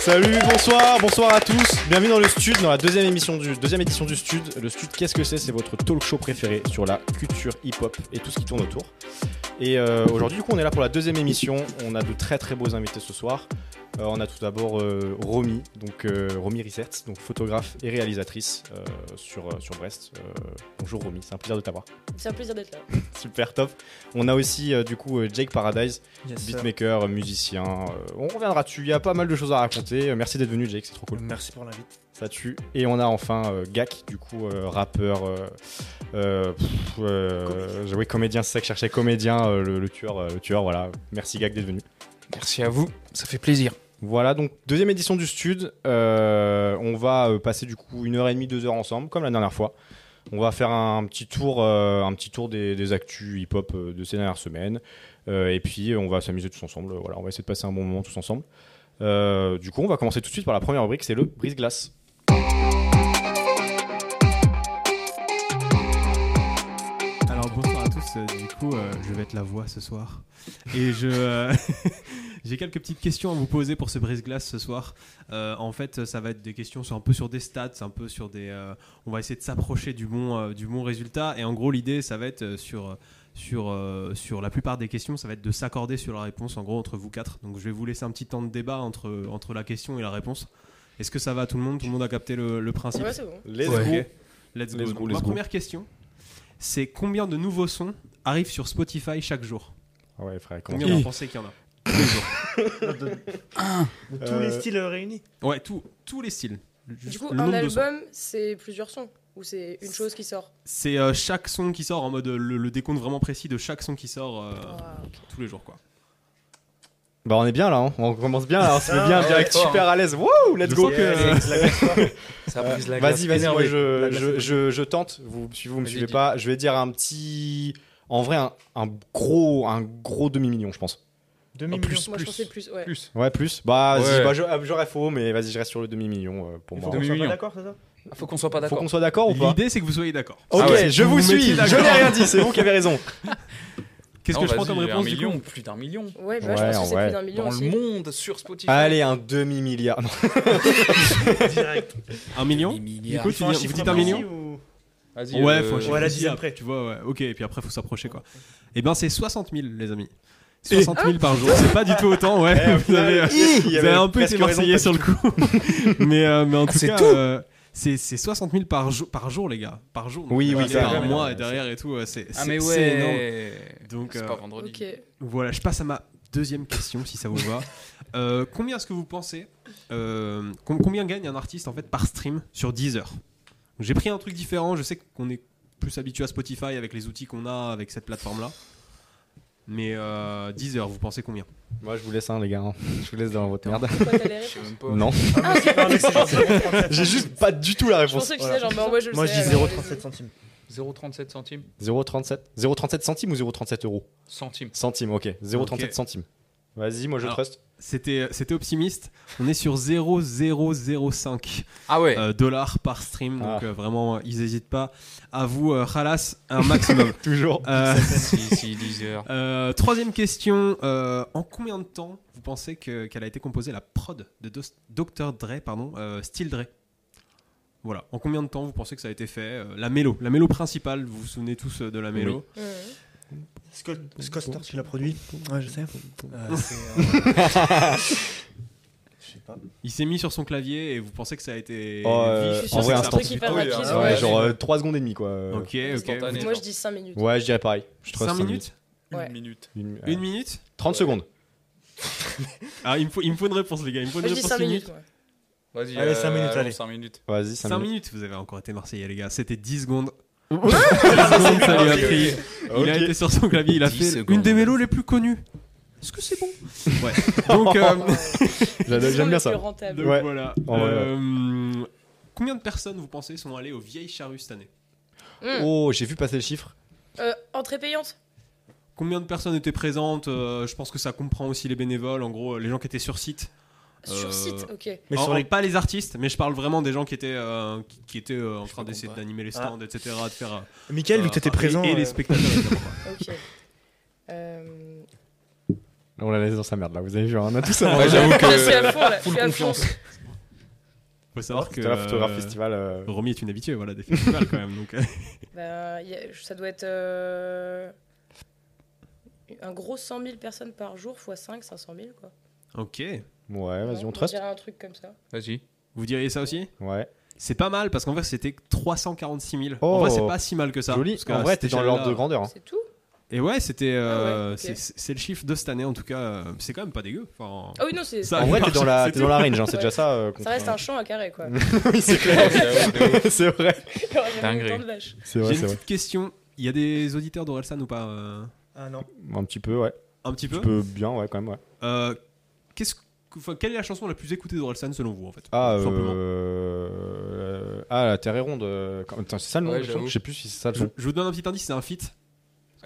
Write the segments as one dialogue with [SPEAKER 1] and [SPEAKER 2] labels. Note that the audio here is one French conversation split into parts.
[SPEAKER 1] Salut, bonsoir, bonsoir à tous. Bienvenue dans le Stud, dans la deuxième émission du deuxième édition du Stud. Le Stud, qu'est-ce que c'est C'est votre talk show préféré sur la culture hip-hop et tout ce qui tourne autour. Et euh, aujourd'hui, du coup, on est là pour la deuxième émission. On a de très très beaux invités ce soir. Euh, on a tout d'abord euh, Romy, donc euh, Romy Research, donc photographe et réalisatrice euh, sur, euh, sur Brest. Euh, bonjour Romy, c'est un plaisir de t'avoir.
[SPEAKER 2] C'est un plaisir d'être là.
[SPEAKER 1] Super top. On a aussi euh, du coup euh, Jake Paradise,
[SPEAKER 3] Yes, sir.
[SPEAKER 1] beatmaker, musicien. Euh, on reviendra dessus, il y a pas mal de choses à raconter. Euh, merci d'être venu Jake, c'est trop cool.
[SPEAKER 3] Merci pour l'invite.
[SPEAKER 1] Ça tue. Et on a enfin euh, Gak, du coup, euh, rappeur. Euh, euh, pff, euh, oui, comédien, c'est ça que je cherchais, comédien, euh, le, le tueur, euh, le tueur, voilà. Merci Gak d'être venu.
[SPEAKER 4] Merci à vous, ça fait plaisir.
[SPEAKER 1] Voilà, donc deuxième édition du Stud. Euh, on va euh, passer du coup une heure et demie, deux heures ensemble, comme la dernière fois. On va faire un petit tour, euh, un petit tour des, des actus hip-hop euh, de ces dernières semaines. Euh, et puis euh, on va s'amuser tous ensemble. Voilà, on va essayer de passer un bon moment tous ensemble. Euh, du coup, on va commencer tout de suite par la première rubrique, c'est le brise-glace.
[SPEAKER 3] Alors bonsoir à tous. Euh, Du coup, euh, je vais être la voix ce soir. Et je. euh, J'ai quelques petites questions à vous poser pour ce brise-glace ce soir. Euh, en fait, ça va être des questions sur, un peu sur des stats, un peu sur des. euh, on va essayer de s'approcher du bon euh, du bon résultat. Et en gros, l'idée, ça va être euh, sur sur euh, sur la plupart des questions, ça va être de s'accorder sur la réponse. En gros, entre vous quatre. Donc, je vais vous laisser un petit temps de débat entre entre la question et la réponse. Est-ce que ça va à tout le monde Tout le monde a capté le, le principe
[SPEAKER 2] Ouais, c'est bon.
[SPEAKER 1] Les
[SPEAKER 3] Ok.
[SPEAKER 1] go.
[SPEAKER 3] Let's go.
[SPEAKER 1] Let's go,
[SPEAKER 3] Donc,
[SPEAKER 1] let's
[SPEAKER 3] ma
[SPEAKER 1] go.
[SPEAKER 3] première question, c'est combien de nouveaux sons arrivent sur Spotify chaque jour
[SPEAKER 1] Ah ouais, frère, comment
[SPEAKER 3] Combien
[SPEAKER 4] Ih.
[SPEAKER 3] vous pensez qu'il y en a Tous les jours.
[SPEAKER 5] De tous
[SPEAKER 1] Euh,
[SPEAKER 5] les styles euh, réunis.
[SPEAKER 3] Ouais, tout- tous les styles.
[SPEAKER 2] Du
[SPEAKER 3] Juste
[SPEAKER 2] coup,
[SPEAKER 3] le
[SPEAKER 2] un
[SPEAKER 3] nombre de sons.
[SPEAKER 2] album, c'est plusieurs sons ou c'est une chose qui sort
[SPEAKER 3] C'est euh, chaque son qui sort en mode euh, le, le décompte vraiment précis de chaque son qui sort euh,
[SPEAKER 2] Ah, ok.
[SPEAKER 3] tous les jours quoi.
[SPEAKER 1] Bah on est bien là, hein. on commence bien là, on se met
[SPEAKER 5] Ah,
[SPEAKER 1] bien
[SPEAKER 4] ouais,
[SPEAKER 1] direct,
[SPEAKER 4] fort,
[SPEAKER 1] super à l'aise. Wouh, let's
[SPEAKER 3] Je
[SPEAKER 1] go
[SPEAKER 3] sens
[SPEAKER 1] que-
[SPEAKER 3] que-
[SPEAKER 4] Ça brise la glace.
[SPEAKER 1] Vas-y, vas-y, moi
[SPEAKER 4] Énervé.
[SPEAKER 1] je,
[SPEAKER 4] La glace.
[SPEAKER 1] je, je, je tente. Vous, si vous me
[SPEAKER 4] Vas-y,
[SPEAKER 1] suivez
[SPEAKER 4] dis.
[SPEAKER 1] pas, je vais dire un petit. En vrai, un, un gros, un gros demi-million, je pense.
[SPEAKER 5] Demi
[SPEAKER 4] En plus,
[SPEAKER 2] Moi, je
[SPEAKER 4] plus.
[SPEAKER 2] pensais plus, ouais.
[SPEAKER 4] Plus.
[SPEAKER 1] Ouais, plus. Bah,
[SPEAKER 4] Ouais.
[SPEAKER 1] vas-y, bah, je- j'aurais faux, mais vas-y, je reste sur le demi-million euh, pour
[SPEAKER 5] Il
[SPEAKER 1] moi.
[SPEAKER 5] faut qu'on
[SPEAKER 4] Oui,
[SPEAKER 5] soit
[SPEAKER 4] oui,
[SPEAKER 5] pas
[SPEAKER 4] oui.
[SPEAKER 5] d'accord, c'est ça
[SPEAKER 4] Faut qu'on soit pas
[SPEAKER 1] Faut
[SPEAKER 4] d'accord.
[SPEAKER 1] qu'on soit d'accord Ah, ou pas
[SPEAKER 3] L'idée c'est que vous soyez d'accord.
[SPEAKER 1] Ok,
[SPEAKER 4] Ah ouais.
[SPEAKER 1] je
[SPEAKER 3] Vous
[SPEAKER 1] vous,
[SPEAKER 3] vous
[SPEAKER 1] suis,
[SPEAKER 3] mettiez
[SPEAKER 1] je
[SPEAKER 3] d'accord.
[SPEAKER 1] n'ai rien dit, c'est vous qui avez raison.
[SPEAKER 3] Qu'est-ce
[SPEAKER 4] Non,
[SPEAKER 3] que je prends
[SPEAKER 4] vas-y,
[SPEAKER 3] comme réponse
[SPEAKER 4] un
[SPEAKER 3] du
[SPEAKER 4] million,
[SPEAKER 3] coup
[SPEAKER 4] plus d'un million
[SPEAKER 2] Ouais, bah,
[SPEAKER 1] Ouais,
[SPEAKER 2] je pense que c'est
[SPEAKER 1] ouais.
[SPEAKER 2] plus d'un million
[SPEAKER 4] dans
[SPEAKER 2] aussi.
[SPEAKER 4] le monde sur Spotify.
[SPEAKER 1] Allez, un demi-milliard. Non,
[SPEAKER 5] Direct.
[SPEAKER 3] Un million
[SPEAKER 4] milliards.
[SPEAKER 3] Écoute,
[SPEAKER 5] Faut un
[SPEAKER 3] vous
[SPEAKER 5] chiffre
[SPEAKER 3] dites un
[SPEAKER 5] précis
[SPEAKER 3] million
[SPEAKER 5] ou-
[SPEAKER 4] Vas-y,
[SPEAKER 3] Ouais,
[SPEAKER 4] euh,
[SPEAKER 3] faut
[SPEAKER 5] Ouais, la
[SPEAKER 3] faut-
[SPEAKER 5] dixième après.
[SPEAKER 3] Tu vois, ouais. Ok, et puis après faut s'approcher quoi. Et ben c'est 60 000 les amis. 60 000 par jour, c'est pas du tout autant, ouais.
[SPEAKER 1] Eh, au
[SPEAKER 3] vous
[SPEAKER 1] final,
[SPEAKER 3] avez, euh,
[SPEAKER 1] il y
[SPEAKER 3] vous
[SPEAKER 1] avait
[SPEAKER 3] avez un peu
[SPEAKER 1] presque
[SPEAKER 3] été
[SPEAKER 1] raison,
[SPEAKER 3] marseillais
[SPEAKER 1] pas
[SPEAKER 3] sur
[SPEAKER 1] du
[SPEAKER 3] le coup. mais, euh, mais en tout
[SPEAKER 4] Ah, C'est
[SPEAKER 3] cas,
[SPEAKER 4] tout
[SPEAKER 3] euh, c'est c'est 60 000 par, jour par jour, les gars. Par jour. donc,
[SPEAKER 1] Oui,
[SPEAKER 3] euh,
[SPEAKER 1] oui,
[SPEAKER 3] c'est
[SPEAKER 1] ça,
[SPEAKER 3] Par
[SPEAKER 1] ouais,
[SPEAKER 3] mois
[SPEAKER 1] ouais,
[SPEAKER 3] et derrière et tout. euh, C'est
[SPEAKER 4] Ah
[SPEAKER 3] c'est-
[SPEAKER 4] mais
[SPEAKER 3] c'est énorme.
[SPEAKER 4] ouais.
[SPEAKER 3] Donc,
[SPEAKER 4] c'est
[SPEAKER 3] euh,
[SPEAKER 4] pas vendredi.
[SPEAKER 2] Ok.
[SPEAKER 3] Voilà, je passe à ma deuxième question si ça vous va. Euh, combien est-ce que vous pensez euh, com- Combien gagne un artiste en fait par stream sur 10 heures J'ai pris un truc différent. Je sais qu'on est plus habitué à Spotify avec les outils qu'on a avec cette plateforme là. Mais euh, 10 heures, vous pensez combien
[SPEAKER 1] Moi, je vous laisse, hein, les gars. hein. Je vous laisse dans votre merde.
[SPEAKER 2] Pourquoi t'as les
[SPEAKER 4] Je sais
[SPEAKER 2] réponses
[SPEAKER 4] même pas.
[SPEAKER 1] Non,
[SPEAKER 2] Ah, ok.
[SPEAKER 5] Non, mais c'est gentil,
[SPEAKER 1] j'ai juste pas du tout la
[SPEAKER 2] Je
[SPEAKER 1] réponse.
[SPEAKER 2] pensais que
[SPEAKER 5] Voilà.
[SPEAKER 2] c'était genre, bah ouais, je le
[SPEAKER 5] Moi je
[SPEAKER 2] sais.
[SPEAKER 5] dis
[SPEAKER 2] alors,
[SPEAKER 5] 0,37 centimes.
[SPEAKER 4] 0,37 centimes.
[SPEAKER 1] 0,37 0,37 centimes ou 0,37 euros
[SPEAKER 4] Centimes.
[SPEAKER 1] Centimes, ok. 0,37
[SPEAKER 3] Ok.
[SPEAKER 1] centimes. Vas-y, moi je
[SPEAKER 3] Alors,
[SPEAKER 1] trust.
[SPEAKER 3] C'était euh, c'était optimiste. On est sur 0,005
[SPEAKER 4] Ah ouais.
[SPEAKER 3] euh, dollars par stream. Donc
[SPEAKER 1] Ah.
[SPEAKER 3] euh, vraiment, euh, ils n'hésitent pas. À vous, euh, Khalas, un maximum.
[SPEAKER 1] Toujours.
[SPEAKER 3] Euh,
[SPEAKER 4] si, si, 10 heures.
[SPEAKER 3] Euh, troisième question. euh, en combien de temps vous pensez que- qu'elle a été composée la prod de Dos- Dr. Dre, pardon, euh, Still Dre Voilà. En combien de temps vous pensez que ça a été fait Euh, La mélo, la mélo principale. Vous vous souvenez tous euh, de la mélo
[SPEAKER 2] euh, ouais.
[SPEAKER 5] Scott, Scott Storch, il l'a produit. Ouais, je sais. Euh, c'est, euh, Je sais pas.
[SPEAKER 3] Il s'est mis sur son clavier et vous pensez que ça a été.
[SPEAKER 1] Oh, euh,
[SPEAKER 3] vif
[SPEAKER 2] Je suis
[SPEAKER 1] en
[SPEAKER 2] sûr que
[SPEAKER 1] vrai,
[SPEAKER 2] c'est un
[SPEAKER 1] instant.
[SPEAKER 2] truc hyper
[SPEAKER 4] Oui,
[SPEAKER 2] rapide.
[SPEAKER 4] euh,
[SPEAKER 1] Ouais,
[SPEAKER 4] ouais,
[SPEAKER 1] genre 3 secondes et demie, quoi. Euh,
[SPEAKER 3] Ok, ok.
[SPEAKER 4] Instantané.
[SPEAKER 2] Moi, je dis 5 minutes.
[SPEAKER 1] Ouais, je dirais pareil. Je trust
[SPEAKER 3] 5 minutes
[SPEAKER 2] Ouais.
[SPEAKER 4] Une minute.
[SPEAKER 1] Une- euh,
[SPEAKER 3] Une minute
[SPEAKER 1] 30 secondes.
[SPEAKER 3] Ah, il me, faut, il me faut une réponse, les gars. Il me faut une
[SPEAKER 2] Moi, je dis
[SPEAKER 3] réponse
[SPEAKER 2] 5
[SPEAKER 3] minute.
[SPEAKER 2] minutes. ouais.
[SPEAKER 4] Vas-y.
[SPEAKER 5] Allez, cinq minutes, allez.
[SPEAKER 4] 5 minutes.
[SPEAKER 1] Vas-y, 5,
[SPEAKER 3] 5
[SPEAKER 1] minutes.
[SPEAKER 3] minutes, vous avez encore été Marseillais, les gars. C'était 10 secondes. 10 secondes, ça lui a pris. Il a
[SPEAKER 1] Ok.
[SPEAKER 3] été sur son clavier, il a
[SPEAKER 4] 10
[SPEAKER 3] fait
[SPEAKER 4] secondes.
[SPEAKER 3] une des mélos les plus connues. Est-ce que c'est bon Ouais. Donc, euh, donc
[SPEAKER 1] J'adore-
[SPEAKER 2] C'est
[SPEAKER 1] J'aime
[SPEAKER 2] le
[SPEAKER 1] bien
[SPEAKER 2] plus
[SPEAKER 1] ça.
[SPEAKER 2] rentable.
[SPEAKER 1] Le- Ouais.
[SPEAKER 3] voilà.
[SPEAKER 1] En vrai,
[SPEAKER 3] Euh, combien de personnes vous pensez sont allées aux vieilles charrues cette année
[SPEAKER 2] Hmm.
[SPEAKER 1] Oh, j'ai vu passer le chiffre.
[SPEAKER 2] Euh, Entrée payante
[SPEAKER 3] Combien de personnes étaient présentes Euh, Je pense que ça comprend aussi les bénévoles, en gros, euh, les gens qui étaient sur site. Euh,
[SPEAKER 2] Sur site, ok.
[SPEAKER 5] Mais
[SPEAKER 3] En-
[SPEAKER 5] sur
[SPEAKER 3] en-
[SPEAKER 5] les
[SPEAKER 3] Pas les artistes, mais je parle vraiment des gens qui étaient, euh, qui, qui étaient euh, en
[SPEAKER 4] Je
[SPEAKER 3] train
[SPEAKER 4] comprends
[SPEAKER 3] d'essayer
[SPEAKER 4] pas.
[SPEAKER 3] d'animer les stands, etc. De faire, euh,
[SPEAKER 5] Michael, vu que t'étais euh,
[SPEAKER 3] enfin, et-
[SPEAKER 5] présent.
[SPEAKER 3] Et,
[SPEAKER 5] euh,
[SPEAKER 3] les spectateurs, évidemment.
[SPEAKER 2] Ok. Euh,
[SPEAKER 1] On l'a laissé dans sa merde là, vous avez vu, hein, on a tout ça.
[SPEAKER 4] Ouais, j'avoue
[SPEAKER 2] Je suis à
[SPEAKER 4] que.
[SPEAKER 2] fond là, je
[SPEAKER 4] Full
[SPEAKER 2] suis à fond.
[SPEAKER 4] confiance.
[SPEAKER 3] Faut savoir que.
[SPEAKER 1] C'était la photographe
[SPEAKER 3] euh,
[SPEAKER 1] festival. euh,
[SPEAKER 3] Romy est une habituée voilà, des festivals quand même. Donc, euh,
[SPEAKER 2] Ben, y a- ça doit être euh, un gros 100 000 personnes par jour fois 5, 500 000 quoi.
[SPEAKER 3] ok.
[SPEAKER 1] Ouais, vas-y,
[SPEAKER 2] Ouais,
[SPEAKER 1] on trust.
[SPEAKER 2] dirait un truc comme ça.
[SPEAKER 4] Vas-y.
[SPEAKER 3] Vous diriez ça aussi
[SPEAKER 1] Ouais.
[SPEAKER 3] C'est pas mal parce qu'en vrai c'était 346 000.
[SPEAKER 1] Oh.
[SPEAKER 3] en vrai c'est pas si mal que ça.
[SPEAKER 1] Joli.
[SPEAKER 3] parce qu'à
[SPEAKER 1] En vrai,
[SPEAKER 3] cette
[SPEAKER 1] t'es dans l'ordre de
[SPEAKER 3] échelle-là-
[SPEAKER 1] grandeur. hein.
[SPEAKER 2] C'est tout
[SPEAKER 3] Et ouais, c'était. euh,
[SPEAKER 2] Ah ouais, ok.
[SPEAKER 3] c'est- c'est c'est le chiffre de cette année en tout cas. euh, C'est quand même pas dégueu. Enfin,
[SPEAKER 2] Ah oui, non, c'est.
[SPEAKER 3] Ça-
[SPEAKER 2] Ça
[SPEAKER 1] En vrai, t'es dans la,
[SPEAKER 3] C'est
[SPEAKER 1] t'es dans la range, hein, c'est
[SPEAKER 2] Ouais.
[SPEAKER 1] déjà ça. euh, contre-
[SPEAKER 2] reste un champ à carré quoi.
[SPEAKER 1] oui, c'est
[SPEAKER 4] Ouais,
[SPEAKER 1] clair.
[SPEAKER 4] ouais, de ouf.
[SPEAKER 1] c'est vrai.
[SPEAKER 2] J'avais
[SPEAKER 4] Dinguerie.
[SPEAKER 2] autant de vaches.
[SPEAKER 1] C'est
[SPEAKER 3] J'ai
[SPEAKER 1] vrai,
[SPEAKER 3] une
[SPEAKER 1] c'est vrai.
[SPEAKER 3] petite question. Il y a des auditeurs d'Orelsan ou pas euh,
[SPEAKER 5] Ah non.
[SPEAKER 1] Un petit peu, ouais.
[SPEAKER 3] Un petit
[SPEAKER 1] Un
[SPEAKER 3] peu.
[SPEAKER 1] petit peu bien, ouais, quand même, ouais.
[SPEAKER 3] Euh, Qu'est-ce que- enfin, quelle est la chanson la plus écoutée d'Orelsan selon vous en fait
[SPEAKER 1] Ah,
[SPEAKER 3] Tout simplement.
[SPEAKER 1] euh... ah, la Terre est ronde. euh, quand- Attends, c'est ça le nom
[SPEAKER 4] Ouais,
[SPEAKER 1] de la chanson
[SPEAKER 4] j'avoue.
[SPEAKER 1] Je sais plus si c'est ça le
[SPEAKER 3] je,
[SPEAKER 1] nom.
[SPEAKER 3] je vous donne un petit indice, c'est un feat.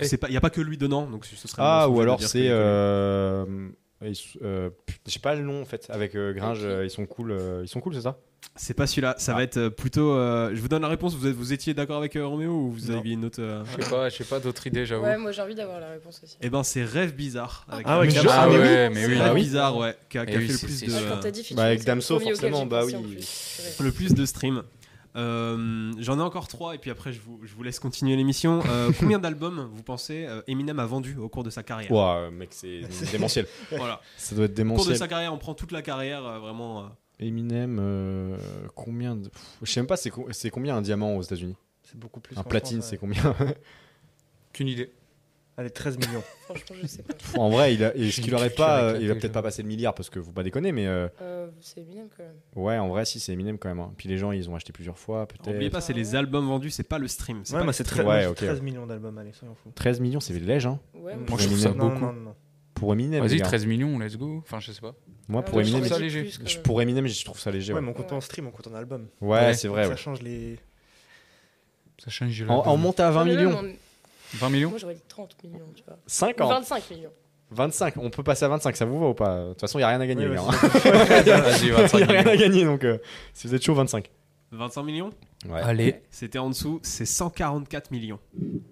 [SPEAKER 4] Eh.
[SPEAKER 3] Il n'y a pas que lui dedans, donc ce serait.
[SPEAKER 1] Ah,
[SPEAKER 3] dommage
[SPEAKER 1] ou
[SPEAKER 3] de
[SPEAKER 1] alors
[SPEAKER 3] dire
[SPEAKER 1] c'est.
[SPEAKER 3] qu'il y a que lui.
[SPEAKER 1] Euh... ils sont- euh, putain, J'ai pas le nom en fait. Avec euh, Gringe, euh, ils sont cool. euh, Ils sont cool, c'est ça
[SPEAKER 3] C'est pas celui-là, ça
[SPEAKER 1] Ah.
[SPEAKER 3] va être euh, plutôt. euh, je vous donne la réponse, vous, êtes- vous étiez d'accord avec euh, Roméo ou vous
[SPEAKER 5] Non.
[SPEAKER 3] aviez une autre. euh,
[SPEAKER 4] Je sais pas, je sais pas d'autres idées, j'avoue.
[SPEAKER 2] Ouais, moi j'ai envie d'avoir la réponse aussi.
[SPEAKER 3] Eh ben, c'est Rêve Bizarre. Avec
[SPEAKER 5] Ah ouais,
[SPEAKER 3] Damso.
[SPEAKER 5] grave.
[SPEAKER 4] Ah
[SPEAKER 5] Ah, mais
[SPEAKER 4] ouais, mais
[SPEAKER 2] c'est
[SPEAKER 4] oui.
[SPEAKER 3] Rêve
[SPEAKER 1] oui.
[SPEAKER 3] Bizarre, ouais, qui a, qui
[SPEAKER 4] Eh
[SPEAKER 3] a fait
[SPEAKER 4] oui,
[SPEAKER 3] le
[SPEAKER 4] c'est-
[SPEAKER 3] plus
[SPEAKER 4] c'est
[SPEAKER 3] de.
[SPEAKER 2] Ah,
[SPEAKER 4] sûr.
[SPEAKER 2] quand t'as dit featuring,
[SPEAKER 1] euh, bah, avec
[SPEAKER 2] c'est
[SPEAKER 1] Damso,
[SPEAKER 2] le premier auquel
[SPEAKER 1] forcément,
[SPEAKER 2] j'ai
[SPEAKER 1] bah
[SPEAKER 2] pensé, en
[SPEAKER 1] oui.
[SPEAKER 2] plus. Purée.
[SPEAKER 3] le plus de streams. Euh, J'en ai encore trois et puis après je vous, je vous laisse continuer l'émission. Euh, combien d'albums vous pensez euh, Eminem a vendu au cours de sa carrière
[SPEAKER 1] Ouah, euh, mec, c'est démentiel.
[SPEAKER 3] Voilà.
[SPEAKER 1] Ça doit être
[SPEAKER 3] Au cours de
[SPEAKER 1] démentiel.
[SPEAKER 3] sa carrière, on prend toute la carrière euh, vraiment. euh,
[SPEAKER 1] Eminem, euh, combien de... Pff, Je sais même pas, c'est co- c'est combien un diamant aux États-Unis
[SPEAKER 5] C'est beaucoup plus.
[SPEAKER 1] Un
[SPEAKER 5] en
[SPEAKER 1] platine,
[SPEAKER 5] France,
[SPEAKER 1] c'est
[SPEAKER 5] ouais.
[SPEAKER 1] combien
[SPEAKER 4] Qu'une idée.
[SPEAKER 5] Allez, 13 millions.
[SPEAKER 2] Franchement, je sais pas.
[SPEAKER 1] Pff, En vrai, il a, est-ce
[SPEAKER 4] J'ai
[SPEAKER 1] qu'il
[SPEAKER 4] une
[SPEAKER 1] aurait
[SPEAKER 4] culture
[SPEAKER 1] pas, euh,
[SPEAKER 4] éclatée,
[SPEAKER 1] il a
[SPEAKER 4] genre.
[SPEAKER 1] peut-être pas passé le milliard parce que vous pas déconner, mais euh,
[SPEAKER 2] Euh, c'est Eminem quand même.
[SPEAKER 1] ouais, en vrai, si c'est Eminem quand même. hein. Puis les gens, ils ont acheté plusieurs fois,
[SPEAKER 3] N'oubliez
[SPEAKER 1] peut-être.
[SPEAKER 3] pas, c'est les albums vendus, c'est pas le stream. c'est
[SPEAKER 5] Ouais,
[SPEAKER 3] pas
[SPEAKER 5] moi
[SPEAKER 3] le
[SPEAKER 5] c'est
[SPEAKER 3] stream.
[SPEAKER 5] 13,
[SPEAKER 1] Ouais,
[SPEAKER 5] moi, c'est
[SPEAKER 1] ok.
[SPEAKER 5] 13 millions d'albums, allez, soyons fous.
[SPEAKER 1] 13 millions, c'est léger, hein.
[SPEAKER 2] Ouais,
[SPEAKER 5] Mm.
[SPEAKER 2] moi,
[SPEAKER 4] Moi,
[SPEAKER 1] je trouve ça
[SPEAKER 5] non,
[SPEAKER 4] beaucoup.
[SPEAKER 5] Non, non,
[SPEAKER 1] Pour Eminem, les
[SPEAKER 4] Vas-y,
[SPEAKER 1] gars.
[SPEAKER 4] 13 millions, let's go. Enfin, je sais pas.
[SPEAKER 1] Moi,
[SPEAKER 2] euh,
[SPEAKER 1] pour
[SPEAKER 2] je trouve
[SPEAKER 1] Eminem,
[SPEAKER 2] ça
[SPEAKER 4] je-
[SPEAKER 2] léger.
[SPEAKER 4] je-
[SPEAKER 2] plus, quand
[SPEAKER 1] je-
[SPEAKER 2] même.
[SPEAKER 1] pour Eminem, je trouve ça léger.
[SPEAKER 5] Ouais,
[SPEAKER 1] Ouais,
[SPEAKER 5] mais on compte en stream, on compte en album.
[SPEAKER 1] Ouais,
[SPEAKER 4] Ouais.
[SPEAKER 1] c'est
[SPEAKER 5] Donc,
[SPEAKER 1] vrai.
[SPEAKER 5] Ça
[SPEAKER 1] ouais.
[SPEAKER 5] change les.
[SPEAKER 4] Ça change de
[SPEAKER 1] On,
[SPEAKER 4] la
[SPEAKER 1] on monte à 20
[SPEAKER 2] Non, mais même,
[SPEAKER 1] millions,
[SPEAKER 2] on-
[SPEAKER 4] 20 millions
[SPEAKER 2] Moi j'aurais dit 30 millions, tu vois.
[SPEAKER 1] 50,
[SPEAKER 2] 25 millions.
[SPEAKER 1] 25. On peut passer à 25. Ça vous va ou pas De toute façon, il y a rien à gagner,
[SPEAKER 5] Ouais,
[SPEAKER 1] les gars.
[SPEAKER 5] vas-y.
[SPEAKER 4] Vas-y,
[SPEAKER 1] Il y a rien
[SPEAKER 4] 25 millions.
[SPEAKER 1] à gagner, donc euh, si vous êtes chaud, 25.
[SPEAKER 3] 25 millions
[SPEAKER 1] Ouais.
[SPEAKER 4] Allez.
[SPEAKER 3] C'était en dessous, c'est 144 millions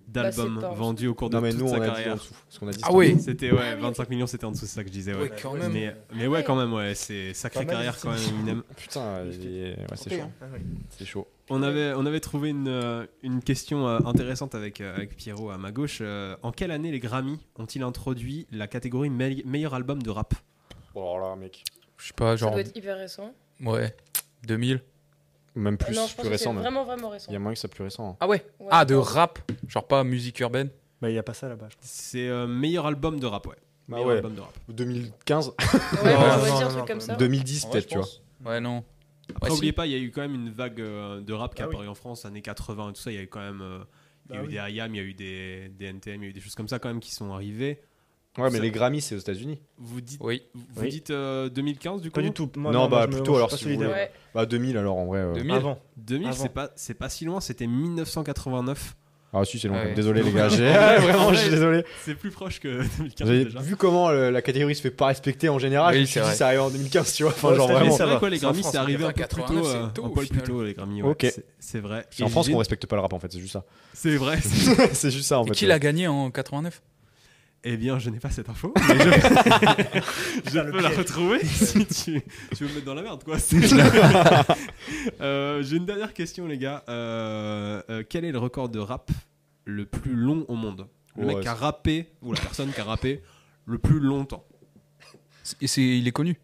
[SPEAKER 3] d'albums
[SPEAKER 2] Bah, c'est pas en
[SPEAKER 3] vendus au cours de
[SPEAKER 1] Non, mais
[SPEAKER 3] toute
[SPEAKER 1] nous, on
[SPEAKER 3] sa
[SPEAKER 1] a dit en
[SPEAKER 3] carrière.
[SPEAKER 1] dessous. Parce qu'on a dit
[SPEAKER 4] Ah oui.
[SPEAKER 3] C'était ouais,
[SPEAKER 2] oui,
[SPEAKER 3] 25 millions, c'était en dessous, c'est ça que je disais. Ouais.
[SPEAKER 4] Ouais, quand même.
[SPEAKER 1] euh,
[SPEAKER 3] Mais, mais ouais, quand même, ouais, c'est sacrée
[SPEAKER 5] Pas mal,
[SPEAKER 3] carrière
[SPEAKER 5] c'est-
[SPEAKER 3] quand même, Eminem.
[SPEAKER 1] Putain, il est- ouais, c'est
[SPEAKER 4] Trompé,
[SPEAKER 1] chaud.
[SPEAKER 5] Ah oui.
[SPEAKER 1] C'est chaud.
[SPEAKER 3] On avait, on avait trouvé une, euh, une question euh, intéressante avec, euh, avec Pierrot à ma gauche. Euh, en quelle année les Grammy ont-ils introduit la catégorie me- meilleur album de rap
[SPEAKER 1] Oh là, mec.
[SPEAKER 4] Je sais pas,
[SPEAKER 2] Ça
[SPEAKER 4] genre.
[SPEAKER 2] doit être hyper récent.
[SPEAKER 4] Ouais. 2000.
[SPEAKER 1] Même plus,
[SPEAKER 2] non, je pense
[SPEAKER 1] plus
[SPEAKER 2] que c'est
[SPEAKER 1] récent. Même.
[SPEAKER 2] vraiment vraiment récent.
[SPEAKER 1] Il y a moyen que ça soit plus récent. hein.
[SPEAKER 4] Ah ouais
[SPEAKER 2] Ouais,
[SPEAKER 4] Ah, de
[SPEAKER 2] non.
[SPEAKER 4] rap. Genre pas musique urbaine.
[SPEAKER 5] Bah, il n'y a pas ça là-bas, je pense.
[SPEAKER 3] C'est euh, meilleur album de rap, ouais.
[SPEAKER 1] Bah
[SPEAKER 3] Meilleur
[SPEAKER 1] ouais.
[SPEAKER 3] album de rap.
[SPEAKER 1] 2015,
[SPEAKER 2] Ouais,
[SPEAKER 4] Non,
[SPEAKER 2] bah, j'aurais
[SPEAKER 4] non,
[SPEAKER 2] dit
[SPEAKER 5] non,
[SPEAKER 2] un
[SPEAKER 5] non,
[SPEAKER 2] truc comme ça.
[SPEAKER 1] 2010
[SPEAKER 4] En vrai,
[SPEAKER 1] peut-être,
[SPEAKER 4] je
[SPEAKER 1] tu vois.
[SPEAKER 4] pense. Ouais, non.
[SPEAKER 3] Après,
[SPEAKER 4] Ouais,
[SPEAKER 3] oubliez
[SPEAKER 4] si.
[SPEAKER 3] pas, il y a eu quand même une vague euh, de rap qui
[SPEAKER 5] Ah
[SPEAKER 3] est
[SPEAKER 5] oui.
[SPEAKER 3] apparue en France, années 80 et tout ça. Il y a eu quand même. euh, il y a
[SPEAKER 5] Bah
[SPEAKER 3] eu
[SPEAKER 5] oui.
[SPEAKER 3] des IAM, il y a eu des, des NTM, il y a eu des choses comme ça quand même qui sont arrivées.
[SPEAKER 1] Ouais, mais
[SPEAKER 3] Ça-
[SPEAKER 1] les Grammys, c'est aux États-Unis.
[SPEAKER 3] Vous dites,
[SPEAKER 4] Oui.
[SPEAKER 3] vous
[SPEAKER 1] Oui.
[SPEAKER 3] dites euh, 2015 du coup
[SPEAKER 5] Pas du tout. Moi, moi,
[SPEAKER 1] Non, bah,
[SPEAKER 5] je me-
[SPEAKER 1] plutôt,
[SPEAKER 5] je suis
[SPEAKER 1] alors,
[SPEAKER 5] pas
[SPEAKER 1] si vous
[SPEAKER 5] solidaire.
[SPEAKER 1] voulez.
[SPEAKER 2] Ouais.
[SPEAKER 1] Bah 2000 alors en vrai. euh.
[SPEAKER 4] 2000.
[SPEAKER 5] Avant.
[SPEAKER 3] 2000,
[SPEAKER 5] Avant.
[SPEAKER 3] c'est pas, c'est pas si loin, c'était 1989.
[SPEAKER 1] Ah si, c'est long.
[SPEAKER 4] Ah ouais.
[SPEAKER 1] Désolé les gars, j'ai Ouais, vraiment, je suis désolé.
[SPEAKER 3] C'est plus proche que 2015
[SPEAKER 1] Vous avez
[SPEAKER 3] déjà.
[SPEAKER 1] vu comment euh, la catégorie se fait pas respecter en général
[SPEAKER 4] Oui,
[SPEAKER 1] Je me suis
[SPEAKER 4] c'est
[SPEAKER 1] dit
[SPEAKER 4] vrai.
[SPEAKER 1] ça arrive en 2015, tu vois. Enfin,
[SPEAKER 5] Ouais,
[SPEAKER 1] genre
[SPEAKER 5] cette année,
[SPEAKER 1] vraiment.
[SPEAKER 5] ça
[SPEAKER 3] c'est vrai
[SPEAKER 5] va.
[SPEAKER 3] quoi les
[SPEAKER 5] C'est en
[SPEAKER 3] Grammys,
[SPEAKER 5] France,
[SPEAKER 3] c'est arrivé un peu plus
[SPEAKER 4] 89,
[SPEAKER 3] tôt,
[SPEAKER 4] c'est
[SPEAKER 3] euh,
[SPEAKER 4] tôt,
[SPEAKER 3] un
[SPEAKER 4] au
[SPEAKER 3] poil plus
[SPEAKER 4] final.
[SPEAKER 3] tôt les Grammys. ouais.
[SPEAKER 1] Ok.
[SPEAKER 3] C'est- C'est vrai.
[SPEAKER 1] C'est en
[SPEAKER 3] Et
[SPEAKER 1] France
[SPEAKER 3] j'ai-
[SPEAKER 1] qu'on respecte pas le rap en fait, c'est juste ça.
[SPEAKER 3] C'est vrai.
[SPEAKER 1] c'est juste ça en
[SPEAKER 4] Et
[SPEAKER 1] fait. Euh,
[SPEAKER 4] qui l'a gagné en 89
[SPEAKER 3] Eh bien, je n'ai pas cette info. mais je je
[SPEAKER 5] Putain, le
[SPEAKER 3] peux la
[SPEAKER 5] piège.
[SPEAKER 3] retrouver si tu, tu veux me mettre dans la merde, quoi. C'est- Euh, J'ai une dernière question, les gars. Euh, euh, quel est le record de rap le plus long au monde Le
[SPEAKER 1] Ouais,
[SPEAKER 3] mec qui a
[SPEAKER 1] c'est-
[SPEAKER 3] rappé, ou la personne qui a rappé le plus longtemps.
[SPEAKER 4] Et c'est- Il est connu.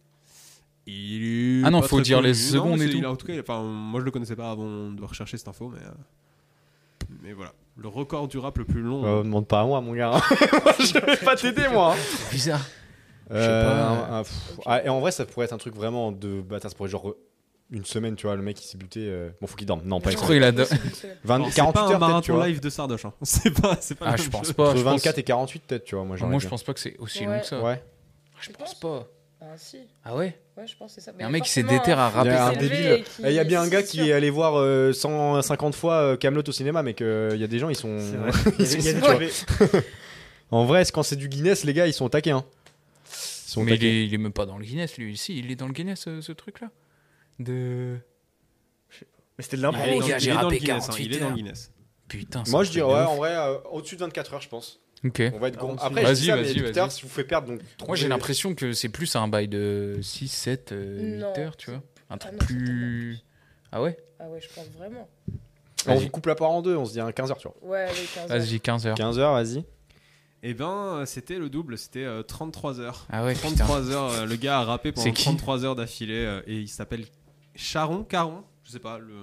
[SPEAKER 3] Il est
[SPEAKER 4] Ah non,
[SPEAKER 3] pas
[SPEAKER 4] faut
[SPEAKER 3] très
[SPEAKER 4] dire les
[SPEAKER 3] connu. Non,
[SPEAKER 4] secondes et
[SPEAKER 3] c'est- il
[SPEAKER 4] tout.
[SPEAKER 3] a- en tout cas, il- enfin, moi je le connaissais pas avant de rechercher cette info, mais, euh, mais voilà. Le record du rap le plus long.
[SPEAKER 1] Euh, demande pas à moi mon gars. Moi, je vais pas t'aider moi.
[SPEAKER 4] Bizarre.
[SPEAKER 1] Euh,
[SPEAKER 4] Je sais pas.
[SPEAKER 1] un- un- pff, ah, et en vrai, ça pourrait être un truc vraiment de bâtard. Ça pourrait être genre euh, une semaine, tu vois, le mec il s'est buté. euh, Bon, faut qu'il dorme. Non, pas
[SPEAKER 4] Je
[SPEAKER 1] une
[SPEAKER 4] crois
[SPEAKER 1] semaine.
[SPEAKER 4] qu'il a de-
[SPEAKER 2] Possible, c'est-
[SPEAKER 1] 20
[SPEAKER 3] Alors, c'est
[SPEAKER 1] 48
[SPEAKER 3] pas un
[SPEAKER 1] heures, peut-être, tu
[SPEAKER 3] marathon
[SPEAKER 1] vois.
[SPEAKER 3] live de Sardoche. hein. C'est pas, c'est pas la
[SPEAKER 4] Ah, je
[SPEAKER 3] même
[SPEAKER 4] pense
[SPEAKER 3] chose.
[SPEAKER 4] pas.
[SPEAKER 1] Entre
[SPEAKER 4] je pense-
[SPEAKER 1] 24 et 48, peut-être, tu vois. Moi, j'ai
[SPEAKER 4] Moi,
[SPEAKER 1] envie
[SPEAKER 4] je
[SPEAKER 1] de
[SPEAKER 4] pense euh, pas que c'est aussi
[SPEAKER 2] Ouais.
[SPEAKER 4] long que
[SPEAKER 1] dire.
[SPEAKER 4] ça.
[SPEAKER 1] Ouais.
[SPEAKER 4] Je
[SPEAKER 2] Tu
[SPEAKER 4] pense
[SPEAKER 2] penses
[SPEAKER 4] pas.
[SPEAKER 2] Ah si,
[SPEAKER 4] Ah ouais
[SPEAKER 2] ouais, je pense que c'est ça.
[SPEAKER 4] Il y
[SPEAKER 2] Mais
[SPEAKER 4] a un mec qui s'est
[SPEAKER 2] forcément, euh,
[SPEAKER 4] déterré à
[SPEAKER 2] un-
[SPEAKER 1] Il y
[SPEAKER 4] rapper.
[SPEAKER 1] a un
[SPEAKER 2] C'est élevé
[SPEAKER 1] débile.
[SPEAKER 2] et qui-
[SPEAKER 1] Et Il Eh, y a bien un
[SPEAKER 2] c'est
[SPEAKER 1] gars qui
[SPEAKER 2] sûr.
[SPEAKER 1] est allé voir euh, 150 fois euh, Camelot au cinéma, mais que il y a des gens, ils sont.
[SPEAKER 5] C'est vrai.
[SPEAKER 1] Ils
[SPEAKER 5] Il y
[SPEAKER 1] sont-
[SPEAKER 5] a des-
[SPEAKER 1] tu vois. En vrai, c'est quand c'est du Guinness, les gars, ils sont au taquet. Hein. Ils sont au
[SPEAKER 4] Mais il
[SPEAKER 1] taquet.
[SPEAKER 4] est, il est même pas dans le Guinness, lui. Si, il est dans le Guinness, euh, ce, ce truc-là. De.
[SPEAKER 5] Mais c'était de l'impro.
[SPEAKER 4] Ah,
[SPEAKER 3] Il est
[SPEAKER 4] les
[SPEAKER 3] dans-
[SPEAKER 4] gars,
[SPEAKER 3] il
[SPEAKER 4] j'ai
[SPEAKER 3] est dans le
[SPEAKER 4] rappé
[SPEAKER 3] Guinness, hein, Il est
[SPEAKER 4] 48
[SPEAKER 3] dans le
[SPEAKER 4] heures.
[SPEAKER 3] Guinness.
[SPEAKER 4] Putain, c'est
[SPEAKER 1] Moi,
[SPEAKER 4] un
[SPEAKER 1] je
[SPEAKER 4] truc
[SPEAKER 1] dirais,
[SPEAKER 4] de
[SPEAKER 1] ouais,
[SPEAKER 4] ouf.
[SPEAKER 1] en vrai, euh, au-dessus de 24 heures, je pense.
[SPEAKER 4] Ok.
[SPEAKER 1] On va être gros.
[SPEAKER 5] Ah,
[SPEAKER 1] Après,
[SPEAKER 4] vas-y,
[SPEAKER 1] je dis ça, mais
[SPEAKER 4] vas-y,
[SPEAKER 1] plus
[SPEAKER 4] vas-y.
[SPEAKER 1] tard, si vous faites perdre, donc.
[SPEAKER 4] Moi,
[SPEAKER 1] trouvez-
[SPEAKER 4] j'ai l'impression que c'est plus un bail de 6, 7, 8
[SPEAKER 2] Non.
[SPEAKER 4] heures, tu vois. Un truc
[SPEAKER 2] non,
[SPEAKER 4] plus. Ah ouais
[SPEAKER 2] Ah ouais, je pense vraiment.
[SPEAKER 1] On
[SPEAKER 4] Vas-y.
[SPEAKER 1] vous coupe la part en deux, on se dit à 15h, tu vois.
[SPEAKER 2] Ouais, allez, 15 heures.
[SPEAKER 4] Vas-y, 15 Ah, heures.
[SPEAKER 1] 15h, vas-y.
[SPEAKER 3] Eh ben, euh, c'était le double, c'était euh, 33 heures.
[SPEAKER 4] Ah ouais, putain.
[SPEAKER 3] 33 heures, euh, le gars a rappé pendant
[SPEAKER 4] C'est qui
[SPEAKER 3] 33 heures d'affilée euh, et il s'appelle Charon, Caron, je sais pas, le...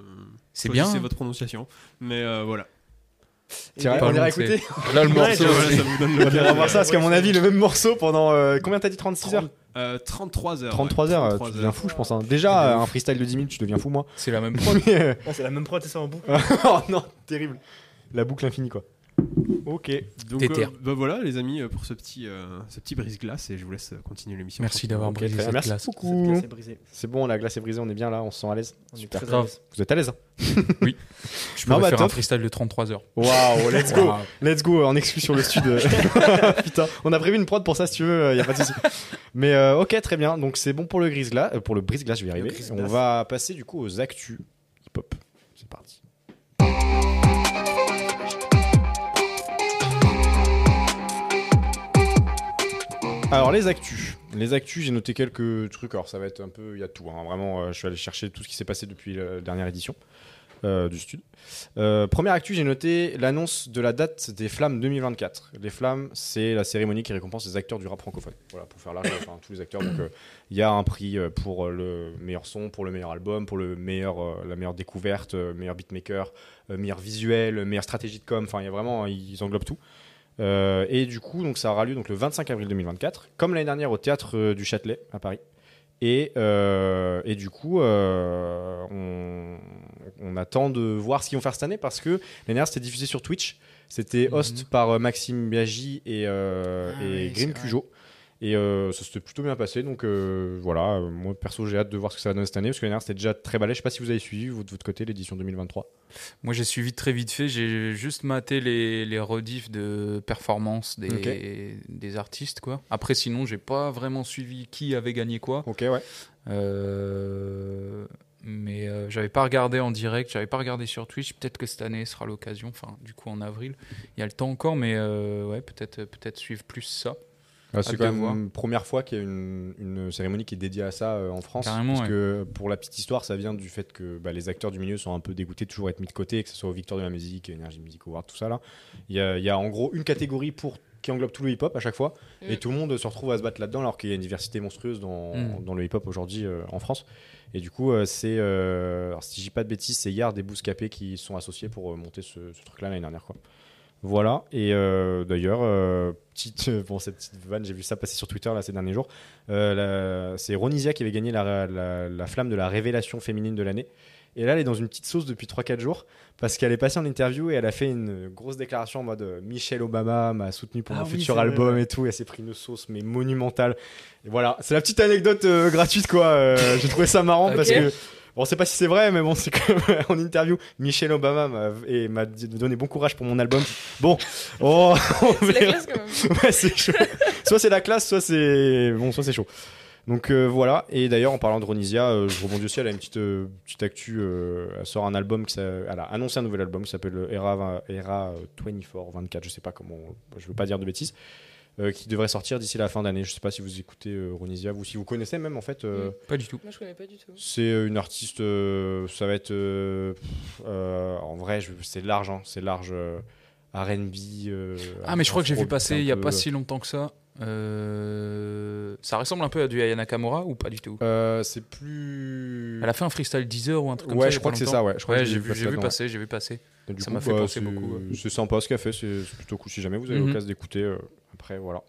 [SPEAKER 4] C'est
[SPEAKER 3] choisissez
[SPEAKER 4] bien. hein.
[SPEAKER 3] votre prononciation, mais euh, voilà.
[SPEAKER 1] Tiens,
[SPEAKER 4] Pas
[SPEAKER 1] on ira
[SPEAKER 4] long,
[SPEAKER 1] écouter.
[SPEAKER 4] Là, le
[SPEAKER 1] Ouais,
[SPEAKER 4] morceau.
[SPEAKER 1] je-
[SPEAKER 4] c'est-
[SPEAKER 3] Voilà, ça vous donne
[SPEAKER 1] On
[SPEAKER 3] le
[SPEAKER 1] ira voir ça, parce qu'à
[SPEAKER 5] Ouais,
[SPEAKER 1] mon
[SPEAKER 5] c'est-
[SPEAKER 1] avis, le même morceau pendant. euh, Combien t'as dit 36 heures
[SPEAKER 3] Euh, 33 heures.
[SPEAKER 1] 33
[SPEAKER 3] ouais,
[SPEAKER 1] heures, euh,
[SPEAKER 3] 33
[SPEAKER 1] tu deviens fou, je pense. hein.
[SPEAKER 3] Ouais,
[SPEAKER 1] Déjà,
[SPEAKER 3] de
[SPEAKER 1] euh, un freestyle de 10 minutes, tu deviens fou, moi.
[SPEAKER 4] C'est la même.
[SPEAKER 1] Mais, euh,
[SPEAKER 5] Ah, c'est la même prod, t'es ça en boucle.
[SPEAKER 1] oh non, terrible. La boucle infinie, quoi. Ok.
[SPEAKER 3] Donc
[SPEAKER 4] T'es terre.
[SPEAKER 3] euh, bah voilà les amis euh, pour ce petit, euh, ce petit brise-glace et je vous laisse euh, continuer l'émission.
[SPEAKER 4] Merci d'avoir
[SPEAKER 1] Ok,
[SPEAKER 4] brisé
[SPEAKER 1] très bien.
[SPEAKER 4] cette
[SPEAKER 1] Merci
[SPEAKER 4] glace.
[SPEAKER 5] Cette
[SPEAKER 1] beaucoup.
[SPEAKER 5] glace est brisée.
[SPEAKER 1] C'est bon, la glace est brisée, on est bien là, on se sent à l'aise.
[SPEAKER 5] On est
[SPEAKER 1] Super.
[SPEAKER 5] très à
[SPEAKER 4] Grave.
[SPEAKER 5] l'aise.
[SPEAKER 1] Vous êtes à l'aise hein
[SPEAKER 4] Je
[SPEAKER 1] Non,
[SPEAKER 4] pourrais
[SPEAKER 1] bah,
[SPEAKER 4] faire un
[SPEAKER 1] top.
[SPEAKER 4] freestyle de 33 heures.
[SPEAKER 1] Waouh, let's go
[SPEAKER 4] Waouh.
[SPEAKER 1] Let's go en exclu sur le stud. Putain, on a prévu une prod pour ça si tu veux, il y a pas de souci. Mais euh, OK, très bien. Donc c'est bon pour le grise glace, pour le brise glace, je vais y arriver.
[SPEAKER 5] brise-glace.
[SPEAKER 1] On va passer du coup aux actus hip hop. C'est parti. Alors les actus, les actus, j'ai noté quelques trucs. Alors ça va être un peu, il y a tout. hein. Vraiment, euh, je suis allé chercher tout ce qui s'est passé depuis la dernière édition euh, du stud. Euh, première actu, j'ai noté l'annonce de la date des Flammes 2024. Les Flammes, c'est la cérémonie qui récompense les acteurs du rap francophone. Voilà, pour faire large, enfin, tous les acteurs. Donc, euh, il y a un prix euh, pour euh, le meilleur son, pour le meilleur album, pour le meilleur, euh, la meilleure découverte, euh, meilleur beatmaker, euh, meilleur visuel, euh, meilleure stratégie de com. Enfin, il y a vraiment, ils englobent tout. Euh, et du coup, donc, ça aura lieu donc, le 25 avril 2024, comme l'année dernière au théâtre euh, du Châtelet à Paris. Et, euh, et du coup, euh, on, on attend de voir ce qu'ils vont faire cette année parce que l'année dernière, c'était diffusé sur Twitch. C'était host par euh, Maxime Biaggi et, euh,
[SPEAKER 4] Ah
[SPEAKER 1] et
[SPEAKER 4] oui,
[SPEAKER 1] Grim
[SPEAKER 4] c'est vrai.
[SPEAKER 1] Cujo. Et euh, ça s'était plutôt bien passé. Donc euh, voilà, euh, moi perso, j'ai hâte de voir ce que ça va donner cette année parce que l'année dernière, c'était déjà très balai. Je sais pas si vous avez suivi, vous de votre côté, l'édition 2023.
[SPEAKER 4] Moi, j'ai suivi très vite fait. J'ai juste maté les, les rediffs de performance des, des artistes, quoi. Après, sinon, j'ai pas vraiment suivi qui avait gagné quoi.
[SPEAKER 1] Ok, ouais.
[SPEAKER 4] Euh, mais euh, j'avais pas regardé en direct, j'avais pas regardé sur Twitch. Peut-être que cette année sera l'occasion. Enfin, du coup, en avril, il y a le temps encore, mais euh, ouais, peut-être peut-être suivre plus ça.
[SPEAKER 1] Ah, c'est
[SPEAKER 4] Hâte
[SPEAKER 1] quand
[SPEAKER 4] de
[SPEAKER 1] même
[SPEAKER 4] voir.
[SPEAKER 1] une première fois qu'il y a une, une cérémonie qui est dédiée à ça euh, en France.
[SPEAKER 4] Carrément,
[SPEAKER 1] parce
[SPEAKER 4] ouais.
[SPEAKER 1] que pour la petite histoire, ça vient du fait que bah, les acteurs du milieu sont un peu dégoûtés de toujours être mis de côté, que ce soit aux Victoires de la musique, Energy Music Award, tout ça là. Il y a, il y a en gros une catégorie pour qui englobe tout le hip-hop à chaque fois,
[SPEAKER 2] Mm.
[SPEAKER 1] et tout le monde se retrouve à se battre là-dedans, alors qu'il y a une diversité monstrueuse dans,
[SPEAKER 4] Mm.
[SPEAKER 1] dans le hip-hop aujourd'hui euh, en France. Et du coup, euh, c'est, euh, alors, si je dis pas de bêtises, c'est Yard et Bouscapé qui sont associés pour euh, monter ce, ce truc-là l'année dernière, quoi. Voilà, et euh, d'ailleurs, euh, petite, euh, bon, cette petite vanne, j'ai vu ça passer sur Twitter là, ces derniers jours. Euh, la- c'est Ronisia qui avait gagné la, la- la flamme de la révélation féminine de l'année. Et là, elle est dans une petite sauce depuis 3-4 jours parce qu'elle est passée en interview et elle a fait une grosse déclaration en mode euh, Michelle Obama m'a soutenu pour
[SPEAKER 5] Ah
[SPEAKER 1] mon
[SPEAKER 5] oui,
[SPEAKER 1] futur
[SPEAKER 5] c'est vrai,
[SPEAKER 1] album et tout. Et elle s'est pris une sauce, mais monumentale. Et voilà, c'est la petite anecdote euh, gratuite quoi. Euh, j'ai trouvé ça marrant parce
[SPEAKER 2] Ok.
[SPEAKER 1] que. Bon, on sait pas si c'est vrai, mais bon, c'est quand même en interview. Michelle Obama m'a et m'a dit- donné bon courage pour mon album. Bon, oh, on
[SPEAKER 2] C'est la
[SPEAKER 1] verra.
[SPEAKER 2] classe quand même.
[SPEAKER 1] Ouais, c'est chaud. soit c'est la classe, soit c'est bon, soit c'est chaud. Donc euh, voilà. Et d'ailleurs, en parlant de Ronisia, euh, je rebondis aussi. Elle a une petite euh, petite actu. euh, elle sort un album qui s'a- elle a annoncé un nouvel album qui s'appelle euh, Era vingt- Era euh, 24 24. Je sais pas comment. Je veux pas dire de bêtises. euh, qui devrait sortir d'ici la fin d'année. Je sais pas si vous écoutez euh, Ronisia, vous si vous connaissez même en fait. euh,
[SPEAKER 2] Mm.
[SPEAKER 4] Pas du tout.
[SPEAKER 2] Moi, je connais pas du tout.
[SPEAKER 1] c'est euh, une artiste, euh, ça va être. euh, pff, euh, en vrai, je- c'est large, hein, c'est large. euh, RB. euh,
[SPEAKER 4] Ah, mais je crois que j'ai vu
[SPEAKER 1] afro-beat,
[SPEAKER 4] passer
[SPEAKER 1] un
[SPEAKER 4] il y a
[SPEAKER 1] peu. euh,
[SPEAKER 4] pas si longtemps que ça. Euh, ça ressemble un peu à du Aya Nakamura ou pas du tout
[SPEAKER 1] Euh, c'est plus.
[SPEAKER 4] Elle a fait un freestyle 10 heures ou un truc comme ça.
[SPEAKER 1] ouais,
[SPEAKER 4] il y
[SPEAKER 1] je
[SPEAKER 4] a
[SPEAKER 1] crois
[SPEAKER 4] pas
[SPEAKER 1] que c'est
[SPEAKER 4] longtemps.
[SPEAKER 1] ça, ouais. Je crois
[SPEAKER 4] Ouais,
[SPEAKER 1] que
[SPEAKER 4] j'ai vu, j'ai vu
[SPEAKER 1] là-dedans, ouais.
[SPEAKER 4] passer, j'ai vu passer.
[SPEAKER 1] Et du
[SPEAKER 4] Ça
[SPEAKER 1] coup,
[SPEAKER 4] m'a fait
[SPEAKER 1] bah,
[SPEAKER 4] penser
[SPEAKER 1] c'est-
[SPEAKER 4] beaucoup, ouais.
[SPEAKER 1] C'est sympa ce qu'elle fait, c'est c'est plutôt cool si jamais vous avez
[SPEAKER 4] Mhm.
[SPEAKER 1] l'occasion d'écouter. euh, après, voilà.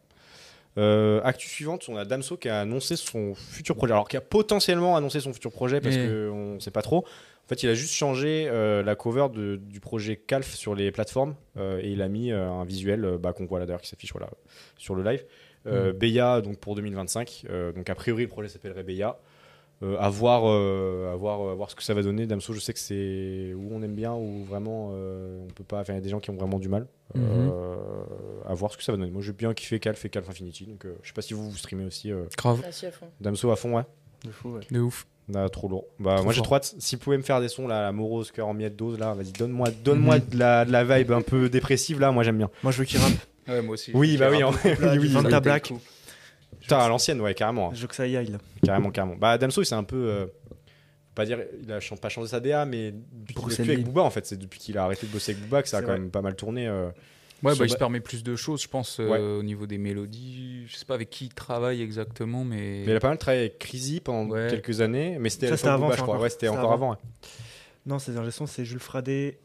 [SPEAKER 1] Euh, actu suivante, on a Damso qui a annoncé son futur projet. Alors, qui a potentiellement annoncé son futur projet parce
[SPEAKER 4] Eh.
[SPEAKER 1] qu'on ne sait pas trop. En fait, il a juste changé euh, la cover de- du projet Calf sur les plateformes euh, et il a mis euh, un visuel euh, bah, qu'on voit là d'ailleurs qui s'affiche voilà, sur le live. Euh, Beya, donc pour 2025. Euh, donc, a priori, le projet s'appellerait Beya. Euh, à, voir, euh, à, voir, à voir ce que ça va donner. Damso, je sais que c'est où on aime bien, où vraiment euh, on peut pas. Enfin, il y a des gens qui ont vraiment du mal.
[SPEAKER 4] Mhm.
[SPEAKER 1] Euh, à voir ce que ça va donner. Moi, j'ai bien kiffé Calf et Calf Infinity. Donc, euh, je sais pas si vous vous streamez aussi euh,
[SPEAKER 4] Grave,
[SPEAKER 2] Ah, si, à fond.
[SPEAKER 1] Damso à fond, ouais.
[SPEAKER 5] De fou, ouais.
[SPEAKER 4] de ouf.
[SPEAKER 1] Ah, trop lourd. Bah,
[SPEAKER 4] Trop
[SPEAKER 1] moi, j'ai
[SPEAKER 4] fort.
[SPEAKER 1] trop hâte. Si vous pouvez me faire des sons, là, la morose, cœur en miettes, dose, là, vas-y, donne-moi donne moi de, la, de la vibe un peu dépressive, là, moi, j'aime bien.
[SPEAKER 5] Moi, je veux qu'il rappe.
[SPEAKER 4] Ouais, moi aussi.
[SPEAKER 1] Oui, bah oui, en-
[SPEAKER 5] Là,
[SPEAKER 1] oui,
[SPEAKER 5] du
[SPEAKER 1] oui.
[SPEAKER 5] Vanta
[SPEAKER 4] Vanta
[SPEAKER 5] Black.
[SPEAKER 1] Putain, à l'ancienne, ouais, carrément. hein.
[SPEAKER 5] Je veux que ça y aille là.
[SPEAKER 1] Carrément, carrément. Bah, Damso, il s'est un peu. euh, faut pas dire, il a chan- pas changé sa DA, mais depuis qu'il
[SPEAKER 5] Pour
[SPEAKER 1] est plus
[SPEAKER 5] s'aimer.
[SPEAKER 1] avec Booba, en fait, c'est depuis qu'il a arrêté de bosser avec Booba que ça a
[SPEAKER 5] C'est
[SPEAKER 1] quand
[SPEAKER 5] vrai.
[SPEAKER 1] même pas mal tourné. euh.
[SPEAKER 4] Ouais,
[SPEAKER 1] Sur
[SPEAKER 4] bah, il se
[SPEAKER 1] ba-
[SPEAKER 4] permet plus de choses, je pense, euh,
[SPEAKER 1] Ouais.
[SPEAKER 4] au niveau des mélodies. Je sais pas avec qui il travaille exactement, mais.
[SPEAKER 1] Mais il a pas mal travaillé avec Crazy pendant
[SPEAKER 4] Ouais.
[SPEAKER 1] quelques années, mais c'était à
[SPEAKER 5] Ça,
[SPEAKER 1] l'époque
[SPEAKER 5] c'était avant,
[SPEAKER 1] Booba,
[SPEAKER 5] ça,
[SPEAKER 1] je crois.
[SPEAKER 5] encore.
[SPEAKER 1] Ouais, c'était
[SPEAKER 5] C'était
[SPEAKER 1] encore avant.
[SPEAKER 5] avant. Non, ces ingé c'est Jules Fradé.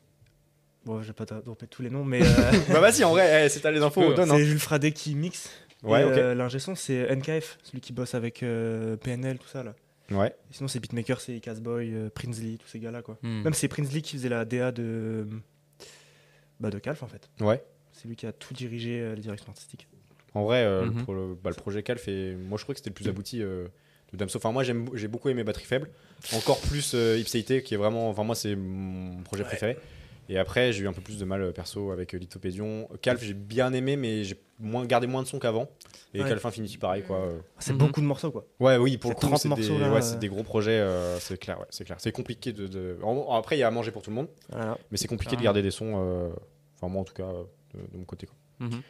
[SPEAKER 5] Bon, je vais pas dropper tous les noms, mais euh,
[SPEAKER 1] hein. bah, vas-y, en vrai, eh, c'est t'as les infos,
[SPEAKER 4] peux,
[SPEAKER 1] on donne. hein.
[SPEAKER 5] c'est Jules Fradé qui mixe.
[SPEAKER 1] Ouais,
[SPEAKER 5] Et,
[SPEAKER 1] ok.
[SPEAKER 5] euh, l'ingé son, c'est NKF, celui qui bosse avec euh, PNL, tout ça là.
[SPEAKER 1] Ouais.
[SPEAKER 5] Et sinon, c'est Beatmaker, c'est Casboy, euh, Prinsley, tous ces gars-là quoi.
[SPEAKER 4] Hmm.
[SPEAKER 5] Même c'est Prinsley qui faisait la DA de. Bah, de Calf en fait.
[SPEAKER 1] Ouais.
[SPEAKER 5] C'est lui qui a tout dirigé euh, les directions artistiques.
[SPEAKER 1] En vrai, euh,
[SPEAKER 4] Mhm.
[SPEAKER 1] pour le, bah, le projet Calf, et moi je trouvais que c'était le plus abouti euh, de Damso. Enfin, moi j'aime- j'ai beaucoup aimé Batterie Faible, encore plus euh, Ipséité, qui est vraiment. Enfin, moi c'est mon projet préféré. Et après, j'ai eu un peu plus de mal euh, perso avec euh, Lithopédion. Calf, j'ai bien aimé, mais j'ai moins, gardé moins de son qu'avant. Et
[SPEAKER 5] Ouais.
[SPEAKER 1] Calf Infinity, pareil quoi. euh.
[SPEAKER 5] C'est
[SPEAKER 4] Mhm.
[SPEAKER 5] beaucoup de morceaux quoi.
[SPEAKER 1] Ouais, oui, pour le
[SPEAKER 5] C'est
[SPEAKER 1] coup,
[SPEAKER 5] 30
[SPEAKER 1] c'est des,
[SPEAKER 5] morceaux, là,
[SPEAKER 1] ouais,
[SPEAKER 5] euh.
[SPEAKER 1] c'est des gros projets, euh, c'est clair, ouais, c'est clair. C'est compliqué de. de- en- Après, il y a à manger pour tout le monde,
[SPEAKER 5] Voilà.
[SPEAKER 1] mais c'est compliqué de
[SPEAKER 5] Ah.
[SPEAKER 4] Carrément.
[SPEAKER 1] garder des sons, euh, enfin, moi en tout cas, euh, de, de mon côté. quoi.
[SPEAKER 4] Mhm.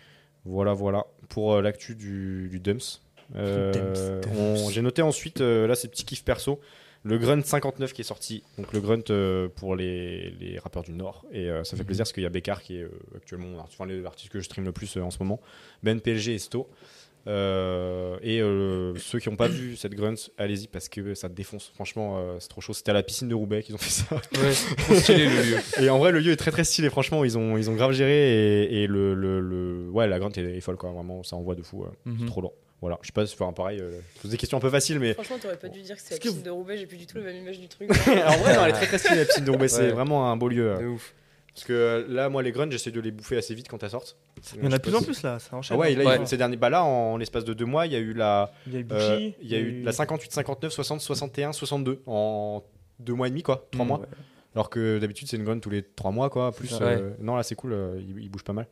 [SPEAKER 1] Voilà, voilà. Pour euh, l'actu du, du Dumps. Euh,
[SPEAKER 5] Dumps,
[SPEAKER 1] on- J'ai noté ensuite, euh, là, c'est petit kiff perso, le Grunt 59 qui est sorti. Donc, le Grunt euh, pour les, les rappeurs du Nord. Et euh, ça fait plaisir parce qu'il y a Bécard qui est euh, actuellement mon artiste- enfin, les artistes que je stream le plus euh, en ce moment. Ben PLG et Sto. Euh, et euh, ceux qui n'ont pas vu cette grunt, allez-y parce que ça défonce. Franchement, euh, c'est trop chaud. C'était à la piscine de Roubaix qu'ils ont fait ça.
[SPEAKER 4] Ouais, trop stylé le lieu.
[SPEAKER 1] Et en vrai, le lieu est très très stylé. Franchement, ils ont, ils ont grave géré. Et, et le, le, le- Ouais, la grunt est, est folle quoi. Vraiment, ça envoie de fou. ouais. C'est
[SPEAKER 4] Mhm.
[SPEAKER 1] trop lent. Voilà, je sais pas si enfin, pareil, euh, je pose des questions un peu faciles, mais.
[SPEAKER 2] Franchement, t'aurais pas dû dire que c'est la
[SPEAKER 1] Est-ce que
[SPEAKER 2] piscine
[SPEAKER 1] vous-
[SPEAKER 2] de Roubaix, j'ai plus du tout la même image du truc.
[SPEAKER 1] en vrai, non, elle est très très stylée la piscine de Roubaix. C'est
[SPEAKER 4] Ouais.
[SPEAKER 1] vraiment un beau lieu.
[SPEAKER 4] De
[SPEAKER 1] euh.
[SPEAKER 4] ouf.
[SPEAKER 1] Parce que euh, là, moi, les grunts, j'essaie de les bouffer assez vite quand elles sortent.
[SPEAKER 5] Il y en a de plus en plus là, ça
[SPEAKER 1] Ah
[SPEAKER 5] enchaîne. hein.
[SPEAKER 1] ouais, et là,
[SPEAKER 4] Ouais.
[SPEAKER 1] ils font- ces derniers. Bah là, en l'espace de deux mois, il y a eu la.
[SPEAKER 5] Il y a eu
[SPEAKER 1] Euh,
[SPEAKER 5] Bucci.
[SPEAKER 1] Il y a eu la 58, 59, 60, 61, 62 en deux mois et demi, quoi, trois
[SPEAKER 4] Mm,
[SPEAKER 1] mois.
[SPEAKER 5] ouais.
[SPEAKER 1] Alors que d'habitude, c'est une grande tous les trois mois, quoi. Plus,
[SPEAKER 4] ça.
[SPEAKER 1] euh, non, là, c'est cool, euh, il, il bouge pas mal.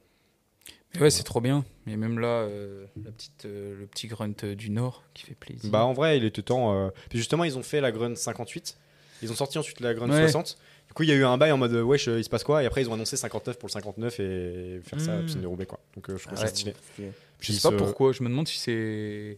[SPEAKER 4] Mais ouais, c'est trop bien. Mais même là, euh, la petite, euh, le petit grunt euh, du Nord qui fait plaisir.
[SPEAKER 1] Bah, en vrai, il était temps. euh, Puis justement, ils ont fait la grande 58. Ils ont sorti ensuite la grande
[SPEAKER 4] Ouais.
[SPEAKER 1] 60. Du coup, il y a eu un bail en mode euh, wesh, euh, il se passe quoi Et après, ils ont annoncé 59 pour le 59 et faire ça à
[SPEAKER 4] Hmm.
[SPEAKER 5] Mm.
[SPEAKER 1] Piscine de Roubaix, quoi. Donc, euh, je trouve
[SPEAKER 4] Ah
[SPEAKER 1] ça
[SPEAKER 4] ouais.
[SPEAKER 1] stylé.
[SPEAKER 4] Je sais
[SPEAKER 1] Ils
[SPEAKER 4] pas
[SPEAKER 1] se-
[SPEAKER 4] pourquoi, je me demande si c'est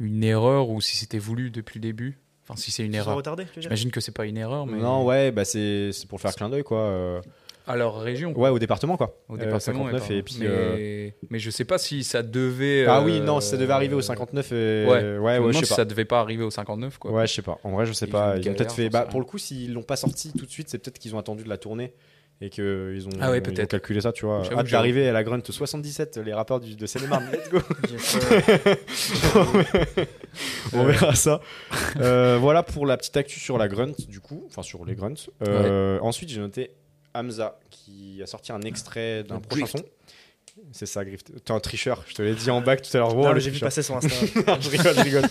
[SPEAKER 4] une erreur ou si c'était voulu depuis le début. Enfin, si c'est une
[SPEAKER 5] Ils sont
[SPEAKER 4] erreur.
[SPEAKER 5] retardés, tu veux dire
[SPEAKER 4] J'imagine que c'est pas une erreur, mais
[SPEAKER 1] Non, ouais, bah, c'est c'est pour faire clin d'œil, quoi. euh,
[SPEAKER 4] à leur région,
[SPEAKER 1] Ouais, au département, quoi.
[SPEAKER 4] au
[SPEAKER 1] Euh,
[SPEAKER 4] département.
[SPEAKER 1] 59
[SPEAKER 4] ouais,
[SPEAKER 1] et puis.
[SPEAKER 4] pardon. mais...
[SPEAKER 1] euh,
[SPEAKER 4] mais je sais pas si ça devait.
[SPEAKER 1] Ah
[SPEAKER 4] euh,
[SPEAKER 1] oui, non, ça devait arriver au 59 et...
[SPEAKER 4] Ouais.
[SPEAKER 1] ouais,
[SPEAKER 4] Je me
[SPEAKER 1] ouais, je
[SPEAKER 4] demande
[SPEAKER 1] sais
[SPEAKER 4] si
[SPEAKER 1] pas.
[SPEAKER 4] ça devait pas arriver au 59, quoi.
[SPEAKER 1] Ouais, je sais pas. En vrai, je sais
[SPEAKER 4] Ils ont
[SPEAKER 1] pas.
[SPEAKER 4] une
[SPEAKER 1] Ils ont
[SPEAKER 4] galère,
[SPEAKER 1] peut-être fait.
[SPEAKER 4] j'en
[SPEAKER 1] Bah,
[SPEAKER 4] sais
[SPEAKER 1] pour le coup, s'ils l'ont pas sorti tout de suite, c'est peut-être qu'ils ont attendu de la tournée et qu'ils ont,
[SPEAKER 4] Ah ouais,
[SPEAKER 1] ils ont
[SPEAKER 4] peut-être.
[SPEAKER 1] calculé ça, tu vois.
[SPEAKER 4] J'avoue
[SPEAKER 1] Ah,
[SPEAKER 4] que
[SPEAKER 1] t'es
[SPEAKER 4] j'avoue.
[SPEAKER 1] arrivé à la grunt 77, les rappeurs du, de Seine-et-Marne. Let's go. On verra ça. Euh, voilà pour la petite actu sur la grunt, du coup. Enfin, sur les grunts. Euh, Ensuite, j'ai noté Hamza qui a sorti un extrait d'un
[SPEAKER 4] Grift.
[SPEAKER 1] prochain son. C'est ça, Grift. T'es un tricheur, je te l'ai dit en bac tout à l'heure. Wow,
[SPEAKER 5] Non,
[SPEAKER 1] le
[SPEAKER 5] mais j'ai vu
[SPEAKER 1] tricheur.
[SPEAKER 5] passer son Insta.
[SPEAKER 1] Non, je rigole, je rigole.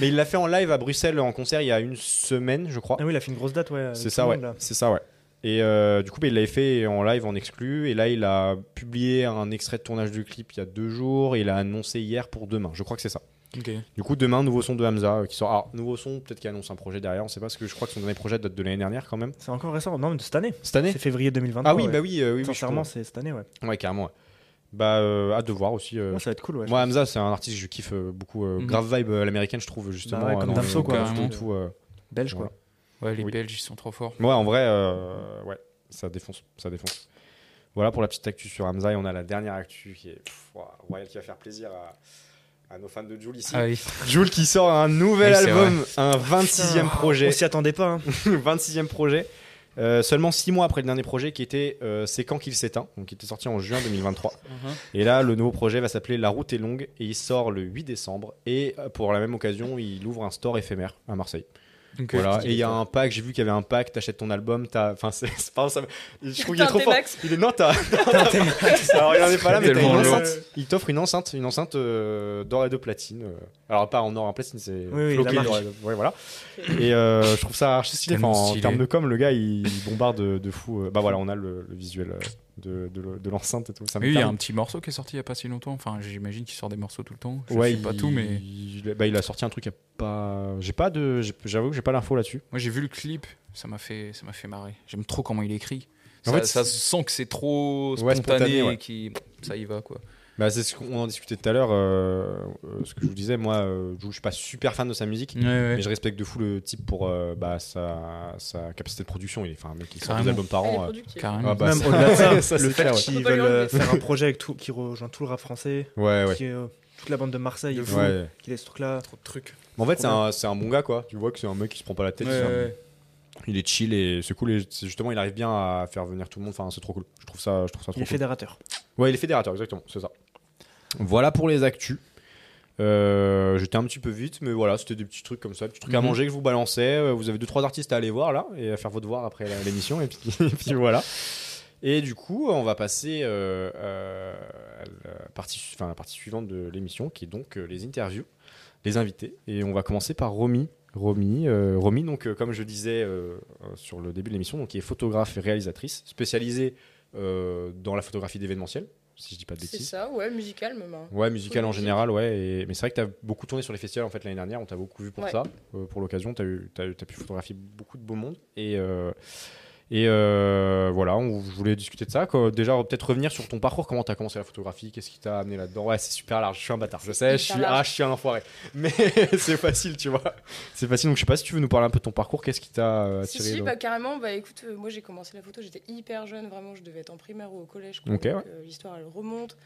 [SPEAKER 1] Mais il l'a fait en live à Bruxelles en concert il y a une semaine, je crois.
[SPEAKER 5] ah oui, il a fait une grosse date, ouais. avec
[SPEAKER 1] C'est
[SPEAKER 5] tout
[SPEAKER 1] ça,
[SPEAKER 5] le
[SPEAKER 1] ouais.
[SPEAKER 5] monde, là.
[SPEAKER 1] C'est ça, ouais. Et euh, du coup, bah, il l'avait fait en live, en exclu. Et là, il a publié un extrait de tournage du clip il y a deux jours. Et il a annoncé hier pour demain. Je crois que c'est ça.
[SPEAKER 4] Ok.
[SPEAKER 1] Du coup, demain, nouveau son de Hamza euh, qui sort. Alors, nouveau son, peut-être qu'il annonce un projet derrière. On sait pas, parce que je crois que son dernier projet date de l'année dernière quand même.
[SPEAKER 5] C'est encore récent. Non, mais de cette année.
[SPEAKER 1] Cette année
[SPEAKER 5] C'est février 2023.
[SPEAKER 1] Ah oui,
[SPEAKER 5] ouais.
[SPEAKER 1] bah oui, euh, oui, oui, je suis
[SPEAKER 5] Sincèrement, c'est cette année, ouais.
[SPEAKER 1] con. Ouais, carrément. ouais. Bah, euh, hâte de voir aussi. euh,
[SPEAKER 5] Ouais, ça va être cool, ouais.
[SPEAKER 1] Moi, Hamza, c'est un artiste que je kiffe euh, beaucoup. euh,
[SPEAKER 4] Mhm.
[SPEAKER 1] Grave vibe euh, à l'américaine, je trouve, justement.
[SPEAKER 5] Bah ouais,
[SPEAKER 1] euh,
[SPEAKER 5] comme
[SPEAKER 1] dans le-
[SPEAKER 5] Damso,
[SPEAKER 4] quoi.
[SPEAKER 1] dans le
[SPEAKER 4] Carrément.
[SPEAKER 1] tout, euh,
[SPEAKER 5] Belge, quoi.
[SPEAKER 4] Ouais, les
[SPEAKER 1] Oui.
[SPEAKER 4] Belges, ils sont trop forts.
[SPEAKER 1] Ouais, en vrai, euh, ouais, ça défonce, ça défonce. Voilà pour la petite actu sur Hamza et on a la dernière actu qui est pff, ouah, Royal qui va faire plaisir à, à nos fans de Jules ici.
[SPEAKER 4] Ah oui.
[SPEAKER 1] Jules qui sort un nouvel
[SPEAKER 4] Oui, c'est
[SPEAKER 1] album, un 26e projet,
[SPEAKER 5] On s'y attendait pas, hein.
[SPEAKER 1] 26e projet. euh, seulement 6 mois après le dernier projet qui était euh, C'est quand qu'il s'éteint, donc qui était sorti en juin 2023.
[SPEAKER 4] Uh-huh.
[SPEAKER 1] Et là, le nouveau projet va s'appeler La route est longue et il sort le 8 décembre. Et euh, pour la même occasion, il ouvre un store éphémère à Marseille.
[SPEAKER 4] Ok.
[SPEAKER 1] Voilà, et il y a un pack, j'ai vu qu'il y avait un pack, t'achètes ton album, t'as. Enfin, c'est c'est pas ça. me- Je trouve qu'il est
[SPEAKER 2] T'as un
[SPEAKER 1] trop fort.
[SPEAKER 2] T-Max
[SPEAKER 1] Il est. Non, t'as. Alors, il en est pas là, mais t'as
[SPEAKER 4] Tellement
[SPEAKER 1] une
[SPEAKER 4] lourd.
[SPEAKER 1] enceinte. Il t'offre une enceinte, une enceinte euh, d'or et de platine. euh. Alors, pas en or et en platine, c'est.
[SPEAKER 5] Oui, oui,
[SPEAKER 1] floqué
[SPEAKER 5] la
[SPEAKER 1] d'or
[SPEAKER 5] marque.
[SPEAKER 1] et de- Ouais, voilà. Et euh, je trouve ça archi stylé.
[SPEAKER 4] Tellement
[SPEAKER 1] Enfin, en
[SPEAKER 4] stylé.
[SPEAKER 1] termes de com, le gars, il bombarde de, de fou. euh. Bah voilà, on a le, le visuel euh, de, de, de l'enceinte et tout. Ça me
[SPEAKER 4] Oui, il y a
[SPEAKER 1] tarde.
[SPEAKER 4] un petit morceau qui est sorti il y a pas si longtemps. Enfin, j'imagine qu'il sort des morceaux tout le temps. Je
[SPEAKER 1] Ouais,
[SPEAKER 4] sais pas
[SPEAKER 1] il-
[SPEAKER 4] tout, mais
[SPEAKER 1] il- bah, il a sorti un truc, il y a pas. J'ai pas de. j'ai- J'avoue que j'ai pas l'info là-dessus.
[SPEAKER 4] moi j'ai vu le clip, ça m'a fait, ça m'a fait marrer. J'aime trop comment il écrit.
[SPEAKER 1] En
[SPEAKER 4] Ça,
[SPEAKER 1] fait,
[SPEAKER 4] ça
[SPEAKER 1] c'est-
[SPEAKER 4] se sent que c'est trop
[SPEAKER 1] Ouais,
[SPEAKER 4] spontané,
[SPEAKER 1] spontané, ouais.
[SPEAKER 4] et qui, ça y va quoi.
[SPEAKER 1] Bah, c'est ce qu'on en discutait tout à l'heure. euh, euh, ce que je vous disais, moi, euh, je je suis pas super fan de sa musique,
[SPEAKER 4] Ouais, ouais.
[SPEAKER 1] mais je respecte de fou le type pour euh, bah, sa, sa capacité de production. Il est, enfin, un mec qui sort deux
[SPEAKER 4] Carrément.
[SPEAKER 1] albums par
[SPEAKER 2] Elle est
[SPEAKER 1] an. euh,
[SPEAKER 2] productive.
[SPEAKER 4] Carrément.
[SPEAKER 1] Ah bah,
[SPEAKER 5] Même
[SPEAKER 1] ça-
[SPEAKER 5] au-delà de ça,
[SPEAKER 1] ça,
[SPEAKER 5] le
[SPEAKER 1] c'est
[SPEAKER 5] fait
[SPEAKER 1] clair, ouais.
[SPEAKER 5] qu'ils
[SPEAKER 2] Faut pas lui
[SPEAKER 5] veulent euh,
[SPEAKER 2] enlever.
[SPEAKER 5] faire un projet avec tout, qui rejoint tout le rap français,
[SPEAKER 1] Ah Ouais, ouais.
[SPEAKER 5] qui, euh, toute la bande de Marseille,
[SPEAKER 1] Ouais, ouais.
[SPEAKER 5] qui laisse ce truc-là.
[SPEAKER 6] Trop de trucs.
[SPEAKER 1] Mais en fait, c'est un, c'est un bon gars, quoi. Tu vois que c'est un mec qui se prend pas la tête. c'est un- Il est chill et c'est cool. Et c'est justement, il arrive bien à faire venir tout le monde. Enfin, c'est trop cool. Je trouve ça, je trouve ça trop
[SPEAKER 5] Il est
[SPEAKER 1] cool.
[SPEAKER 5] fédérateur.
[SPEAKER 1] Ouais, il est fédérateur, exactement, c'est ça. Voilà pour les actus. Euh, J'étais un petit peu vite, mais voilà, c'était des petits trucs comme ça, des petits trucs à
[SPEAKER 4] Mhm.
[SPEAKER 1] manger que je vous balançais. Euh, Vous avez deux trois artistes à aller voir là et à faire vos devoirs après la- l'émission et puis, et puis voilà. Et du coup, on va passer euh, euh, à la partie, su- enfin, la partie suivante de l'émission, qui est donc euh, les interviews, les invités. Et on va commencer par Romy. Romy, euh, Romy donc, euh, comme je disais euh, euh, sur le début de l'émission, donc, qui est photographe et réalisatrice, spécialisée euh, dans la photographie d'événementiel, si je dis pas de
[SPEAKER 2] C'est
[SPEAKER 1] bêtises.
[SPEAKER 2] ça, ouais, musical même. hein.
[SPEAKER 1] Ouais, musical en
[SPEAKER 2] Musique.
[SPEAKER 1] général, ouais. et- Mais c'est vrai que t'as beaucoup tourné sur les festivals en fait l'année dernière. On t'a beaucoup vu pour
[SPEAKER 2] Ouais.
[SPEAKER 1] ça. Euh, pour l'occasion, t'as eu, t'as eu- t'as pu photographier beaucoup de beau monde. Et euh, et euh, voilà, on, je voulais discuter de ça. quoi. Déjà, peut-être revenir sur ton parcours. Comment t'as commencé la photographie Qu'est-ce qui t'a amené là-dedans Ouais, c'est super large. Je suis un bâtard. Je sais, je
[SPEAKER 2] hyper
[SPEAKER 1] suis,
[SPEAKER 2] large.
[SPEAKER 1] ah, je suis un enfoiré. Mais c'est facile, tu vois. C'est facile. Donc je sais pas si tu veux nous parler un peu de ton parcours. Qu'est-ce qui t'a euh,
[SPEAKER 2] Si,
[SPEAKER 1] attiré
[SPEAKER 2] si,
[SPEAKER 1] dans-
[SPEAKER 2] bah, carrément, bah écoute, euh, moi j'ai commencé la photo, j'étais hyper jeune, vraiment, je devais être en primaire ou au collège. quoi.
[SPEAKER 1] Ok,
[SPEAKER 2] Donc,
[SPEAKER 1] ouais.
[SPEAKER 2] euh, L'histoire elle remonte.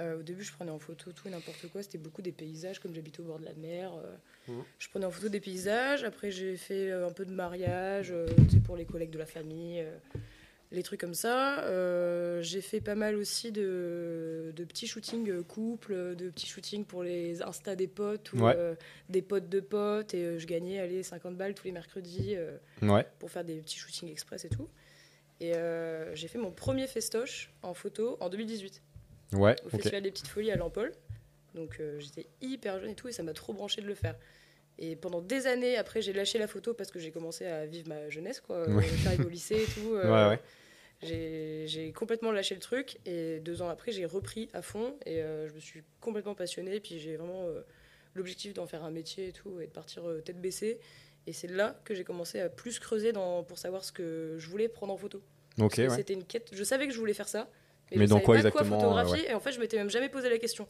[SPEAKER 2] Euh, au début, je prenais en photo tout et n'importe quoi, c'était beaucoup des paysages, comme j'habite au bord de la mer. euh,
[SPEAKER 1] Mhm.
[SPEAKER 2] Je prenais en photo des paysages, après j'ai fait euh, un peu de mariage, euh, tu sais, pour les collègues de la famille, euh, les trucs comme ça. Euh, j'ai fait pas mal aussi de, de petits shootings euh, couple, de petits shootings pour les Insta des potes ou
[SPEAKER 1] Ouais.
[SPEAKER 2] euh, des potes de potes, et euh, je gagnais allez, 50 balles tous les mercredis. euh,
[SPEAKER 1] Ouais.
[SPEAKER 2] pour faire des petits shootings express et tout. Et euh, j'ai fait mon premier festoche en photo en 2018
[SPEAKER 1] Ouais.
[SPEAKER 2] au
[SPEAKER 1] Ok.
[SPEAKER 2] Festival des Petites Folies à Lampol. Donc euh, j'étais hyper jeune et tout, et ça m'a trop branché de le faire. Et pendant des années, après, j'ai lâché la photo parce que j'ai commencé à vivre ma jeunesse, quoi.
[SPEAKER 1] Ouais.
[SPEAKER 2] J'arrive au lycée et tout. euh,
[SPEAKER 1] Ouais, ouais.
[SPEAKER 2] J'ai j'ai complètement lâché le truc, et deux ans après, j'ai repris à fond, et euh, je me suis complètement passionnée, puis j'ai vraiment euh, l'objectif d'en faire un métier et tout, et de partir euh, tête baissée. Et c'est là que j'ai commencé à plus creuser dans, pour savoir ce que je voulais prendre en photo.
[SPEAKER 1] Ok.
[SPEAKER 2] Parce que
[SPEAKER 1] ouais.
[SPEAKER 2] C'était une quête. Je savais que je voulais faire ça.
[SPEAKER 1] Mais
[SPEAKER 2] je
[SPEAKER 1] dans
[SPEAKER 2] savais
[SPEAKER 1] quoi
[SPEAKER 2] pas
[SPEAKER 1] exactement, euh,
[SPEAKER 2] photographier, Et en fait, je m'étais même jamais posé la question.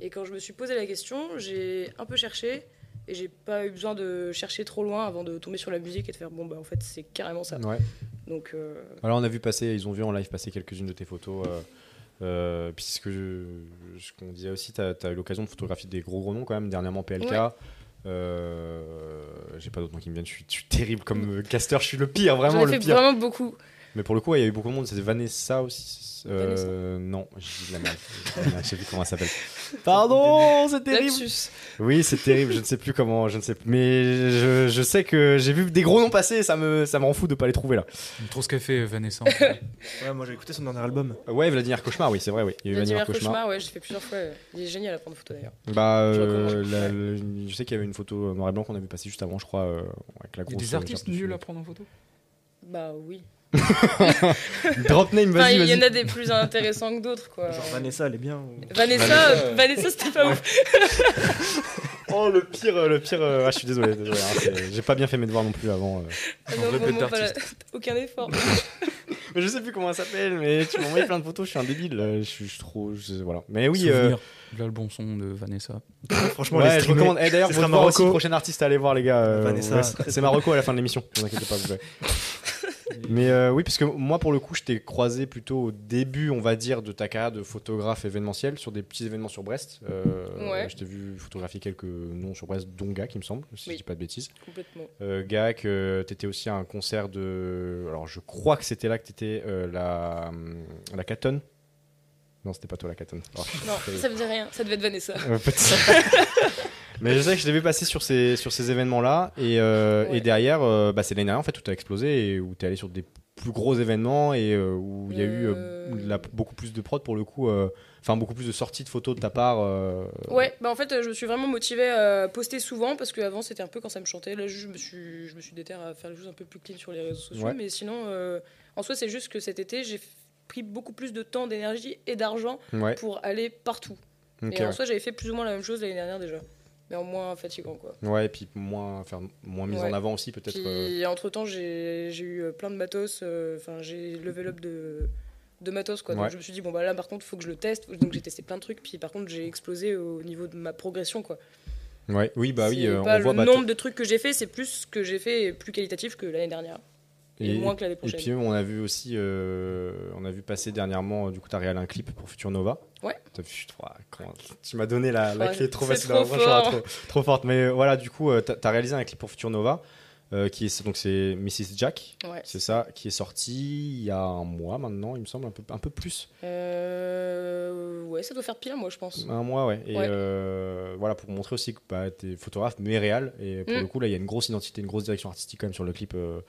[SPEAKER 2] Et quand je me suis posé la question, j'ai un peu cherché. Et j'ai pas eu besoin de chercher trop loin avant de tomber sur la musique et de faire bon, bah en fait, c'est carrément ça.
[SPEAKER 1] Ouais.
[SPEAKER 2] Donc, euh,
[SPEAKER 1] Alors on a vu passer, ils ont vu en live passer quelques-unes de tes photos. euh, euh, puis ce que je- ce qu'on disait aussi, tu as, eu l'occasion de photographier des gros gros noms quand même, dernièrement PLK.
[SPEAKER 2] Ouais.
[SPEAKER 1] Euh, J'ai pas d'autres noms qui me viennent, je suis, je suis terrible comme euh, caster, je suis le pire, vraiment
[SPEAKER 2] Mm. j'en ai
[SPEAKER 1] le
[SPEAKER 2] fait
[SPEAKER 1] pire.
[SPEAKER 2] vraiment beaucoup.
[SPEAKER 1] Mais pour le coup, ouais, il y a eu beaucoup de monde, c'était Vanessa aussi. c'est-
[SPEAKER 2] Vanessa.
[SPEAKER 1] Euh, non, j'ai dit de la merde. Je sais plus comment elle s'appelle. Pardon, c'est terrible.
[SPEAKER 2] Lapsus.
[SPEAKER 1] Oui, c'est terrible. Je ne sais plus comment. Je ne sais. Mais je, je sais que j'ai vu des gros noms passer. Et ça me, ça me rend fou de pas les trouver là.
[SPEAKER 4] Trop ce qu'a fait euh, Vanessa. en fait.
[SPEAKER 5] Ouais, moi j'ai écouté son dernier album.
[SPEAKER 1] Euh, Ouais, Vladimir Cauchemar. Oui, c'est vrai. Oui, il y a eu
[SPEAKER 2] Vladimir
[SPEAKER 1] Vladimir
[SPEAKER 2] Cauchemar,
[SPEAKER 1] Cauchemar.
[SPEAKER 2] ouais, j'ai fait plusieurs fois. Il est génial à prendre photo d'ailleurs.
[SPEAKER 1] Bah,
[SPEAKER 2] Je
[SPEAKER 1] euh,
[SPEAKER 2] recommande.
[SPEAKER 1] la- la- je sais qu'il y avait une photo euh, noir et blanc qu'on a vu passer juste avant, je crois, euh, avec la
[SPEAKER 4] Il
[SPEAKER 1] grosse.
[SPEAKER 4] y a des
[SPEAKER 1] euh,
[SPEAKER 4] artistes
[SPEAKER 1] barbe dessus.
[SPEAKER 4] nuls à prendre en photo
[SPEAKER 2] Bah oui.
[SPEAKER 1] Drop name,
[SPEAKER 2] Enfin,
[SPEAKER 1] vas-y,
[SPEAKER 2] il y
[SPEAKER 1] vas-y.
[SPEAKER 2] en a des plus intéressants que d'autres, quoi.
[SPEAKER 5] Genre Vanessa, elle est bien. ou-
[SPEAKER 2] Vanessa,
[SPEAKER 6] Vanessa,
[SPEAKER 2] euh,
[SPEAKER 6] euh,
[SPEAKER 2] Vanessa, c'était pas ouf.
[SPEAKER 1] Oh, le pire, euh, le pire. euh, ah, je suis désolé, désolé, hein, c'est- j'ai pas bien fait mes devoirs non plus avant. euh.
[SPEAKER 2] Ah
[SPEAKER 4] Un
[SPEAKER 2] non,
[SPEAKER 4] vrai
[SPEAKER 2] vraiment,
[SPEAKER 4] bête
[SPEAKER 2] voilà, aucun effort.
[SPEAKER 1] Mais je sais plus comment elle s'appelle, mais tu m'as envoyé plein de photos, je suis un débile. euh, je suis je suis trop. je- voilà. Mais oui. euh,
[SPEAKER 4] Souvenir. Là, le bon son de Vanessa.
[SPEAKER 5] Franchement,
[SPEAKER 1] Ouais,
[SPEAKER 5] les
[SPEAKER 1] je recommande. Eh, d'ailleurs,
[SPEAKER 5] Ce
[SPEAKER 1] vous
[SPEAKER 5] sera
[SPEAKER 1] voir aussi
[SPEAKER 5] Marocco.
[SPEAKER 1] prochain artiste à aller voir, les gars. euh,
[SPEAKER 5] Vanessa.
[SPEAKER 1] ouais, c'est c'est Marocco à la fin de l'émission. Ne vous inquiétez pas. vous verrez. Mais euh, oui, parce que moi, pour le coup, je t'ai croisé plutôt au début, on va dire, de ta carrière de photographe événementiel sur des petits événements sur Brest. Euh,
[SPEAKER 2] Ouais.
[SPEAKER 1] Je t'ai vu photographier quelques noms sur Brest, dont Gac, il me semble, si
[SPEAKER 2] Oui.
[SPEAKER 1] je dis pas de bêtises.
[SPEAKER 2] Complètement.
[SPEAKER 1] Euh, Gac, euh, t'étais aussi à un concert de. Alors, je crois que c'était là que t'étais euh, la. La Catonne. Non, c'était pas toi la Catonne. Oh, je suis
[SPEAKER 2] Non,
[SPEAKER 1] terrible.
[SPEAKER 2] ça faisait rien. Ça devait être Vanessa.
[SPEAKER 1] Euh, petit. Mais je sais que je l'ai vu passer sur ces, sur ces événements-là. Et, euh,
[SPEAKER 2] Ouais.
[SPEAKER 1] et derrière, euh, bah, c'est l'année dernière en fait, où tu as explosé et où tu es allé sur des plus gros événements et euh, où il y a eu euh,
[SPEAKER 2] Euh.
[SPEAKER 1] de la- beaucoup plus de prod pour le coup. euh, Enfin, beaucoup plus de sorties de photos de ta part. euh,
[SPEAKER 2] Ouais, bah en fait, euh, je me suis vraiment motivée à poster souvent parce qu'avant c'était un peu quand ça me chantait. Là, je me suis, je me suis déterre à faire les choses un peu plus clean sur les réseaux sociaux.
[SPEAKER 1] Ouais.
[SPEAKER 2] Mais sinon, euh, en soi, c'est juste que cet été, j'ai f- pris beaucoup plus de temps, d'énergie et d'argent
[SPEAKER 1] Ouais.
[SPEAKER 2] pour aller partout.
[SPEAKER 1] Ok,
[SPEAKER 2] et en
[SPEAKER 1] ouais.
[SPEAKER 2] soi, j'avais fait plus ou moins la même chose l'année dernière déjà, mais en moins fatigant quoi.
[SPEAKER 1] Ouais, et puis moins, faire moins mise
[SPEAKER 2] Ouais.
[SPEAKER 1] en avant aussi, peut-être. euh,
[SPEAKER 2] Puis entre temps, j'ai j'ai eu euh, plein de matos. euh, Enfin, j'ai level up de de matos quoi. Donc
[SPEAKER 1] Ouais.
[SPEAKER 2] je me suis dit bon bah là par contre faut que je le teste. Donc j'ai testé plein de trucs puis par contre j'ai explosé au niveau de ma progression quoi.
[SPEAKER 1] Ouais, oui, bah oui,
[SPEAKER 2] C'est
[SPEAKER 1] euh,
[SPEAKER 2] pas
[SPEAKER 1] on voit
[SPEAKER 2] le
[SPEAKER 1] bah,
[SPEAKER 2] nombre de trucs que j'ai fait, c'est plus ce que j'ai fait et plus qualitatif que l'année dernière et,
[SPEAKER 1] et-
[SPEAKER 2] moins que l'année
[SPEAKER 1] Et
[SPEAKER 2] prochaine.
[SPEAKER 1] puis on a vu aussi, euh, on a vu passer dernièrement, euh, du coup t'as réalisé un clip pour Future Nova.
[SPEAKER 2] Ouais.
[SPEAKER 1] T'as vu, ouah, comment- tu m'as donné la, la
[SPEAKER 2] Ouais,
[SPEAKER 1] clé trop
[SPEAKER 2] c'est
[SPEAKER 1] facile dans la
[SPEAKER 2] trop
[SPEAKER 1] poche, ah,
[SPEAKER 2] fort.
[SPEAKER 1] trop, trop forte. Mais euh, voilà, du coup euh, t'as t'as réalisé un clip pour Future Nova, euh, qui est c'est- donc c'est Mrs Jack,
[SPEAKER 2] Ouais.
[SPEAKER 1] c'est ça, qui est sorti il y a un mois maintenant, il me semble un peu un peu plus,
[SPEAKER 2] Euh, ouais, ça doit faire pire moi je pense.
[SPEAKER 1] un mois ouais. Et
[SPEAKER 2] Ouais.
[SPEAKER 1] euh, voilà pour montrer aussi que bah, t'es photographe mais réel et pour
[SPEAKER 2] Mm.
[SPEAKER 1] le coup là il y a une grosse identité, une grosse direction artistique quand même sur le clip. euh,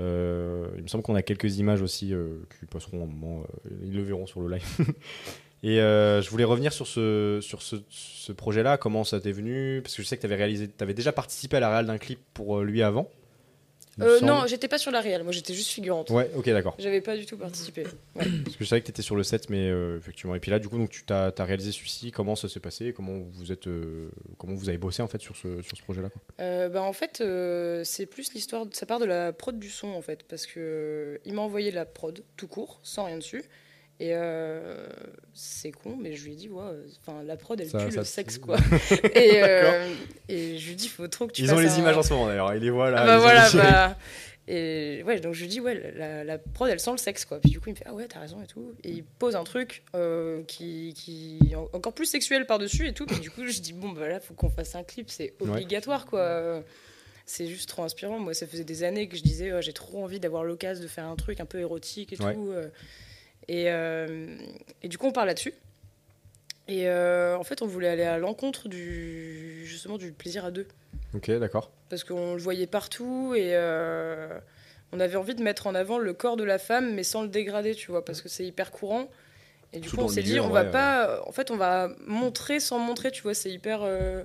[SPEAKER 1] euh, il me semble qu'on a quelques images aussi euh, qui passeront un moment, euh, ils le verront sur le live. Et euh, je voulais revenir sur ce, sur ce, ce projet-là, comment ça t'est venu Parce que je sais que tu avais, réalisé, avais déjà participé à la réal d'un clip pour euh, lui avant. il me
[SPEAKER 2] Euh,
[SPEAKER 1] semble.
[SPEAKER 2] non, j'étais pas sur la réelle, moi j'étais juste figurante.
[SPEAKER 1] Ouais, ok, d'accord.
[SPEAKER 2] J'avais pas du tout participé.
[SPEAKER 1] Parce que je savais que tu étais sur le set, mais euh, effectivement. Et puis là, du coup, donc, tu as, réalisé celui-ci, comment ça s'est passé Comment vous, êtes, euh, comment vous avez bossé en fait sur ce, sur ce projet-là quoi
[SPEAKER 2] Euh, bah, en fait, euh, c'est plus l'histoire. de- Ça part de la prod du son, en fait, parce que euh, il m'a envoyé la prod tout court, sans rien dessus. Et euh, c'est con, mais je lui ai dit, ouais, euh, enfin, la prod, elle
[SPEAKER 1] Ça-
[SPEAKER 2] tue
[SPEAKER 1] ça
[SPEAKER 2] le
[SPEAKER 1] te-
[SPEAKER 2] sexe, quoi. et, euh, et je lui ai dit, faut trop que tu
[SPEAKER 1] Ils ont les
[SPEAKER 2] fasses un-
[SPEAKER 1] images en ce moment d'ailleurs, ils les voient là.
[SPEAKER 2] Bah, ah bah
[SPEAKER 1] ils ont
[SPEAKER 2] voilà,
[SPEAKER 1] les-
[SPEAKER 2] bah. Et ouais, donc je lui dis, ouais, la, la prod, elle sent le sexe, quoi. Puis du coup, il me fait, ah ouais, t'as raison et tout. Et il pose un truc euh, qui, qui est en- encore plus sexuel par-dessus et tout. Puis du coup, je dis, bon, bah là, faut qu'on fasse un clip, c'est
[SPEAKER 1] Ouais.
[SPEAKER 2] obligatoire, quoi. C'est juste trop inspirant. Moi, ça faisait des années que je disais, ouais, j'ai trop envie d'avoir l'occasion de faire un truc un peu érotique et
[SPEAKER 1] Ouais.
[SPEAKER 2] tout. euh. Et, euh, et du coup, on parle là-dessus. Et euh, en fait, on voulait aller à l'encontre du, justement, du plaisir à deux
[SPEAKER 1] Ok, d'accord.
[SPEAKER 2] parce qu'on le voyait partout et euh, on avait envie de mettre en avant le corps de la femme mais sans le dégrader tu vois parce que c'est hyper courant et du
[SPEAKER 1] Surtout
[SPEAKER 2] coup on
[SPEAKER 1] dans le
[SPEAKER 2] s'est
[SPEAKER 1] milieu,
[SPEAKER 2] dit
[SPEAKER 1] en
[SPEAKER 2] on
[SPEAKER 1] vrai,
[SPEAKER 2] va pas en fait on va montrer sans montrer tu vois c'est hyper euh,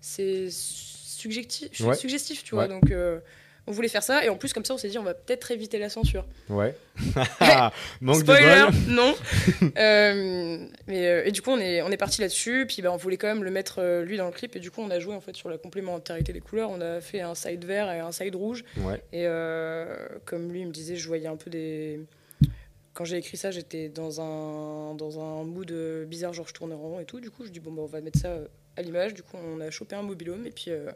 [SPEAKER 2] c'est subjectif
[SPEAKER 1] Ouais.
[SPEAKER 2] suggestif tu
[SPEAKER 1] Ouais.
[SPEAKER 2] vois donc euh, on voulait faire ça et en plus comme ça on s'est dit on va peut-être éviter la censure
[SPEAKER 1] Ouais. Ah, Manque de
[SPEAKER 2] Spoiler,
[SPEAKER 1] bol.
[SPEAKER 2] non. Euh, mais, euh, et du coup, on est, on est parti là-dessus. Puis bah, on voulait quand même le mettre euh, lui dans le clip. Et du coup, on a joué en fait sur la complémentarité des couleurs. On a fait un side vert et un side rouge.
[SPEAKER 1] Ouais,
[SPEAKER 2] Et euh, comme lui il me disait, je voyais un peu des. Quand j'ai écrit ça, j'étais dans un, dans un mood euh, bizarre, genre je tournais en rond et tout. Du coup, je dis, bon, bah, on va mettre ça euh, à l'image. Du coup, on a chopé un mobilhome et puis, euh,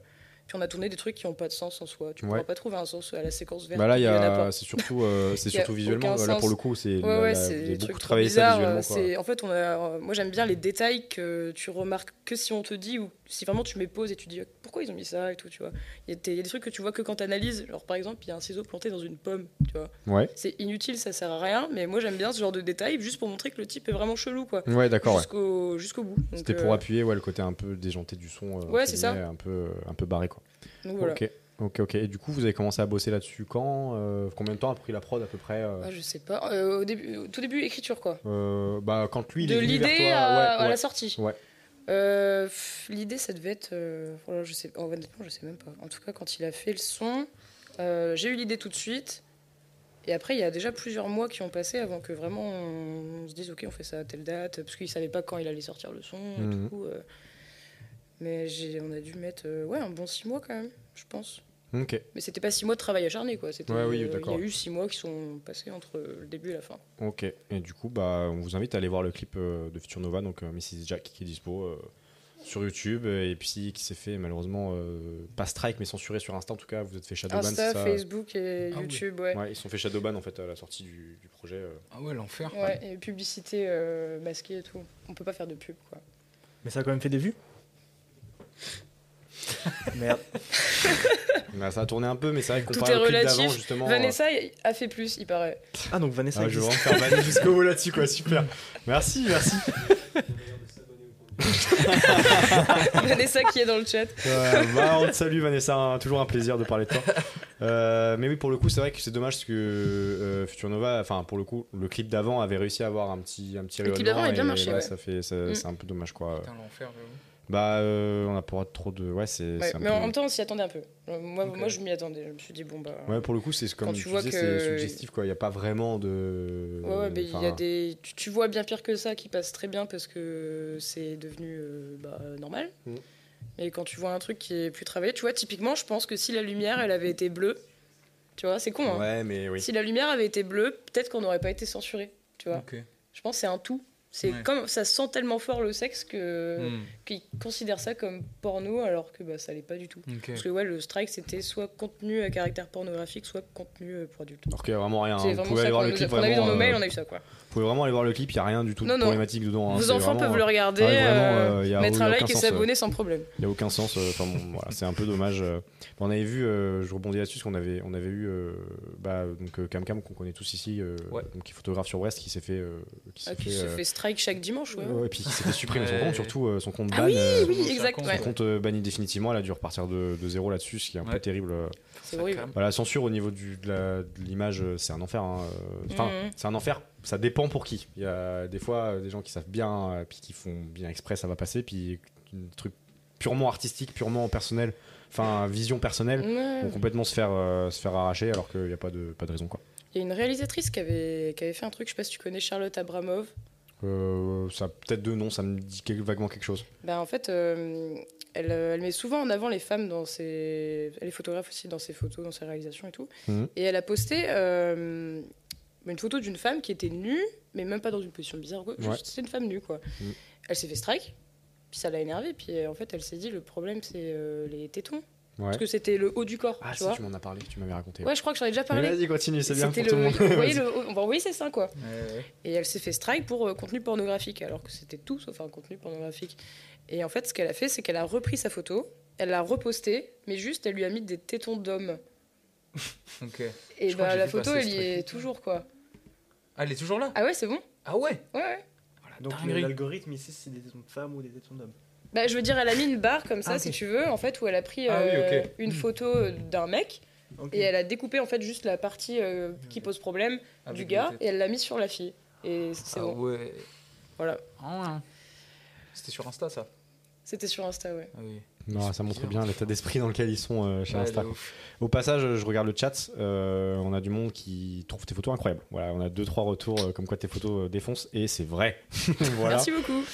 [SPEAKER 2] puis on a tourné des trucs qui n'ont pas de sens en soi. Tu ne
[SPEAKER 1] Ouais.
[SPEAKER 2] pourras pas trouver un sens à la séquence verte.
[SPEAKER 1] Bah là, il y
[SPEAKER 2] en
[SPEAKER 1] a,
[SPEAKER 2] pas.
[SPEAKER 1] c'est surtout, euh, c'est
[SPEAKER 2] Il y a
[SPEAKER 1] surtout visuellement.
[SPEAKER 2] aucun
[SPEAKER 1] Là, pour
[SPEAKER 2] sens.
[SPEAKER 1] le coup, c'est,
[SPEAKER 2] Ouais,
[SPEAKER 1] là,
[SPEAKER 2] ouais,
[SPEAKER 1] là,
[SPEAKER 2] c'est
[SPEAKER 1] vous
[SPEAKER 2] des
[SPEAKER 1] avez
[SPEAKER 2] trucs
[SPEAKER 1] beaucoup
[SPEAKER 2] trop
[SPEAKER 1] travaillé
[SPEAKER 2] bizarres.
[SPEAKER 1] ça
[SPEAKER 2] euh,
[SPEAKER 1] visuellement.
[SPEAKER 2] c'est- En fait, on a, euh, moi j'aime bien les détails que tu remarques que si on te dit ou si vraiment tu mets pause et tu dis euh, pourquoi ils ont mis ça et tout, tu vois. Il y, a des- il y a des trucs que tu vois que quand tu analyses. Genre par exemple, il y a un ciseau planté dans une pomme, tu vois.
[SPEAKER 1] Quoi. Ouais,
[SPEAKER 2] C'est inutile, ça sert à rien, mais moi j'aime bien ce genre de détails juste pour montrer que le type est vraiment chelou, quoi.
[SPEAKER 1] ouais, d'accord. Ouais.
[SPEAKER 2] Jusqu'au jusqu'au bout. Donc,
[SPEAKER 1] C'était
[SPEAKER 2] euh,
[SPEAKER 1] pour appuyer ouais, le côté un peu déjanté du son. euh, entre
[SPEAKER 2] c'est ça.
[SPEAKER 1] guillemets, Un peu, euh, un peu barré, quoi.
[SPEAKER 2] donc voilà.
[SPEAKER 1] Ok, ok, ok. Et du coup, vous avez commencé à bosser là-dessus quand Euh, Combien de temps a pris la prod à peu près euh
[SPEAKER 2] Ah, je sais pas. Euh, au, début, au tout début, écriture, quoi.
[SPEAKER 1] Euh, Bah, quand lui, il
[SPEAKER 2] de
[SPEAKER 1] est venu vers
[SPEAKER 2] l'idée
[SPEAKER 1] toi,
[SPEAKER 2] à,
[SPEAKER 1] ouais,
[SPEAKER 2] à
[SPEAKER 1] ouais.
[SPEAKER 2] la sortie.
[SPEAKER 1] Ouais.
[SPEAKER 2] Euh, pff, l'idée, ça devait être. euh, voilà, je sais, oh, honnêtement, je sais même pas. En tout cas, quand il a fait le son, euh, j'ai eu l'idée tout de suite. Et après, il y a déjà plusieurs mois qui ont passé avant que vraiment on, on se dise, ok, on fait ça à telle date, parce qu'il savait pas quand il allait sortir le son. et
[SPEAKER 1] Mhm.
[SPEAKER 2] tout, euh. mais j'ai, on a dû mettre, euh, ouais, un bon six mois quand même, je pense.
[SPEAKER 1] Ok,
[SPEAKER 2] Mais c'était pas six mois de travail acharné, quoi. C'était,
[SPEAKER 1] Ouais, oui,
[SPEAKER 2] euh, il y
[SPEAKER 1] d'accord.
[SPEAKER 2] a eu six mois qui sont passés entre le début et la fin.
[SPEAKER 1] ok. Et du coup, bah, on vous invite à aller voir le clip euh, de Future Nova, donc euh, Mrs. Jack, qui est dispo euh, sur YouTube, euh, et puis qui s'est fait malheureusement euh, pas strike, mais censuré sur Insta. En tout cas, vous êtes fait shadowban,
[SPEAKER 2] Insta,
[SPEAKER 1] c'est ça
[SPEAKER 2] Ah, Facebook et
[SPEAKER 4] Ah oui.
[SPEAKER 2] YouTube,
[SPEAKER 1] Ouais, ils se sont fait shadowban en fait à la sortie du, du projet. euh.
[SPEAKER 4] Ah ouais, l'enfer.
[SPEAKER 2] Ouais, et publicité euh, masquée et tout. On peut pas faire de pub, quoi.
[SPEAKER 5] Mais ça a quand même fait des vues. Merde.
[SPEAKER 1] Bah, ça a tourné un peu, mais c'est vrai que
[SPEAKER 2] Tout
[SPEAKER 1] comparé
[SPEAKER 2] est
[SPEAKER 1] au clip
[SPEAKER 2] relatif.
[SPEAKER 1] d'avant, justement. euh,
[SPEAKER 2] Vanessa y- a fait plus, il paraît.
[SPEAKER 5] Ah donc Vanessa.
[SPEAKER 1] Ah, je vais
[SPEAKER 5] existe.
[SPEAKER 1] vraiment me faire balader jusqu'au bout là-dessus, quoi. Super. Merci, merci.
[SPEAKER 2] Vanessa qui est dans le chat.
[SPEAKER 1] Ouais, bah, on te salue, Vanessa. hein, Toujours un plaisir de parler de toi. Euh, mais oui, pour le coup, c'est vrai que c'est dommage parce que euh, Future Nova, enfin, pour le coup, le clip d'avant avait réussi à avoir un petit, un petit
[SPEAKER 2] Le clip
[SPEAKER 1] rayonnement
[SPEAKER 2] d'avant a bien
[SPEAKER 1] et
[SPEAKER 2] marché,
[SPEAKER 1] là,
[SPEAKER 2] ouais.
[SPEAKER 1] ça fait, ça-
[SPEAKER 2] Mm.
[SPEAKER 1] c'est un peu dommage, quoi.
[SPEAKER 4] Putain, l'enfer, j'avoue.
[SPEAKER 1] Bah, euh, on a pas trop de. Ouais, c'est.
[SPEAKER 2] Ouais,
[SPEAKER 1] c'est un
[SPEAKER 2] mais en
[SPEAKER 1] peu-
[SPEAKER 2] même temps, on s'y attendait un peu. Euh, Moi,
[SPEAKER 4] Ok.
[SPEAKER 2] moi je m'y attendais. Je me suis dit, bon, bah.
[SPEAKER 1] Ouais, pour le coup, c'est comme
[SPEAKER 2] Quand
[SPEAKER 1] tu,
[SPEAKER 2] tu vois
[SPEAKER 1] disais,
[SPEAKER 2] que-
[SPEAKER 1] c'est suggestif, quoi. Il n'y a pas vraiment de.
[SPEAKER 2] Ouais, ouais, mais il y a
[SPEAKER 1] enfin,
[SPEAKER 2] des. Tu, tu vois bien pire que ça qui passe très bien parce que c'est devenu euh, bah, normal.
[SPEAKER 1] Mm.
[SPEAKER 2] Mais quand tu vois un truc qui est plus travaillé, tu vois, typiquement, je pense que si la lumière, elle avait été bleue, tu vois, c'est con, hein.
[SPEAKER 1] Ouais, mais oui.
[SPEAKER 2] Si la lumière avait été bleue, peut-être qu'on n'aurait pas été censuré. tu vois. Je pense que c'est un tout. C'est
[SPEAKER 4] Ouais.
[SPEAKER 2] comme ça sent tellement fort le sexe que
[SPEAKER 1] Mm.
[SPEAKER 4] Hmm,
[SPEAKER 2] qu'ils considèrent ça comme porno alors que bah, ça l'est pas du tout.
[SPEAKER 4] ok.
[SPEAKER 2] Parce que ouais, le strike c'était soit contenu à caractère pornographique, soit contenu euh, pour adultes.
[SPEAKER 1] Alors qu'il y a vraiment rien. hein.
[SPEAKER 2] C'est
[SPEAKER 1] Vous
[SPEAKER 2] vraiment
[SPEAKER 1] pouvez
[SPEAKER 2] ça
[SPEAKER 1] aller voir
[SPEAKER 2] qu'on
[SPEAKER 1] le
[SPEAKER 2] nous a-
[SPEAKER 1] clip.
[SPEAKER 2] qu'on a vu dans nos
[SPEAKER 1] vraiment,
[SPEAKER 2] mails,
[SPEAKER 1] euh,
[SPEAKER 2] on a eu ça quoi.
[SPEAKER 1] Vous pouvez vraiment aller voir le clip, il n'y a rien du tout
[SPEAKER 2] Non,
[SPEAKER 1] de
[SPEAKER 2] non.
[SPEAKER 1] problématique dedans. hein.
[SPEAKER 2] Vos
[SPEAKER 1] C'est
[SPEAKER 2] enfants
[SPEAKER 1] vraiment,
[SPEAKER 2] peuvent le regarder,
[SPEAKER 1] ah ouais, vraiment,
[SPEAKER 2] euh,
[SPEAKER 1] euh, y a-
[SPEAKER 2] mettre
[SPEAKER 1] y a
[SPEAKER 2] un
[SPEAKER 1] aucun
[SPEAKER 2] like et
[SPEAKER 1] sens,
[SPEAKER 2] s'abonner sans problème.
[SPEAKER 1] Il n'y a aucun sens. euh, Enfin bon, voilà, c'est un peu dommage. euh. On avait vu, euh, je rebondis là-dessus, parce qu'on avait, on avait eu euh, bah, donc euh, Cam Cam qu'on connaît tous ici, euh,
[SPEAKER 4] Ouais.
[SPEAKER 1] donc qui est photographe sur Brest, qui s'est fait, euh, qui s'est
[SPEAKER 2] Ah, qui
[SPEAKER 1] fait,
[SPEAKER 2] se
[SPEAKER 1] euh,
[SPEAKER 2] fait strike chaque dimanche, ouais.
[SPEAKER 1] euh, ouais, et puis qui s'est fait supprimer son
[SPEAKER 4] Ouais.
[SPEAKER 1] compte, surtout euh, son compte
[SPEAKER 2] Ah
[SPEAKER 1] ban. euh,
[SPEAKER 2] oui,
[SPEAKER 4] Son
[SPEAKER 2] exact,
[SPEAKER 4] compte,
[SPEAKER 1] son
[SPEAKER 2] ouais.
[SPEAKER 1] compte euh, banni définitivement. Elle a dû repartir de, de zéro là-dessus, ce qui est un peu
[SPEAKER 4] Ouais.
[SPEAKER 1] terrible. euh.
[SPEAKER 2] C'est horrible.
[SPEAKER 1] Voilà, la censure au niveau du, de la- de l'image, euh, c'est un enfer. hein, euh. Enfin,
[SPEAKER 2] Mhm.
[SPEAKER 1] c'est un enfer. Ça dépend pour qui. Il y a des fois euh, des gens qui savent bien, euh, puis qui font bien exprès, ça va passer. Puis des trucs purement artistiques, purement personnels, enfin vision personnelle,
[SPEAKER 2] Ouais.
[SPEAKER 1] vont complètement se faire, euh, se faire arracher alors qu'il n'y a pas de, pas de raison. Quoi.
[SPEAKER 2] Il y a une réalisatrice qui avait, qui avait fait un truc, je sais pas si tu connais Charlotte Abramov.
[SPEAKER 1] Euh, ça a peut-être deux noms, ça me dit quel- vaguement quelque chose.
[SPEAKER 2] Ben, en fait, euh, elle, euh, elle met souvent en avant les femmes dans ses. Elle est photographe aussi dans ses photos, dans ses réalisations et tout.
[SPEAKER 1] Mhm.
[SPEAKER 2] Et elle a posté euh, une photo d'une femme qui était nue, mais même pas dans une position bizarre. quoi. Juste,
[SPEAKER 1] Ouais.
[SPEAKER 2] C'était une femme nue, quoi.
[SPEAKER 1] Mhm.
[SPEAKER 2] Elle s'est fait strike, puis ça l'a énervée, puis euh, en fait, elle s'est dit le problème, c'est euh, les tétons.
[SPEAKER 1] Ouais.
[SPEAKER 2] Parce que c'était le haut du corps,
[SPEAKER 1] Ah
[SPEAKER 2] tu
[SPEAKER 1] si,
[SPEAKER 2] vois.
[SPEAKER 1] tu m'en as parlé, tu m'avais raconté.
[SPEAKER 2] Ouais, je crois que j'en ai déjà
[SPEAKER 1] Mais
[SPEAKER 2] parlé.
[SPEAKER 1] Vas-y, continue, c'est bien
[SPEAKER 2] C'était
[SPEAKER 1] pour tout le monde.
[SPEAKER 2] vous voyez le- on va envoyer ses seins, quoi.
[SPEAKER 4] Ouais,
[SPEAKER 2] Et elle s'est fait strike pour euh, contenu pornographique, alors que c'était tout sauf un contenu pornographique. Et en fait, ce qu'elle a fait, c'est qu'elle a repris sa photo, elle l'a repostée, mais juste, elle lui a mis des tétons d'homme.
[SPEAKER 4] ok.
[SPEAKER 2] Et
[SPEAKER 4] Je crois que
[SPEAKER 2] bah,
[SPEAKER 4] j'ai
[SPEAKER 2] la
[SPEAKER 4] vu
[SPEAKER 2] photo,
[SPEAKER 4] passer
[SPEAKER 2] elle
[SPEAKER 4] ce
[SPEAKER 2] y est
[SPEAKER 4] truc.
[SPEAKER 2] toujours, quoi.
[SPEAKER 4] Ah, elle est toujours là
[SPEAKER 2] Ah ouais, c'est bon
[SPEAKER 4] Ah ouais
[SPEAKER 2] Ouais, ouais.
[SPEAKER 5] Donc
[SPEAKER 4] Dinguerie.
[SPEAKER 5] l'algorithme, il sait si c'est des tétons de femmes ou des tétons d'hommes.
[SPEAKER 2] Bah, je veux dire, elle a mis une barre comme ça,
[SPEAKER 4] Ah, ok.
[SPEAKER 2] si tu veux, en fait, où elle a pris
[SPEAKER 4] Ah oui,
[SPEAKER 2] euh,
[SPEAKER 4] ok.
[SPEAKER 2] une photo euh, d'un mec,
[SPEAKER 5] Ok.
[SPEAKER 2] et elle a découpé, en fait, juste la partie euh, qui pose problème du
[SPEAKER 4] Ah, Avec
[SPEAKER 2] gars,
[SPEAKER 4] les têtes.
[SPEAKER 2] et elle l'a mise sur la fille. Et c'est
[SPEAKER 4] Ah
[SPEAKER 2] bon.
[SPEAKER 4] ouais.
[SPEAKER 2] Voilà.
[SPEAKER 4] Ah ouais. C'était sur Insta ça
[SPEAKER 2] C'était sur Insta, ouais.
[SPEAKER 4] Ah oui.
[SPEAKER 1] Non, ça montre bien l'état d'esprit dans lequel ils sont euh, chez
[SPEAKER 4] Ouais,
[SPEAKER 1] Insta.
[SPEAKER 4] de ouf.
[SPEAKER 1] Au passage, je regarde le chat. euh, on a du monde qui trouve tes photos incroyables. Voilà, on a deux trois retours euh, comme quoi tes photos euh, défoncent et c'est vrai. voilà.
[SPEAKER 2] Merci beaucoup.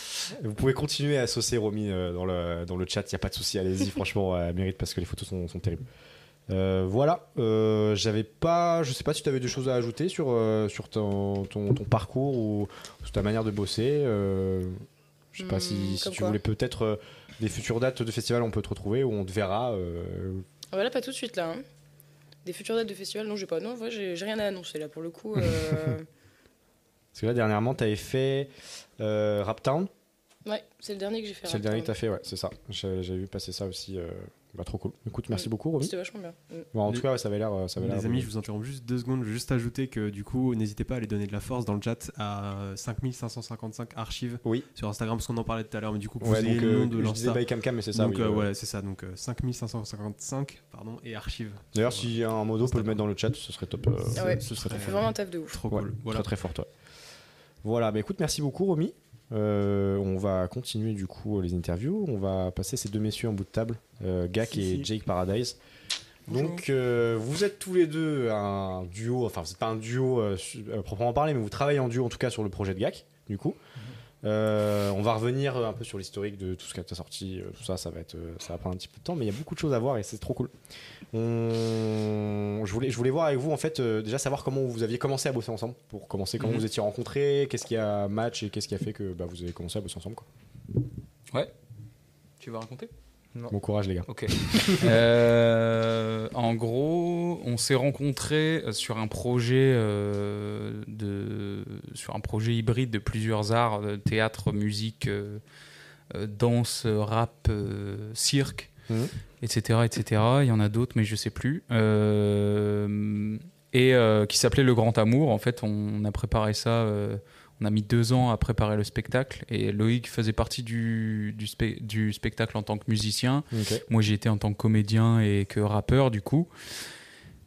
[SPEAKER 1] Vous pouvez continuer à saucer Romy euh, dans le dans le chat. Il y a pas de souci. Allez-y. franchement, euh, elle mérite parce que les photos sont, sont terribles. Euh, voilà. Euh, J'avais pas. Je sais pas si tu avais des choses à ajouter sur euh, sur ton, ton, ton parcours ou sur ta manière de bosser. euh, je sais pas
[SPEAKER 2] Hmm,
[SPEAKER 1] si, si
[SPEAKER 2] comme
[SPEAKER 1] tu
[SPEAKER 2] quoi
[SPEAKER 1] voulais peut-être euh, des futures dates de festival, on peut te retrouver ou on te verra. euh,
[SPEAKER 2] Ah bah là, pas tout de suite, là. hein. Des futures dates de festival, non, j'ai pas. Non, en vrai, j'ai j'ai rien à annoncer, là, pour le coup. euh,
[SPEAKER 1] Parce que là, dernièrement, t'avais fait euh, Rap Town.
[SPEAKER 2] ouais, c'est le dernier que j'ai fait. hein,
[SPEAKER 1] C'est le
[SPEAKER 2] Raptor.
[SPEAKER 1] dernier que t'as fait, ouais, c'est ça. J'ai j'ai vu passer ça aussi. euh, Bah, trop cool. Écoute, merci
[SPEAKER 2] Mm.
[SPEAKER 1] beaucoup, Romy.
[SPEAKER 2] C'était vachement bien. Mm.
[SPEAKER 1] Bon, en
[SPEAKER 3] Les-
[SPEAKER 1] tout cas, ouais, ça avait l'air. euh, ça avait l'air
[SPEAKER 3] Les amis,
[SPEAKER 1] bon.
[SPEAKER 3] je vous interromps juste deux secondes. Je veux juste ajouter que du coup, n'hésitez pas à aller donner de la force dans le chat à 5555 archives
[SPEAKER 1] Oui.
[SPEAKER 3] sur Instagram, parce qu'on en parlait tout à l'heure, mais du coup, que vous
[SPEAKER 1] Ouais,
[SPEAKER 3] ayez
[SPEAKER 1] donc,
[SPEAKER 3] le
[SPEAKER 1] euh,
[SPEAKER 3] nom de
[SPEAKER 1] je disais
[SPEAKER 3] l'Insta.
[SPEAKER 1] by Cam Cam, mais c'est ça.
[SPEAKER 3] donc
[SPEAKER 1] oui,
[SPEAKER 3] euh,
[SPEAKER 1] euh.
[SPEAKER 3] voilà, c'est ça. Donc euh, 5555 pardon et archives. Euh,
[SPEAKER 1] D'ailleurs,
[SPEAKER 3] Sur,
[SPEAKER 1] si un modo peut le mettre dans le chat, ce serait top. euh,
[SPEAKER 2] Ah ouais.
[SPEAKER 1] Ce serait
[SPEAKER 2] On
[SPEAKER 1] très
[SPEAKER 2] fait
[SPEAKER 1] fort.
[SPEAKER 2] vraiment un taf de
[SPEAKER 3] euh,
[SPEAKER 2] ouf.
[SPEAKER 3] trop
[SPEAKER 1] Ouais,
[SPEAKER 3] cool. Voilà.
[SPEAKER 1] Très, très fort, toi. Voilà, bah écoute, merci beaucoup, Romy. Euh, on va continuer du coup les interviews. On va passer ces deux messieurs en bout de table, euh, Gak
[SPEAKER 5] Si,
[SPEAKER 1] et
[SPEAKER 5] si.
[SPEAKER 1] Jake Paradise.
[SPEAKER 4] Bonjour.
[SPEAKER 1] Donc, euh, vous êtes tous les deux un duo, enfin, vous n'êtes pas un duo euh, su- euh, proprement parlé, mais vous travaillez en duo en tout cas sur le projet de Gak, du coup.
[SPEAKER 4] Mhm.
[SPEAKER 1] Euh, on va revenir euh, un peu sur l'historique de tout ce qui a été sorti, euh, tout ça, ça va, être, euh, ça va prendre un petit peu de temps, mais il y a beaucoup de choses à voir et c'est trop cool. On- Je, voulais, je voulais voir avec vous, en fait, euh, déjà savoir comment vous aviez commencé à bosser ensemble, pour commencer, comment
[SPEAKER 4] Mhm.
[SPEAKER 1] vous étiez rencontrés, qu'est-ce qui a match et qu'est-ce qui a fait que bah, vous avez commencé à bosser ensemble. Quoi.
[SPEAKER 4] Tu vas raconter
[SPEAKER 1] Bon courage, les gars.
[SPEAKER 4] Ok. Euh, en gros, on s'est rencontrés euh, sur un projet euh, de sur un projet hybride de plusieurs arts euh, théâtre, musique, euh, euh, danse, rap, euh, cirque,
[SPEAKER 1] Mhm.
[SPEAKER 4] etc., etc. Il y en a d'autres, mais je sais plus. Euh, et euh, qui s'appelait Le Grand Amour. En fait, on a préparé ça. euh, on a mis deux ans à préparer le spectacle et Loïc faisait partie du, du, spe- du spectacle en tant que musicien. Moi, j'y étais en tant que comédien et que rappeur, du coup.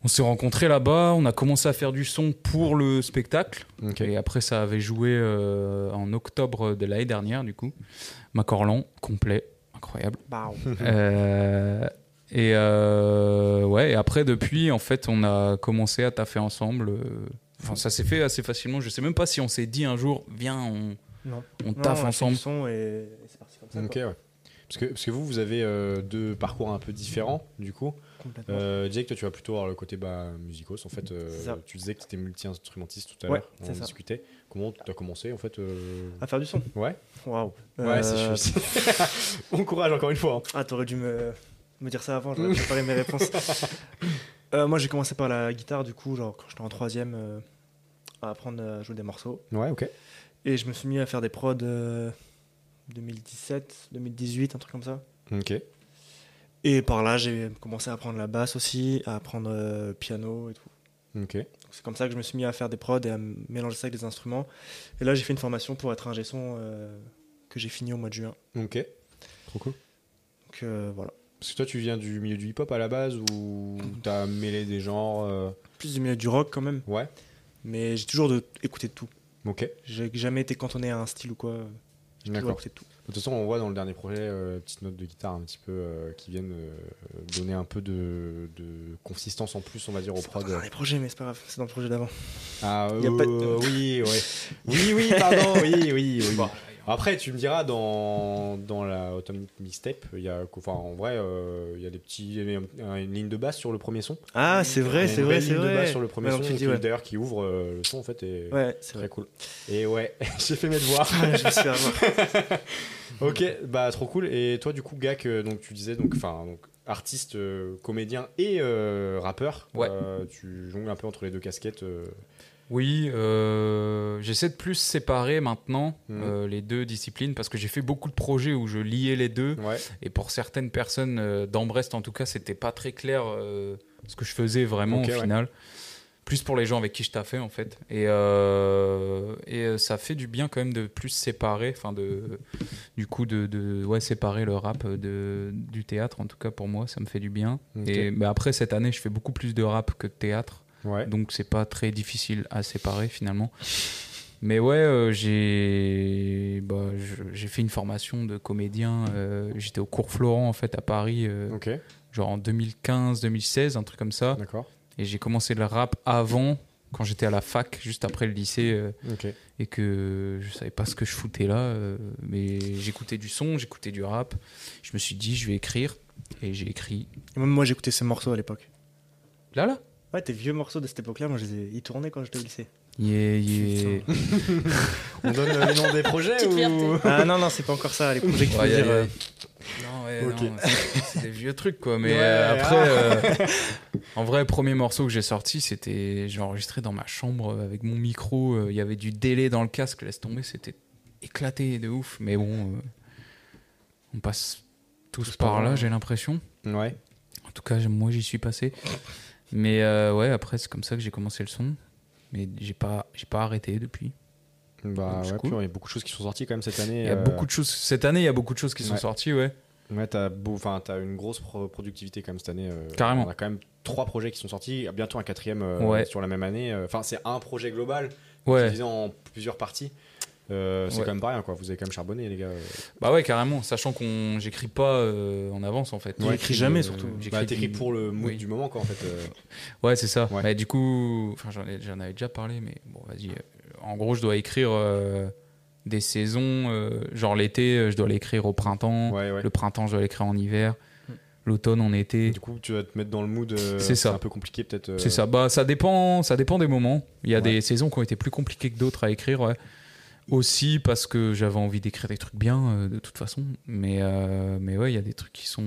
[SPEAKER 4] On s'est rencontrés là-bas, on a commencé à faire du son pour le spectacle.
[SPEAKER 1] Ok.
[SPEAKER 4] Et après, ça avait joué euh, en octobre de l'année dernière, du coup. Macorlan, complet, incroyable.
[SPEAKER 5] Bah,
[SPEAKER 4] Euh, et euh, ouais, et après, depuis, en fait, on a commencé à taffer ensemble. euh, Enfin, ça s'est fait assez facilement. Je sais même pas si on s'est dit un jour, viens, on,
[SPEAKER 5] Non.
[SPEAKER 4] on taffe
[SPEAKER 5] on a fait
[SPEAKER 4] ensemble.
[SPEAKER 5] le son et et c'est parti comme ça.
[SPEAKER 1] Ok,
[SPEAKER 5] quoi.
[SPEAKER 1] ouais. Parce que, parce que vous, vous avez euh, deux parcours un peu différents, du coup.
[SPEAKER 5] complètement.
[SPEAKER 1] Euh, Jake, toi, tu vas plutôt avoir le côté bah, musicos. En fait, euh,
[SPEAKER 5] C'est ça.
[SPEAKER 1] tu disais que tu étais multi-instrumentiste tout à
[SPEAKER 5] Ouais,
[SPEAKER 1] l'heure.
[SPEAKER 5] c'est
[SPEAKER 1] On
[SPEAKER 5] ça.
[SPEAKER 1] discutait. Comment tu as commencé, en fait euh,
[SPEAKER 5] À faire du son.
[SPEAKER 1] Ouais
[SPEAKER 5] Waouh.
[SPEAKER 1] Ouais, c'est
[SPEAKER 5] Euh,
[SPEAKER 1] chouette. bon courage, encore une fois. hein.
[SPEAKER 5] Ah, t'aurais dû me, me dire ça avant, j'aurais préparé mes réponses. Euh, moi, j'ai commencé par la guitare, du coup, genre quand j'étais en troisième, euh, à apprendre à jouer des morceaux.
[SPEAKER 1] Ouais, ok.
[SPEAKER 5] Et je me suis mis à faire des prods euh, 2017, 2018, un truc comme ça.
[SPEAKER 1] Ok.
[SPEAKER 5] Et par là, j'ai commencé à apprendre la basse aussi, à apprendre euh, le piano et tout.
[SPEAKER 1] Ok.
[SPEAKER 5] Donc, C'est comme ça que je me suis mis à faire des prods et à m- mélanger ça avec des instruments. Et là, j'ai fait une formation pour être ingé son euh, que j'ai fini au mois de juin.
[SPEAKER 1] Ok. Trop cool.
[SPEAKER 5] Donc euh, voilà.
[SPEAKER 1] Parce que toi, tu viens du milieu du hip-hop à la base ou t'as mêlé des genres euh,
[SPEAKER 5] Plus du milieu du rock quand même,
[SPEAKER 1] Ouais.
[SPEAKER 5] mais j'ai toujours de, écouté de tout.
[SPEAKER 1] Ok.
[SPEAKER 5] J'ai jamais été cantonné à un style ou quoi. J'ai toujours
[SPEAKER 1] D'accord.
[SPEAKER 5] écouté de tout.
[SPEAKER 1] De toute façon, on voit dans le dernier projet, euh, petites notes de guitare un petit peu euh, qui viennent euh, donner un peu de, de consistance en plus, on va dire, au
[SPEAKER 5] C'est pas
[SPEAKER 1] prod.
[SPEAKER 5] dans les projets, mais c'est pas grave, c'est dans le projet d'avant.
[SPEAKER 1] Ah
[SPEAKER 5] Y a pas de-
[SPEAKER 1] euh, oui, ouais. oui, oui, pardon, oui, oui, oui. Après, tu me diras dans dans la Autumn mixtape, il y a, enfin, en vrai, euh, il y a des petits, il y a un- une ligne de basse sur le premier son.
[SPEAKER 5] Ah, c'est
[SPEAKER 1] Il y a
[SPEAKER 5] vrai,
[SPEAKER 1] une
[SPEAKER 5] c'est
[SPEAKER 1] belle
[SPEAKER 5] vrai, c'est
[SPEAKER 1] ligne de
[SPEAKER 5] vrai.
[SPEAKER 1] basse sur le premier
[SPEAKER 5] Ouais,
[SPEAKER 1] son,
[SPEAKER 5] donc tu dis,
[SPEAKER 1] qui,
[SPEAKER 5] ouais.
[SPEAKER 1] d'ailleurs, qui ouvre euh, le son en fait. Et...
[SPEAKER 5] Ouais, c'est
[SPEAKER 1] Très
[SPEAKER 5] vrai.
[SPEAKER 1] cool. Et ouais, j'ai fait mes devoirs.
[SPEAKER 5] Je me suis fait avoir.
[SPEAKER 1] ok, bah trop cool. Et toi, du coup, Gak, euh, donc tu disais, donc, enfin, donc, artiste, euh, comédien et euh, rappeur.
[SPEAKER 4] Ouais.
[SPEAKER 1] Euh, tu jongles un peu entre les deux casquettes. euh.
[SPEAKER 4] Oui, euh, j'essaie de plus séparer maintenant
[SPEAKER 1] Mhm.
[SPEAKER 4] euh, les deux disciplines parce que j'ai fait beaucoup de projets où je liais les deux
[SPEAKER 1] Ouais.
[SPEAKER 4] et pour certaines personnes euh, d'Ambrest en tout cas, c'était pas très clair euh, ce que je faisais vraiment
[SPEAKER 1] Ok, ouais.
[SPEAKER 4] au final. Plus pour les gens avec qui je taffais en fait. Et, euh, et euh, ça fait du bien quand même de plus séparer, enfin de du coup de, de ouais, séparer le rap de, du théâtre en tout cas pour moi, ça me fait du bien.
[SPEAKER 1] Ok.
[SPEAKER 4] Et bah, après cette année, je fais beaucoup plus de rap que de théâtre.
[SPEAKER 1] Ouais.
[SPEAKER 4] Donc c'est pas très difficile à séparer finalement. Mais ouais, euh, j'ai bah, je- j'ai fait une formation de comédien. euh, J'étais au cours Florent en fait à Paris, euh,
[SPEAKER 1] Ok.
[SPEAKER 4] genre en 2015-2016, un truc comme ça.
[SPEAKER 1] D'accord.
[SPEAKER 4] Et j'ai commencé le rap avant, quand j'étais à la fac, juste après le lycée, euh,
[SPEAKER 1] Ok.
[SPEAKER 4] et que je savais pas ce que je foutais là. euh, mais j'écoutais du son, j'écoutais du rap. Je me suis dit, je vais écrire. Et j'ai écrit.
[SPEAKER 5] Et Même moi, j'écoutais ces morceaux à l'époque.
[SPEAKER 4] Là, là
[SPEAKER 5] Ouais, tes vieux morceaux de cette époque-là, moi, je les ai y tournés quand j'étais au lycée.
[SPEAKER 4] Yeah, yeah.
[SPEAKER 1] On donne euh, le nom des projets
[SPEAKER 2] Petite
[SPEAKER 1] ou
[SPEAKER 2] fierté.
[SPEAKER 5] Ah non, non, c'est pas encore ça, les projets que tu veux
[SPEAKER 4] Ouais, y a-
[SPEAKER 5] dire.
[SPEAKER 4] y a-
[SPEAKER 5] euh,
[SPEAKER 4] Non, ouais,
[SPEAKER 1] Ok.
[SPEAKER 4] non, c'est- c'est des vieux trucs, quoi. Mais
[SPEAKER 1] Ouais,
[SPEAKER 4] euh, après, euh, en vrai, premier morceau que j'ai sorti, c'était. J'ai enregistré dans ma chambre euh, avec mon micro. euh, Il y avait du délai dans le casque, laisse tomber, c'était éclaté de ouf. Mais bon, euh, on passe tous par
[SPEAKER 5] par là.
[SPEAKER 4] là, j'ai l'impression.
[SPEAKER 1] Ouais.
[SPEAKER 4] En tout cas, j'ai- moi, j'y suis passé. Mais euh, ouais, après, c'est comme ça que j'ai commencé le son. Mais j'ai pas, j'ai pas arrêté depuis.
[SPEAKER 1] Bah
[SPEAKER 4] Donc, Ah, c'est
[SPEAKER 1] ouais.
[SPEAKER 4] cool.
[SPEAKER 1] puis, Il y a beaucoup de choses qui sont sorties quand même cette année.
[SPEAKER 4] Il y a
[SPEAKER 1] euh,
[SPEAKER 4] beaucoup de choses. Cette année, il y a beaucoup de choses qui sont
[SPEAKER 1] Ouais.
[SPEAKER 4] sorties, ouais.
[SPEAKER 1] Ouais, t'as beau- enfin, t'as une grosse pro- productivité quand même cette année. euh,
[SPEAKER 4] Carrément.
[SPEAKER 1] On a quand même trois projets qui sont sortis, bientôt un quatrième euh,
[SPEAKER 4] Ouais.
[SPEAKER 1] sur la même année. euh, Enfin, c'est un projet global,
[SPEAKER 4] Ouais.
[SPEAKER 1] divisé en plusieurs parties. Euh, c'est
[SPEAKER 4] Ouais.
[SPEAKER 1] quand même pas rien, quoi. Vous avez quand même charbonné, les gars. euh.
[SPEAKER 4] Bah ouais, carrément, sachant qu'on j'écris pas euh, en avance en fait.
[SPEAKER 5] Tu écris jamais, surtout.
[SPEAKER 4] j'écris
[SPEAKER 1] Bah, t'écris
[SPEAKER 4] du-
[SPEAKER 1] pour le mood
[SPEAKER 4] oui.
[SPEAKER 1] du moment, quoi, en fait. euh.
[SPEAKER 4] Ouais, c'est ça.
[SPEAKER 1] Ouais.
[SPEAKER 4] Mais du coup, enfin j'en ai- j'en avais déjà parlé mais bon, vas-y. euh, En gros, je dois écrire euh, des saisons euh, genre l'été, euh, je dois l'écrire au printemps,
[SPEAKER 1] Ouais, ouais.
[SPEAKER 4] le printemps, je dois l'écrire en hiver, l'automne en été.
[SPEAKER 1] Du coup, tu vas te mettre dans le mood. euh,
[SPEAKER 4] C'est ça.
[SPEAKER 1] un peu compliqué, peut-être. euh,
[SPEAKER 4] C'est ça. Bah ça dépend, ça dépend des moments. Il y a
[SPEAKER 1] Ouais.
[SPEAKER 4] des saisons qui ont été plus compliquées que d'autres à écrire, ouais. Aussi parce que j'avais envie d'écrire des trucs bien euh, de toute façon, mais euh, mais ouais, il y a des trucs qui sont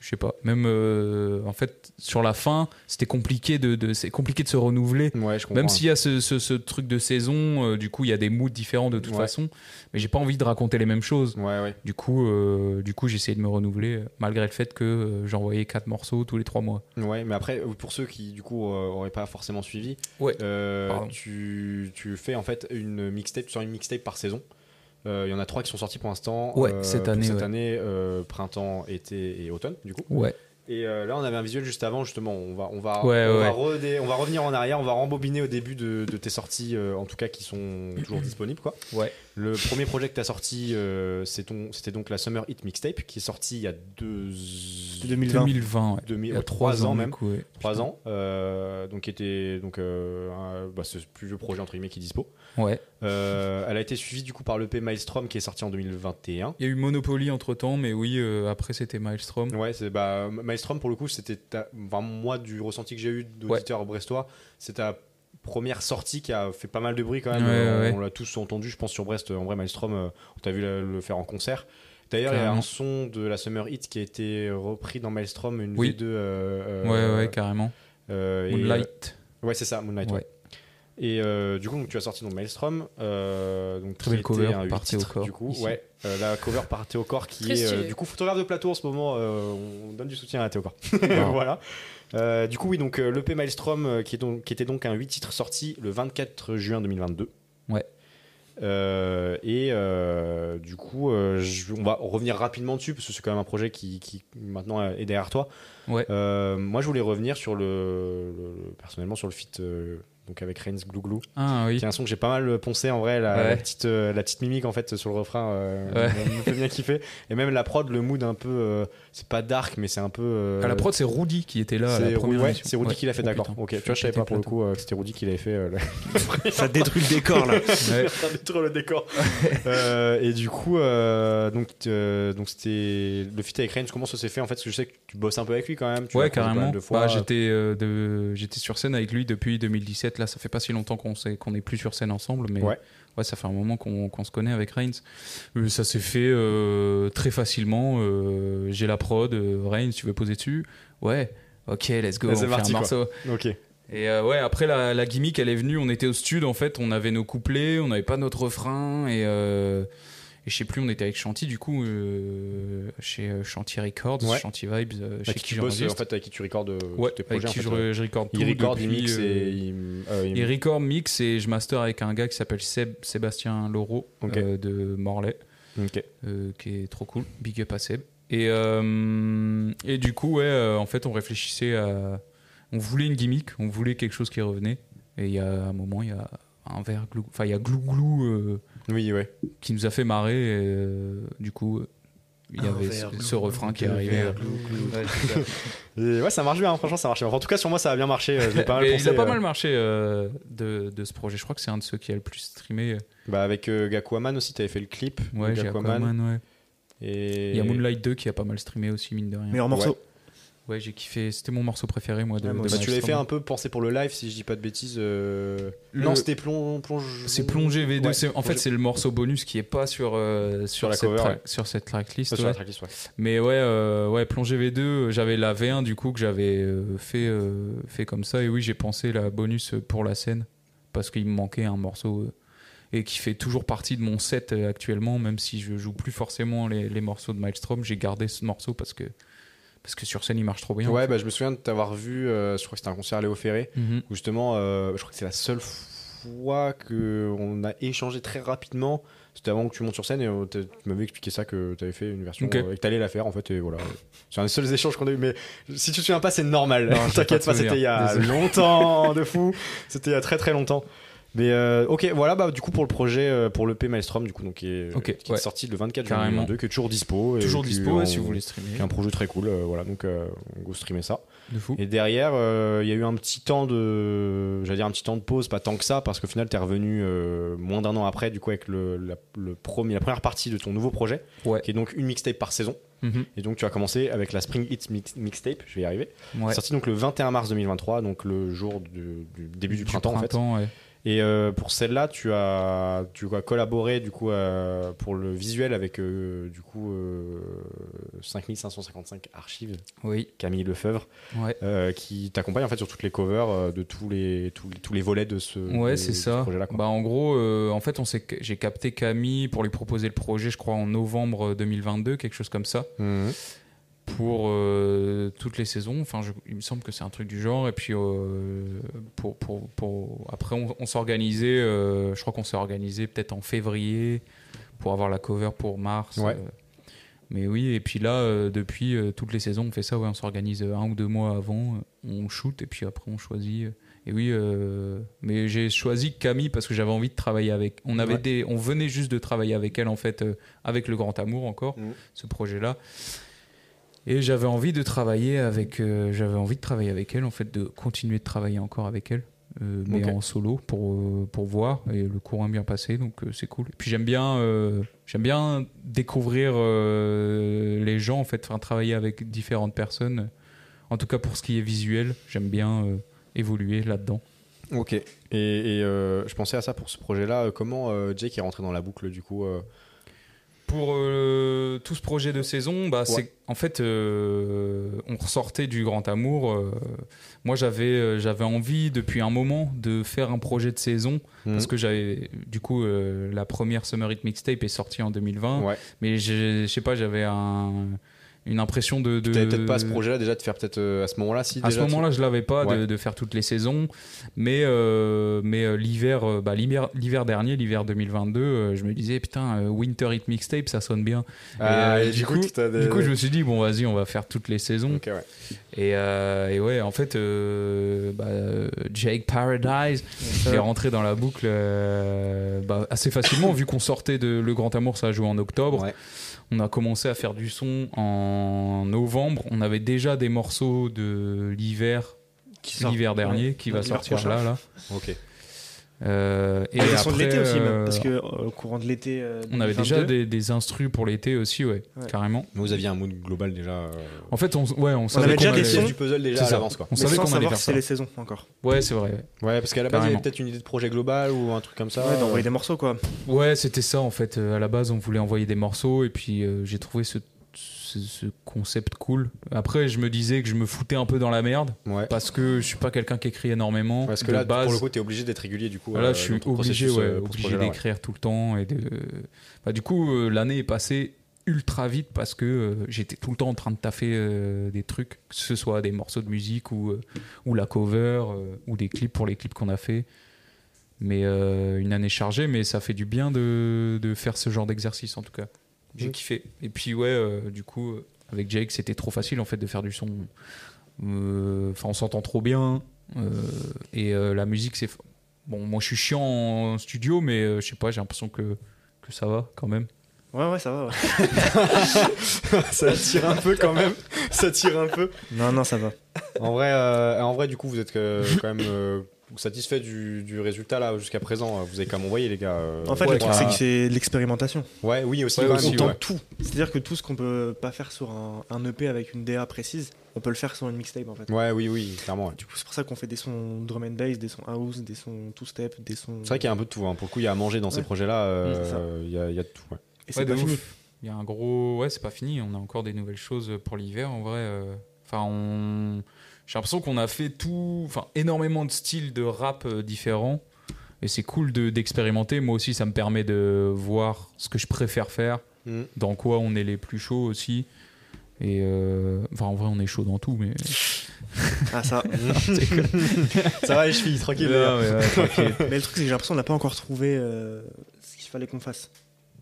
[SPEAKER 4] je sais pas, même euh, en fait sur la fin, c'était compliqué de, de- c'est compliqué de se renouveler.
[SPEAKER 1] Ouais, je comprends.
[SPEAKER 4] Même s'il y a ce, ce- ce truc de saison, euh, du coup il y a des moods différents de toute
[SPEAKER 1] Ouais.
[SPEAKER 4] façon, mais j'ai pas envie de raconter les mêmes choses.
[SPEAKER 1] hein. Ouais, ouais.
[SPEAKER 4] Du coup, euh, du coup j'ai essayé de me renouveler euh, malgré le fait que euh, j'envoyais quatre morceaux tous les trois mois.
[SPEAKER 1] Ouais, mais après, euh, pour ceux qui du coup euh, auraient pas forcément suivi,
[SPEAKER 4] Ouais.
[SPEAKER 1] euh,
[SPEAKER 4] Pardon.
[SPEAKER 1] tu, tu fais en fait une mixtape, tu sors une mixtape par saison. Euh, Il y en a trois qui sont sortis pour l'instant.
[SPEAKER 4] Ouais,
[SPEAKER 1] euh,
[SPEAKER 4] cette
[SPEAKER 1] pour
[SPEAKER 4] année,
[SPEAKER 1] Cette
[SPEAKER 4] ouais.
[SPEAKER 1] année, euh, printemps, été et automne, du coup.
[SPEAKER 4] Ouais.
[SPEAKER 1] Et euh, là, on avait un visuel juste avant, justement. On va, on va,
[SPEAKER 4] Ouais,
[SPEAKER 1] on,
[SPEAKER 4] ouais,
[SPEAKER 1] va redé- on va revenir en arrière, on va rembobiner au début de, de tes sorties, euh, en tout cas qui sont toujours disponibles. Quoi.
[SPEAKER 4] Ouais.
[SPEAKER 1] Le premier projet que tu as sorti, euh, c'est ton- c'était donc la Summer Hit Mixtape, qui est sortie il y a deux.
[SPEAKER 5] 2020.
[SPEAKER 4] 2020, ouais.
[SPEAKER 1] deux mille-
[SPEAKER 4] Il y a
[SPEAKER 1] ouais,
[SPEAKER 4] 3 ans
[SPEAKER 1] même.
[SPEAKER 4] même. Ouais.
[SPEAKER 1] 3 ans, euh, donc qui était donc euh, un- bah, ce plus vieux projet entre guillemets qui est dispo.
[SPEAKER 4] Ouais.
[SPEAKER 1] Euh, elle a été suivie du coup par l'EP Maelstrom qui est sorti en 2021.
[SPEAKER 4] Il y a eu Monopoly entre temps, mais oui, euh, après c'était Maelstrom.
[SPEAKER 1] Ouais, c'est bah Maelstrom pour le coup, c'était ta- enfin, moi du ressenti que j'ai eu d'auditeur brestois, c'est ta première sortie qui a fait pas mal de bruit quand même.
[SPEAKER 4] Ouais,
[SPEAKER 1] Euh,
[SPEAKER 4] ouais,
[SPEAKER 1] on l'a tous entendu, je pense sur Brest. En vrai, Maelstrom, euh, on t'a vu le, le faire en concert. D'ailleurs, il y a
[SPEAKER 4] Carrément.
[SPEAKER 1] un son de la Summer Hit qui a été repris dans Maelstrom, une
[SPEAKER 4] Oui.
[SPEAKER 1] V2. euh,
[SPEAKER 4] Ouais,
[SPEAKER 1] euh,
[SPEAKER 4] ouais, carrément.
[SPEAKER 1] euh, et-
[SPEAKER 4] Moonlight.
[SPEAKER 1] Ouais, c'est ça, euh, Moonlight.
[SPEAKER 4] Ouais.
[SPEAKER 1] ouais. Et euh, du coup, donc, tu as sorti donc Maelstrom. euh, donc,
[SPEAKER 4] Très
[SPEAKER 1] qui
[SPEAKER 4] belle cover,
[SPEAKER 1] était un huit
[SPEAKER 4] Partez au
[SPEAKER 1] titres,
[SPEAKER 4] corps,
[SPEAKER 1] Du coup,
[SPEAKER 4] ici.
[SPEAKER 1] ouais, euh, la cover par Théo Corps qui
[SPEAKER 2] Très
[SPEAKER 1] est euh,
[SPEAKER 2] stylé.
[SPEAKER 1] du coup photographe de plateau en ce moment. euh, on donne du soutien à Théo Corps.
[SPEAKER 4] Wow.
[SPEAKER 1] voilà. Euh, du coup, oui, donc euh, l'EP Maelstrom euh, qui, est donc, qui était donc un 8 titres sorti le 24 juin 2022.
[SPEAKER 4] Ouais.
[SPEAKER 1] Euh, et euh, du coup, euh, je- on va revenir rapidement dessus parce que c'est quand même un projet qui, qui, maintenant euh, est derrière toi.
[SPEAKER 4] Ouais.
[SPEAKER 1] Euh, moi, je voulais revenir sur le, le- personnellement sur le feat euh, donc avec Reigns Glouglou,
[SPEAKER 4] Ah oui.
[SPEAKER 1] qui est un son que j'ai pas mal poncé en vrai, la, la
[SPEAKER 4] Ouais.
[SPEAKER 1] petite euh, la petite mimique en fait sur le refrain euh,
[SPEAKER 4] Ouais.
[SPEAKER 1] me fait bien kiffer et même la prod, le mood un peu euh, c'est pas dark mais c'est un peu euh,
[SPEAKER 4] À Ah, la prod, c'est Rudy qui était là. à la
[SPEAKER 1] c'est Rudy,
[SPEAKER 4] première
[SPEAKER 1] ouais,
[SPEAKER 4] émission.
[SPEAKER 1] c'est Rudy
[SPEAKER 4] Ouais.
[SPEAKER 1] qui l'a fait,
[SPEAKER 4] Oh,
[SPEAKER 1] d'accord.
[SPEAKER 4] putain.
[SPEAKER 1] Ok, tu vois, je savais
[SPEAKER 4] péter
[SPEAKER 1] pas pour
[SPEAKER 4] le
[SPEAKER 1] le coup euh, que c'était Rudy qui l'avait fait. euh, le-
[SPEAKER 5] Ça détruit le décor là.
[SPEAKER 4] Ouais.
[SPEAKER 1] Ça détruit le décor. Euh, et du coup, euh, donc euh, donc c'était le feat avec Reigns. Comment ça s'est fait en fait Parce que je sais que tu bosses un peu avec lui quand même. Tu l'as
[SPEAKER 4] ouais,
[SPEAKER 1] croisé pas mal
[SPEAKER 4] carrément.
[SPEAKER 1] de fois.
[SPEAKER 4] Bah, j'étais euh, de- j'étais sur scène avec lui depuis 2017. Là, ça fait pas si longtemps qu'on s'est- qu'on n'est plus sur scène ensemble, mais
[SPEAKER 1] Ouais.
[SPEAKER 4] ouais, ça fait un moment qu'on qu'on se connaît avec Reigns. Euh, ça s'est fait euh, très facilement. euh, J'ai la prod, euh, Reigns, tu veux poser dessus Ouais, ok, let's go,
[SPEAKER 1] Là,
[SPEAKER 4] on
[SPEAKER 1] c'est
[SPEAKER 4] fait
[SPEAKER 1] parti, quoi.
[SPEAKER 4] un morceau.
[SPEAKER 1] Ok.
[SPEAKER 4] Et euh, ouais, après la, la gimmick, elle est venue. On était au stud, en fait, on avait nos couplets, on n'avait pas notre refrain. Et, euh, et je sais plus, on était avec Chanty, du coup, euh, chez euh, Chanty Records,
[SPEAKER 1] Ouais.
[SPEAKER 4] Chanty Vibes, euh, chez
[SPEAKER 1] Avec Bah, qui
[SPEAKER 4] qui
[SPEAKER 1] tu bosses, en
[SPEAKER 4] j'enregistre.
[SPEAKER 1] fait, avec qui tu recordes euh,
[SPEAKER 4] Ouais,
[SPEAKER 1] tous tes
[SPEAKER 4] avec
[SPEAKER 1] projets. en
[SPEAKER 4] qui
[SPEAKER 1] fait,
[SPEAKER 4] je,
[SPEAKER 1] euh,
[SPEAKER 4] je recorde tout.
[SPEAKER 1] il recorde,
[SPEAKER 4] depuis,
[SPEAKER 1] il mixe et
[SPEAKER 4] euh,
[SPEAKER 1] il, euh, il-
[SPEAKER 4] il record, mixe et je master avec un gars qui s'appelle Seb, Sébastien Laureau
[SPEAKER 1] Ok.
[SPEAKER 4] euh, de Morlaix,
[SPEAKER 1] Ok.
[SPEAKER 4] euh, qui est trop cool. Big up à Seb. Et, euh, et du coup, ouais, euh, en fait, on réfléchissait à. On voulait une gimmick, on voulait quelque chose qui revenait. Et il y a un moment, il y a un verre glou. Enfin, il y a glou glou euh,
[SPEAKER 1] Oui, ouais.
[SPEAKER 4] qui nous a fait marrer. et, euh, du coup, il y
[SPEAKER 5] Un
[SPEAKER 4] avait ce,
[SPEAKER 5] verre
[SPEAKER 4] ce
[SPEAKER 5] glou
[SPEAKER 4] refrain qui est
[SPEAKER 5] glou,
[SPEAKER 4] arrivé.
[SPEAKER 5] verre glou glou.
[SPEAKER 4] Ouais, c'est ça.
[SPEAKER 1] Et ouais, ça marche bien, hein, franchement, ça marche bien. Enfin, en tout cas, sur moi, ça a bien marché. euh, Je l'ai pas mal
[SPEAKER 4] Mais
[SPEAKER 1] pensé,
[SPEAKER 4] il a pas
[SPEAKER 1] euh,
[SPEAKER 4] mal marché euh, de, de ce projet. Je crois que c'est un de ceux qui a le plus streamé.
[SPEAKER 1] Bah, avec euh, Gakuaman aussi, t'avais fait le clip.
[SPEAKER 4] Ouais,
[SPEAKER 1] de
[SPEAKER 4] j'ai
[SPEAKER 1] Gakuaman.
[SPEAKER 4] Aquaman, ouais.
[SPEAKER 1] Et...
[SPEAKER 4] Il y a Moonlight 2 qui a pas mal streamé aussi, mine de rien.
[SPEAKER 5] Meilleur morceau.
[SPEAKER 4] Ouais, j'ai kiffé. C'était mon morceau préféré, moi, de,
[SPEAKER 5] Ouais, moi
[SPEAKER 4] de
[SPEAKER 1] Bah, tu l'avais
[SPEAKER 4] Maelstrom.
[SPEAKER 1] fait un peu penser pour le live, si je dis pas de bêtises. euh,
[SPEAKER 4] Le-
[SPEAKER 1] Non, c'était plonge... plonge-
[SPEAKER 4] C'est Plongé V2.
[SPEAKER 1] Ouais,
[SPEAKER 4] c'est- en
[SPEAKER 1] Plongé-
[SPEAKER 4] fait, c'est le morceau bonus qui est pas sur, euh, sur,
[SPEAKER 1] la
[SPEAKER 4] cette,
[SPEAKER 1] cover,
[SPEAKER 4] tra-
[SPEAKER 1] ouais.
[SPEAKER 4] sur cette tracklist.
[SPEAKER 1] Ah, sur la
[SPEAKER 4] ouais.
[SPEAKER 1] tracklist, ouais.
[SPEAKER 4] Mais ouais, euh, ouais, Plongé V2, euh, j'avais la V1 du coup que j'avais euh, fait, euh, fait comme ça. Et oui, j'ai pensé la bonus pour la scène parce qu'il me manquait un morceau euh, et qui fait toujours partie de mon set euh, actuellement, même si je joue plus forcément les, les morceaux de Maelstrom. J'ai gardé ce morceau parce que, parce que sur scène il marche trop bien.
[SPEAKER 1] Ouais, bah, je me souviens de t'avoir vu, euh, je crois que c'était un concert à Léo Ferré,
[SPEAKER 4] Mhm.
[SPEAKER 1] où justement, euh, je crois que c'est la seule fois qu'on a échangé très rapidement. C'était avant que tu montes sur scène et euh, t'as- tu m'avais expliqué ça que tu avais fait une version
[SPEAKER 4] Ok.
[SPEAKER 1] euh, et que t'allais la faire en fait et voilà. C'est un des seuls échanges qu'on a eu mais si tu te souviens pas c'est normal.
[SPEAKER 4] Non, j'ai
[SPEAKER 1] T'inquiète pas,
[SPEAKER 4] pas de
[SPEAKER 1] c'était il y a
[SPEAKER 4] souvenir.
[SPEAKER 1] longtemps de fou. C'était il y a très très longtemps. Mais euh, ok voilà bah du coup pour le projet euh, pour l'EP Maelstrom du coup donc qui est,
[SPEAKER 4] Ok,
[SPEAKER 1] qui est
[SPEAKER 4] ouais.
[SPEAKER 1] sorti le 24 juin
[SPEAKER 4] Carrément.
[SPEAKER 1] 2022 qui est toujours dispo et
[SPEAKER 4] Toujours
[SPEAKER 1] qui,
[SPEAKER 4] dispo ouais,
[SPEAKER 1] on-
[SPEAKER 4] si vous voulez streamer.
[SPEAKER 1] qui est un projet très cool euh, voilà donc euh, go streamer ça.
[SPEAKER 4] De fou.
[SPEAKER 1] Et derrière, euh, il y a eu un petit temps de, j'allais dire un petit temps de pause, pas tant que ça, parce qu'au final, t'es revenu euh, moins d'un an après, du coup, avec le, la, le premier, la première partie de ton nouveau projet,
[SPEAKER 4] Ouais.
[SPEAKER 1] qui est donc une mixtape par saison.
[SPEAKER 4] Mhm.
[SPEAKER 1] Et donc, tu as commencé avec la Spring Hit mix- mixtape, je vais y arriver,
[SPEAKER 4] Ouais.
[SPEAKER 1] sortie donc le 21 mars 2023, donc le jour du, du début du, printemps, en
[SPEAKER 4] printemps, ouais.
[SPEAKER 1] fait. Et euh, pour celle-là, tu as, tu as collaboré du coup euh, pour le visuel avec euh, du coup euh, 5555 archives,
[SPEAKER 4] Oui.
[SPEAKER 1] Camille Lefebvre
[SPEAKER 4] Ouais.
[SPEAKER 1] euh, qui t'accompagne en fait sur toutes les covers euh, de tous les, tous, les- tous les volets de ce, de-
[SPEAKER 4] Ouais, c'est
[SPEAKER 1] de
[SPEAKER 4] ça.
[SPEAKER 1] ce projet-là. quoi.
[SPEAKER 4] Bah, en gros, euh, en fait, on s'est- j'ai capté Camille pour lui proposer le projet, je crois, en novembre euh, 2022, quelque chose comme ça,
[SPEAKER 1] Mhm.
[SPEAKER 4] pour euh, toutes les saisons. Enfin, je- il me semble que c'est un truc du genre. Et puis, euh, pour, pour, pour- après, on, on s'organisait, euh, je crois qu'on s'est organisé peut-être en février pour avoir la cover pour mars.
[SPEAKER 1] Ouais.
[SPEAKER 4] euh, Mais oui, et puis là, euh, depuis euh, toutes les saisons, on fait ça, ouais, on s'organise euh, un ou deux mois avant, euh, on shoot, et puis après on choisit. euh. Et oui, euh, mais j'ai choisi Camille parce que j'avais envie de travailler avec. On, avait
[SPEAKER 1] Ouais.
[SPEAKER 4] des, on venait juste de travailler avec elle, en fait, euh, avec le Grand Amour encore,
[SPEAKER 1] Mhm.
[SPEAKER 4] ce projet-là. Et j'avais envie de travailler avec, euh, j'avais envie de travailler avec elle, en fait, de continuer de travailler encore avec elle, euh, mais
[SPEAKER 1] Ok.
[SPEAKER 4] en solo pour euh, pour voir. Et le courant est bien passé, donc euh, c'est cool. Et puis j'aime bien, euh, j'aime bien découvrir euh, les gens, en fait, enfin, travailler avec différentes personnes. En tout cas pour ce qui est visuel, j'aime bien euh, évoluer là-dedans.
[SPEAKER 1] Ok. Et, et, euh, je pensais à ça pour ce projet-là. Euh, Comment euh, Jake est rentré dans la boucle du coup euh,
[SPEAKER 4] Pour euh, tout ce projet de saison, bah, c'est en fait, euh, on ressortait du Grand Amour. euh, moi, j'avais euh, j'avais envie depuis un moment de faire un projet de saison
[SPEAKER 1] Mhm.
[SPEAKER 4] parce que j'avais du coup euh, la première Summer Hit mixtape est sortie en 2020,
[SPEAKER 1] Ouais.
[SPEAKER 4] mais j'ai- je sais pas, j'avais un- une impression de, de
[SPEAKER 1] T'avais peut-être pas à ce projet-là déjà de faire peut-être euh, à ce moment-là si.
[SPEAKER 4] Euh, à ce
[SPEAKER 1] déjà, tu-
[SPEAKER 4] moment-là, je l'avais pas de,
[SPEAKER 1] Ouais.
[SPEAKER 4] de faire toutes les saisons, mais euh, mais euh, l'hiver, euh, bah, l'hiver, l'hiver dernier, l'hiver 2022, euh, je me disais putain, euh, Winter Hit Mixtape, ça sonne bien.
[SPEAKER 1] Ah,
[SPEAKER 4] Et, euh,
[SPEAKER 1] et
[SPEAKER 4] du coup-
[SPEAKER 1] t'as des-
[SPEAKER 4] Du coup, je me suis dit bon, vas-y, on va faire toutes les saisons.
[SPEAKER 1] Ok, ouais.
[SPEAKER 4] Et, euh, et ouais, en fait, euh, bah, euh, Jake Paradise, il est rentré dans la boucle euh, bah, assez facilement, vu qu'on sortait de Le Grand Amour, ça a joué en octobre.
[SPEAKER 1] Ouais.
[SPEAKER 4] On a commencé à faire du son en novembre. On avait déjà des morceaux de l'hiver,
[SPEAKER 5] Qui sort.
[SPEAKER 4] l'hiver dernier,
[SPEAKER 5] Ouais.
[SPEAKER 4] qui va
[SPEAKER 5] L'hiver
[SPEAKER 4] sortir
[SPEAKER 5] prochain.
[SPEAKER 4] là. là.
[SPEAKER 1] Ok.
[SPEAKER 4] Euh, et
[SPEAKER 5] Et les sons de
[SPEAKER 4] après,
[SPEAKER 5] l'été aussi,
[SPEAKER 4] euh,
[SPEAKER 5] même, parce que euh, au courant de l'été. euh,
[SPEAKER 4] On avait déjà
[SPEAKER 5] 2022,
[SPEAKER 4] des, des instrus pour l'été aussi, ouais,
[SPEAKER 5] Ouais.
[SPEAKER 4] carrément.
[SPEAKER 1] Mais vous aviez un mood global déjà. euh,
[SPEAKER 4] En fait, on, ouais, on, savait
[SPEAKER 5] avait
[SPEAKER 4] qu'on
[SPEAKER 5] déjà des
[SPEAKER 4] allait-
[SPEAKER 5] sons.
[SPEAKER 1] du puzzle déjà
[SPEAKER 4] C'est
[SPEAKER 1] à
[SPEAKER 4] ça.
[SPEAKER 1] l'avance quoi.
[SPEAKER 4] On
[SPEAKER 5] mais
[SPEAKER 4] savait
[SPEAKER 5] sans
[SPEAKER 4] qu'on allait
[SPEAKER 5] savoir
[SPEAKER 4] faire
[SPEAKER 5] si c'est
[SPEAKER 4] ça.
[SPEAKER 5] les saisons encore.
[SPEAKER 4] Ouais, c'est vrai.
[SPEAKER 1] Ouais, parce qu'à la base il y
[SPEAKER 4] Carrément.
[SPEAKER 1] avait peut-être une idée de projet global ou un truc comme ça.
[SPEAKER 5] Ouais, d'envoyer
[SPEAKER 1] euh,
[SPEAKER 5] des morceaux quoi.
[SPEAKER 4] Ouais, c'était ça en fait. Euh, À la base, on voulait envoyer des morceaux et puis euh, j'ai trouvé ce, ce- ce concept cool. Après, je me disais que je me foutais un peu dans la merde
[SPEAKER 1] Ouais.
[SPEAKER 4] parce que je suis pas quelqu'un qui écrit énormément.
[SPEAKER 1] Parce que
[SPEAKER 4] de
[SPEAKER 1] là,
[SPEAKER 4] base.
[SPEAKER 1] pour le coup, t'es obligé d'être régulier du coup.
[SPEAKER 4] Là,
[SPEAKER 1] euh,
[SPEAKER 4] je suis
[SPEAKER 1] dans ton
[SPEAKER 4] obligé,
[SPEAKER 1] processus,
[SPEAKER 4] ouais,
[SPEAKER 1] euh, pour ce
[SPEAKER 4] obligé
[SPEAKER 1] projet-là, ouais.
[SPEAKER 4] d'écrire tout le temps. Et de... Bah, du coup, euh, l'année est passée ultra vite parce que euh, j'étais tout le temps en train de taffer euh, des trucs, que ce soit des morceaux de musique ou, euh, ou la cover euh, ou des clips pour les clips qu'on a fait. Mais euh, une année chargée, mais ça fait du bien de, de faire ce genre d'exercice en tout cas. J'ai
[SPEAKER 1] Mhm.
[SPEAKER 4] kiffé. Et puis, ouais, euh, du coup, euh, avec Jake, c'était trop facile en fait de faire du son. Euh, Enfin, on s'entend trop bien. Euh, et euh, la musique, c'est. Bon, moi je suis chiant en studio, mais euh, je sais pas, j'ai l'impression que, que ça va quand même.
[SPEAKER 5] Ouais, ouais, ça va. ouais.
[SPEAKER 1] ça tire un peu quand même. Ça tire un peu.
[SPEAKER 5] non, non, ça va.
[SPEAKER 1] En vrai, euh, en vrai, du coup, vous êtes euh, quand même euh, satisfait du, du résultat là jusqu'à présent. Vous avez quand même envoyé les gars. euh,
[SPEAKER 5] En fait,
[SPEAKER 1] trois-
[SPEAKER 5] le truc, c'est que c'est l'expérimentation.
[SPEAKER 1] Ouais, oui aussi.
[SPEAKER 4] Ouais,
[SPEAKER 1] quand même,
[SPEAKER 4] aussi,
[SPEAKER 5] on
[SPEAKER 1] ouais.
[SPEAKER 5] tente tout. C'est-à-dire que tout ce qu'on peut pas faire sur un, un EP avec une DA précise, on peut le faire sur une mixtape en fait.
[SPEAKER 1] Ouais, oui, oui, clairement. ouais.
[SPEAKER 5] Du coup, c'est pour ça qu'on fait des sons drum and bass, des sons house, des sons two-step, des sons.
[SPEAKER 1] C'est vrai qu'il y a un peu de tout. hein. Pour le coup, il y a à manger dans ces
[SPEAKER 5] Ouais.
[SPEAKER 1] projets-là.
[SPEAKER 5] Mmh, c'est ça.
[SPEAKER 1] euh, Il y, a- il y a de tout. ouais.
[SPEAKER 5] Et c'est
[SPEAKER 4] Ouais, de
[SPEAKER 5] pas fini.
[SPEAKER 4] ouf. Il y a un gros. Ouais, c'est pas fini. On a encore des nouvelles choses pour l'hiver en vrai. euh. Enfin, on. J'ai l'impression qu'on a fait tout. Enfin, énormément de styles de rap euh, différents. Et c'est cool de- d'expérimenter. Moi aussi, ça me permet de voir ce que je préfère faire,
[SPEAKER 5] Mm.
[SPEAKER 1] Mhm.
[SPEAKER 4] dans quoi on est les plus chauds aussi. Et euh, enfin, en vrai, on est chaud dans tout, mais.
[SPEAKER 5] Ah, ça.
[SPEAKER 1] Ça va les chevilles, tranquille. les gars.
[SPEAKER 4] Non, mais ouais, tranquille.
[SPEAKER 5] Mais le truc, c'est que j'ai l'impression qu'on n'a pas encore trouvé euh, ce qu'il fallait qu'on fasse.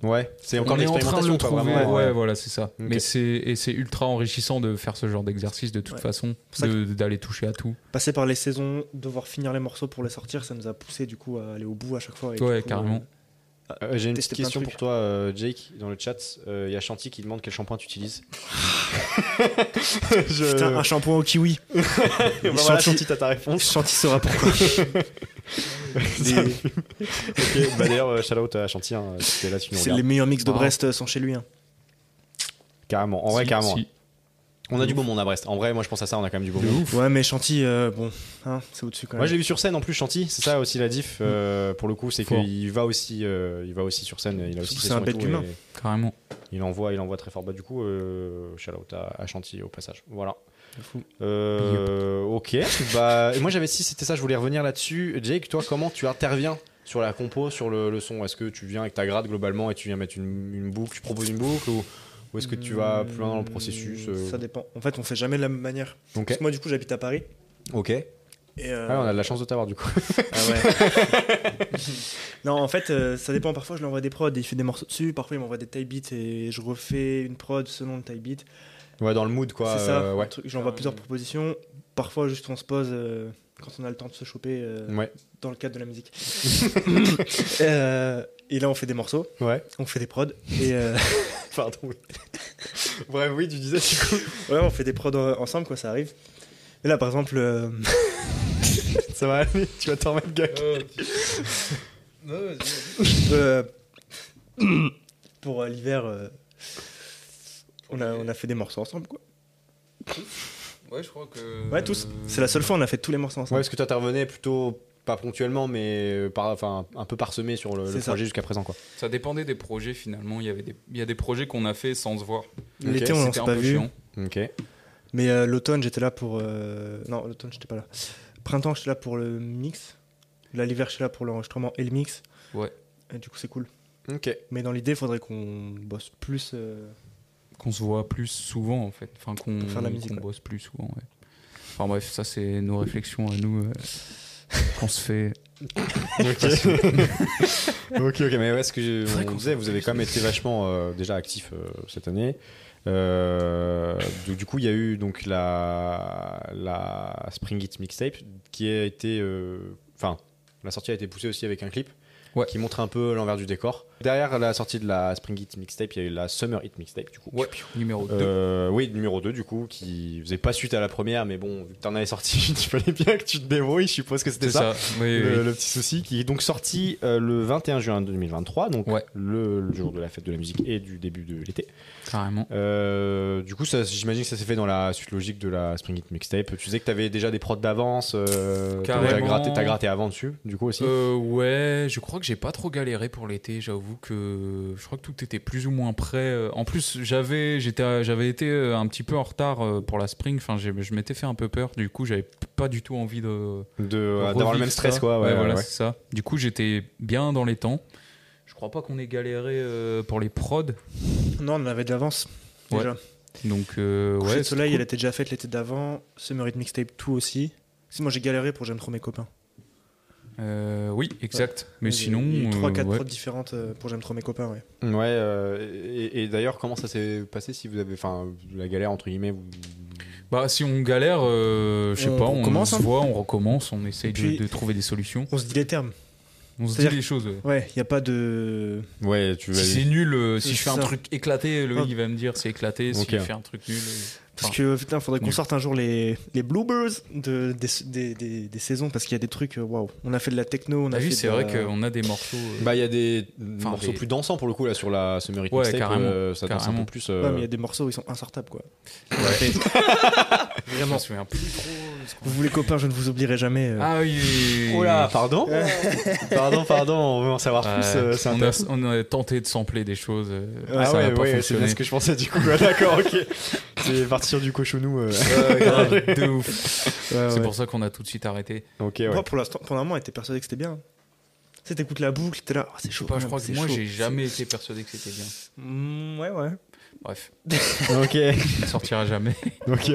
[SPEAKER 1] Ouais, c'est encore
[SPEAKER 4] on est en train de
[SPEAKER 1] l'expérimentation.
[SPEAKER 4] le
[SPEAKER 1] quoi,
[SPEAKER 4] trouver.
[SPEAKER 1] vraiment, euh,
[SPEAKER 4] ouais,
[SPEAKER 1] ouais.
[SPEAKER 4] voilà, c'est ça. Mais
[SPEAKER 1] Ok.
[SPEAKER 4] c'est et c'est ultra enrichissant de faire ce genre d'exercice de toute
[SPEAKER 5] Ouais.
[SPEAKER 4] façon,
[SPEAKER 5] pour ça
[SPEAKER 4] de- d'aller toucher à tout.
[SPEAKER 5] Passer par les saisons, devoir finir les morceaux pour les sortir, ça nous a poussé du coup à aller au bout à chaque fois. et du
[SPEAKER 4] Ouais,
[SPEAKER 5] coup,
[SPEAKER 4] carrément.
[SPEAKER 1] Euh, J'ai une petite
[SPEAKER 5] Tester plein de
[SPEAKER 1] question
[SPEAKER 5] trucs.
[SPEAKER 1] pour toi, euh, Jake, dans le chat. Euh, Il y a Chanty qui demande quel shampoing tu utilises.
[SPEAKER 5] euh,
[SPEAKER 1] Je-
[SPEAKER 5] Putain, un shampoing au kiwi.
[SPEAKER 1] Bah
[SPEAKER 5] Chanty-
[SPEAKER 1] voilà, Chanty, t'as ta réponse.
[SPEAKER 5] Chanty saura pourquoi. Des-
[SPEAKER 1] Ok, bah d'ailleurs, euh, shout out à Chanty, hein, si t'es là, tu nous
[SPEAKER 5] c'est
[SPEAKER 1] regardes.
[SPEAKER 5] les meilleurs
[SPEAKER 1] Ah.
[SPEAKER 5] mix de
[SPEAKER 4] Wow.
[SPEAKER 5] Brest euh, sont chez lui. hein.
[SPEAKER 1] Carrément, en vrai,
[SPEAKER 4] Si,
[SPEAKER 1] carrément.
[SPEAKER 4] si.
[SPEAKER 1] On a du beau monde à Brest. En vrai, moi, je pense à ça, on a quand même du beau
[SPEAKER 4] De
[SPEAKER 1] monde.
[SPEAKER 4] ouf.
[SPEAKER 5] Ouais, mais Chanty, euh, bon, hein, c'est au-dessus quand
[SPEAKER 1] Moi,
[SPEAKER 5] même.
[SPEAKER 1] je l'ai vu sur scène en plus, Chanty. C'est ça aussi la diff. euh, pour le coup, c'est
[SPEAKER 4] Fort.
[SPEAKER 1] qu'il va aussi, euh, il va aussi sur scène. Il a aussi
[SPEAKER 5] Surtout,
[SPEAKER 1] ses
[SPEAKER 5] c'est un
[SPEAKER 1] sons et
[SPEAKER 5] bête
[SPEAKER 1] tout,
[SPEAKER 5] d'humain.
[SPEAKER 1] et
[SPEAKER 4] Carrément.
[SPEAKER 1] Il envoie, il envoie très fort. Bah du coup, euh, shout out à, à Chanty au passage. Voilà.
[SPEAKER 5] De fou.
[SPEAKER 1] Euh, ok. Bah, et moi j'avais si c'était ça, je voulais revenir là-dessus. Jake, toi, comment tu interviens sur la compo, sur le, le son Est-ce que tu viens avec ta grade globalement et tu viens mettre une, une boucle, tu proposes une boucle ou, ou est-ce que tu vas plus loin dans le processus euh
[SPEAKER 5] Ça dépend. En fait, on fait jamais de la même manière.
[SPEAKER 1] Ok.
[SPEAKER 5] Parce que moi, du coup, j'habite à Paris.
[SPEAKER 1] Ok.
[SPEAKER 5] Et, euh,
[SPEAKER 1] Ah, on a de la chance de t'avoir du coup.
[SPEAKER 5] ah ouais. non, en fait, euh, ça dépend. Parfois, je lui envoie des prods et il fait des morceaux dessus. Parfois, il m'envoie des type beats et je refais une prod selon le type beat.
[SPEAKER 1] Ouais, dans le mood quoi.
[SPEAKER 5] C'est ça.
[SPEAKER 1] euh,
[SPEAKER 5] le
[SPEAKER 1] ouais.
[SPEAKER 5] truc. Je lui envoie plusieurs propositions. Parfois, juste on se pose euh, quand on a le temps de se choper euh,
[SPEAKER 1] Ouais,
[SPEAKER 5] dans le cadre de la musique. Euh, et là, on fait des morceaux,
[SPEAKER 1] ouais.
[SPEAKER 5] on fait des prods. Et euh,
[SPEAKER 1] Pardon. oui. Bref, oui, tu disais du coup.
[SPEAKER 5] ouais, on fait des prods en- ensemble, quoi, ça arrive. Et là, par exemple. euh,
[SPEAKER 1] Ça va aller, tu vas t'en remettre, gars.
[SPEAKER 5] Euh, pour euh, l'hiver, euh, on, a, on a fait des morceaux ensemble. Quoi.
[SPEAKER 4] Ouais, je crois que.
[SPEAKER 5] Ouais, tous. C'est la seule fois on a fait tous les morceaux
[SPEAKER 1] Ouais,
[SPEAKER 5] ensemble.
[SPEAKER 1] parce que tu intervenais plutôt pas ponctuellement, mais euh, par, enfin, un peu parsemé sur le, le
[SPEAKER 5] C'est ça.
[SPEAKER 1] projet jusqu'à présent. Quoi.
[SPEAKER 4] Ça dépendait des projets finalement. Il y avait des, il y a des projets qu'on a fait sans se voir.
[SPEAKER 5] L'été, on
[SPEAKER 4] C'était
[SPEAKER 5] s'est
[SPEAKER 4] un
[SPEAKER 5] pas
[SPEAKER 4] peu
[SPEAKER 5] vu.
[SPEAKER 4] chiant.
[SPEAKER 1] Ok.
[SPEAKER 5] Mais euh, l'automne, j'étais là pour. euh, Non, l'automne, j'étais pas là. Printemps, j'étais là pour le mix. Là, l'hiver, j'étais là pour l'enregistrement et le mix.
[SPEAKER 4] Ouais.
[SPEAKER 5] Et du coup, c'est cool.
[SPEAKER 1] Ok.
[SPEAKER 5] Mais dans l'idée, il faudrait qu'on bosse plus. euh,
[SPEAKER 4] Qu'on se voit plus souvent en fait. Enfin, qu'on
[SPEAKER 5] Pour faire de la musique,
[SPEAKER 4] qu'on
[SPEAKER 5] ouais.
[SPEAKER 4] bosse plus souvent. ouais. Enfin bref, ça c'est nos réflexions à nous euh, qu'on se fait.
[SPEAKER 1] ok, ok, mais ouais, ce que je-
[SPEAKER 4] Faudrait
[SPEAKER 1] on
[SPEAKER 4] qu'on
[SPEAKER 1] disait, vous avez quand même été vachement euh, déjà actif cette année. Euh, du, du coup, il y a eu donc la, la Spring It mixtape qui a été, euh, enfin, la sortie a été poussée aussi avec un clip
[SPEAKER 4] Ouais.
[SPEAKER 1] qui montre un peu l'envers du décor. Derrière la sortie de la Spring It mixtape, il y a eu la Summer It mixtape du coup.
[SPEAKER 4] Ouais, numéro 2.
[SPEAKER 1] Euh, oui, numéro 2 du coup, qui faisait pas suite à la première, mais bon, vu que t'en avais sorti, il fallait bien que tu te débrouilles, je suppose que c'était
[SPEAKER 4] c'est
[SPEAKER 1] ça
[SPEAKER 4] ça. Oui,
[SPEAKER 1] le,
[SPEAKER 4] oui.
[SPEAKER 1] le petit souci qui est donc sorti euh, le 21 juin 2023, donc
[SPEAKER 4] Ouais.
[SPEAKER 1] le, le jour de la fête de la musique et du début de l'été.
[SPEAKER 4] Carrément.
[SPEAKER 1] Euh, du coup, ça, j'imagine que ça s'est fait dans la suite logique de la Spring It mixtape. Tu disais que tu avais déjà des prods d'avance, euh, t'as déjà
[SPEAKER 4] Carrément.
[SPEAKER 1] gratté, t'as gratté avant dessus, du coup aussi.
[SPEAKER 4] Euh, ouais, je crois que j'ai pas trop galéré pour l'été. J'avoue que je crois que tout était plus ou moins prêt. Euh, En plus, j'avais j'étais j'avais été euh, un petit peu en retard euh, pour la spring. Enfin, j'ai- je m'étais fait un peu peur. Du coup, j'avais p- pas du tout envie de
[SPEAKER 1] de
[SPEAKER 4] de
[SPEAKER 1] euh,
[SPEAKER 4] revivre
[SPEAKER 1] D'avoir le même stress,
[SPEAKER 4] ça.
[SPEAKER 1] quoi. Ouais,
[SPEAKER 4] voilà,
[SPEAKER 1] ouais.
[SPEAKER 4] c'est ça. Du coup, j'étais bien dans les temps. Je crois pas qu'on ait galéré euh, pour les prods.
[SPEAKER 5] Non, on en avait de l'avance.
[SPEAKER 4] Ouais.
[SPEAKER 5] Déjà.
[SPEAKER 4] Donc euh,
[SPEAKER 5] Coucher
[SPEAKER 4] ouais,
[SPEAKER 5] de
[SPEAKER 4] c'est
[SPEAKER 5] soleil,
[SPEAKER 4] cool.
[SPEAKER 5] elle était déjà faite l'été d'avant. Summer It Mixtape, tout aussi. Si moi j'ai galéré pour J'aime trop mes copains.
[SPEAKER 4] Euh, oui, exact. Mais
[SPEAKER 5] Il y a-
[SPEAKER 4] sinon,
[SPEAKER 5] il y a eu trois,
[SPEAKER 4] euh,
[SPEAKER 5] quatre
[SPEAKER 4] ouais.
[SPEAKER 5] prods différentes euh, pour J'aime trop mes copains, ouais.
[SPEAKER 1] Ouais, euh, et, et d'ailleurs, comment ça s'est passé si vous avez. Enfin, la galère, entre guillemets. vous-
[SPEAKER 4] Bah, si on galère, euh, je sais
[SPEAKER 5] On
[SPEAKER 4] pas, on,
[SPEAKER 5] recommence,
[SPEAKER 4] se
[SPEAKER 5] hein.
[SPEAKER 4] voit, on recommence, on essaye de-
[SPEAKER 5] Puis-
[SPEAKER 4] de, trouver des solutions.
[SPEAKER 5] On se dit les termes.
[SPEAKER 4] On se dit
[SPEAKER 5] C'est-à-dire-
[SPEAKER 4] les choses. ouais.
[SPEAKER 5] Ouais, il n'y a pas de.
[SPEAKER 1] Ouais, tu vas.
[SPEAKER 4] Si c'est nul, euh, si
[SPEAKER 5] C'est
[SPEAKER 4] je fais un
[SPEAKER 5] ça.
[SPEAKER 4] truc éclaté, le
[SPEAKER 5] Ah.
[SPEAKER 4] il va me dire c'est éclaté. Si
[SPEAKER 1] Ok.
[SPEAKER 4] je fais un truc nul. euh,
[SPEAKER 5] Parce
[SPEAKER 4] Enfin,
[SPEAKER 5] que putain, faudrait qu'on
[SPEAKER 4] du-
[SPEAKER 5] sorte un jour les, les bloopers de, des, des, des, des saisons parce qu'il y a des trucs, euh, waouh. On a fait de la techno, on a
[SPEAKER 4] T'as
[SPEAKER 5] fait.
[SPEAKER 4] vu,
[SPEAKER 5] de
[SPEAKER 4] Ah c'est
[SPEAKER 5] la-
[SPEAKER 4] vrai qu'on a des morceaux. euh,
[SPEAKER 1] Bah, il y a des
[SPEAKER 4] Enfin,
[SPEAKER 1] morceaux
[SPEAKER 4] des-
[SPEAKER 1] plus dansants pour le coup, là, sur la Summer It
[SPEAKER 4] Ouais,
[SPEAKER 1] mixtape.
[SPEAKER 4] carrément,
[SPEAKER 1] euh, ça danse un
[SPEAKER 4] carrément.
[SPEAKER 1] peu plus.
[SPEAKER 5] Ouais,
[SPEAKER 1] euh,
[SPEAKER 5] mais il y a des morceaux, ils sont insortables quoi.
[SPEAKER 4] je me souviens plus trop. de ce qu'on-
[SPEAKER 5] Vous voulez copains, je ne vous oublierai jamais. euh.
[SPEAKER 4] Ah oui, oui. oui,
[SPEAKER 1] Oh là,
[SPEAKER 4] oui.
[SPEAKER 1] pardon Pardon, pardon, on veut en savoir
[SPEAKER 4] Ouais,
[SPEAKER 1] plus. euh, c'est
[SPEAKER 4] on,
[SPEAKER 1] intéressant.
[SPEAKER 4] a, on a tenté de sampler des choses. euh,
[SPEAKER 1] Ah
[SPEAKER 4] ça
[SPEAKER 1] ouais,
[SPEAKER 4] n'a pas
[SPEAKER 1] ouais, c'est bien
[SPEAKER 4] fonctionné.
[SPEAKER 1] ce que je pensais du coup. Ouais, D'accord, ok. C'est partir du cochonou. euh.
[SPEAKER 4] De ouf. C'est
[SPEAKER 1] Ah ouais.
[SPEAKER 4] pour ça qu'on a tout de suite arrêté.
[SPEAKER 1] Ok, ouais.
[SPEAKER 5] Moi, pour l'instant, pendant un moment, j'étais persuadé que c'était bien. hein. Tu sais, t'écoutes la boucle, t'es là, oh, c'est
[SPEAKER 4] Je sais
[SPEAKER 5] chaud.
[SPEAKER 4] pas, je
[SPEAKER 5] quand
[SPEAKER 4] crois
[SPEAKER 5] même,
[SPEAKER 4] que
[SPEAKER 5] c'est
[SPEAKER 4] moi
[SPEAKER 5] chaud.
[SPEAKER 4] j'ai jamais été persuadé que c'était bien.
[SPEAKER 5] Mm, ouais, ouais.
[SPEAKER 4] Bref,
[SPEAKER 1] Ok,
[SPEAKER 4] il sortira jamais.
[SPEAKER 1] ok.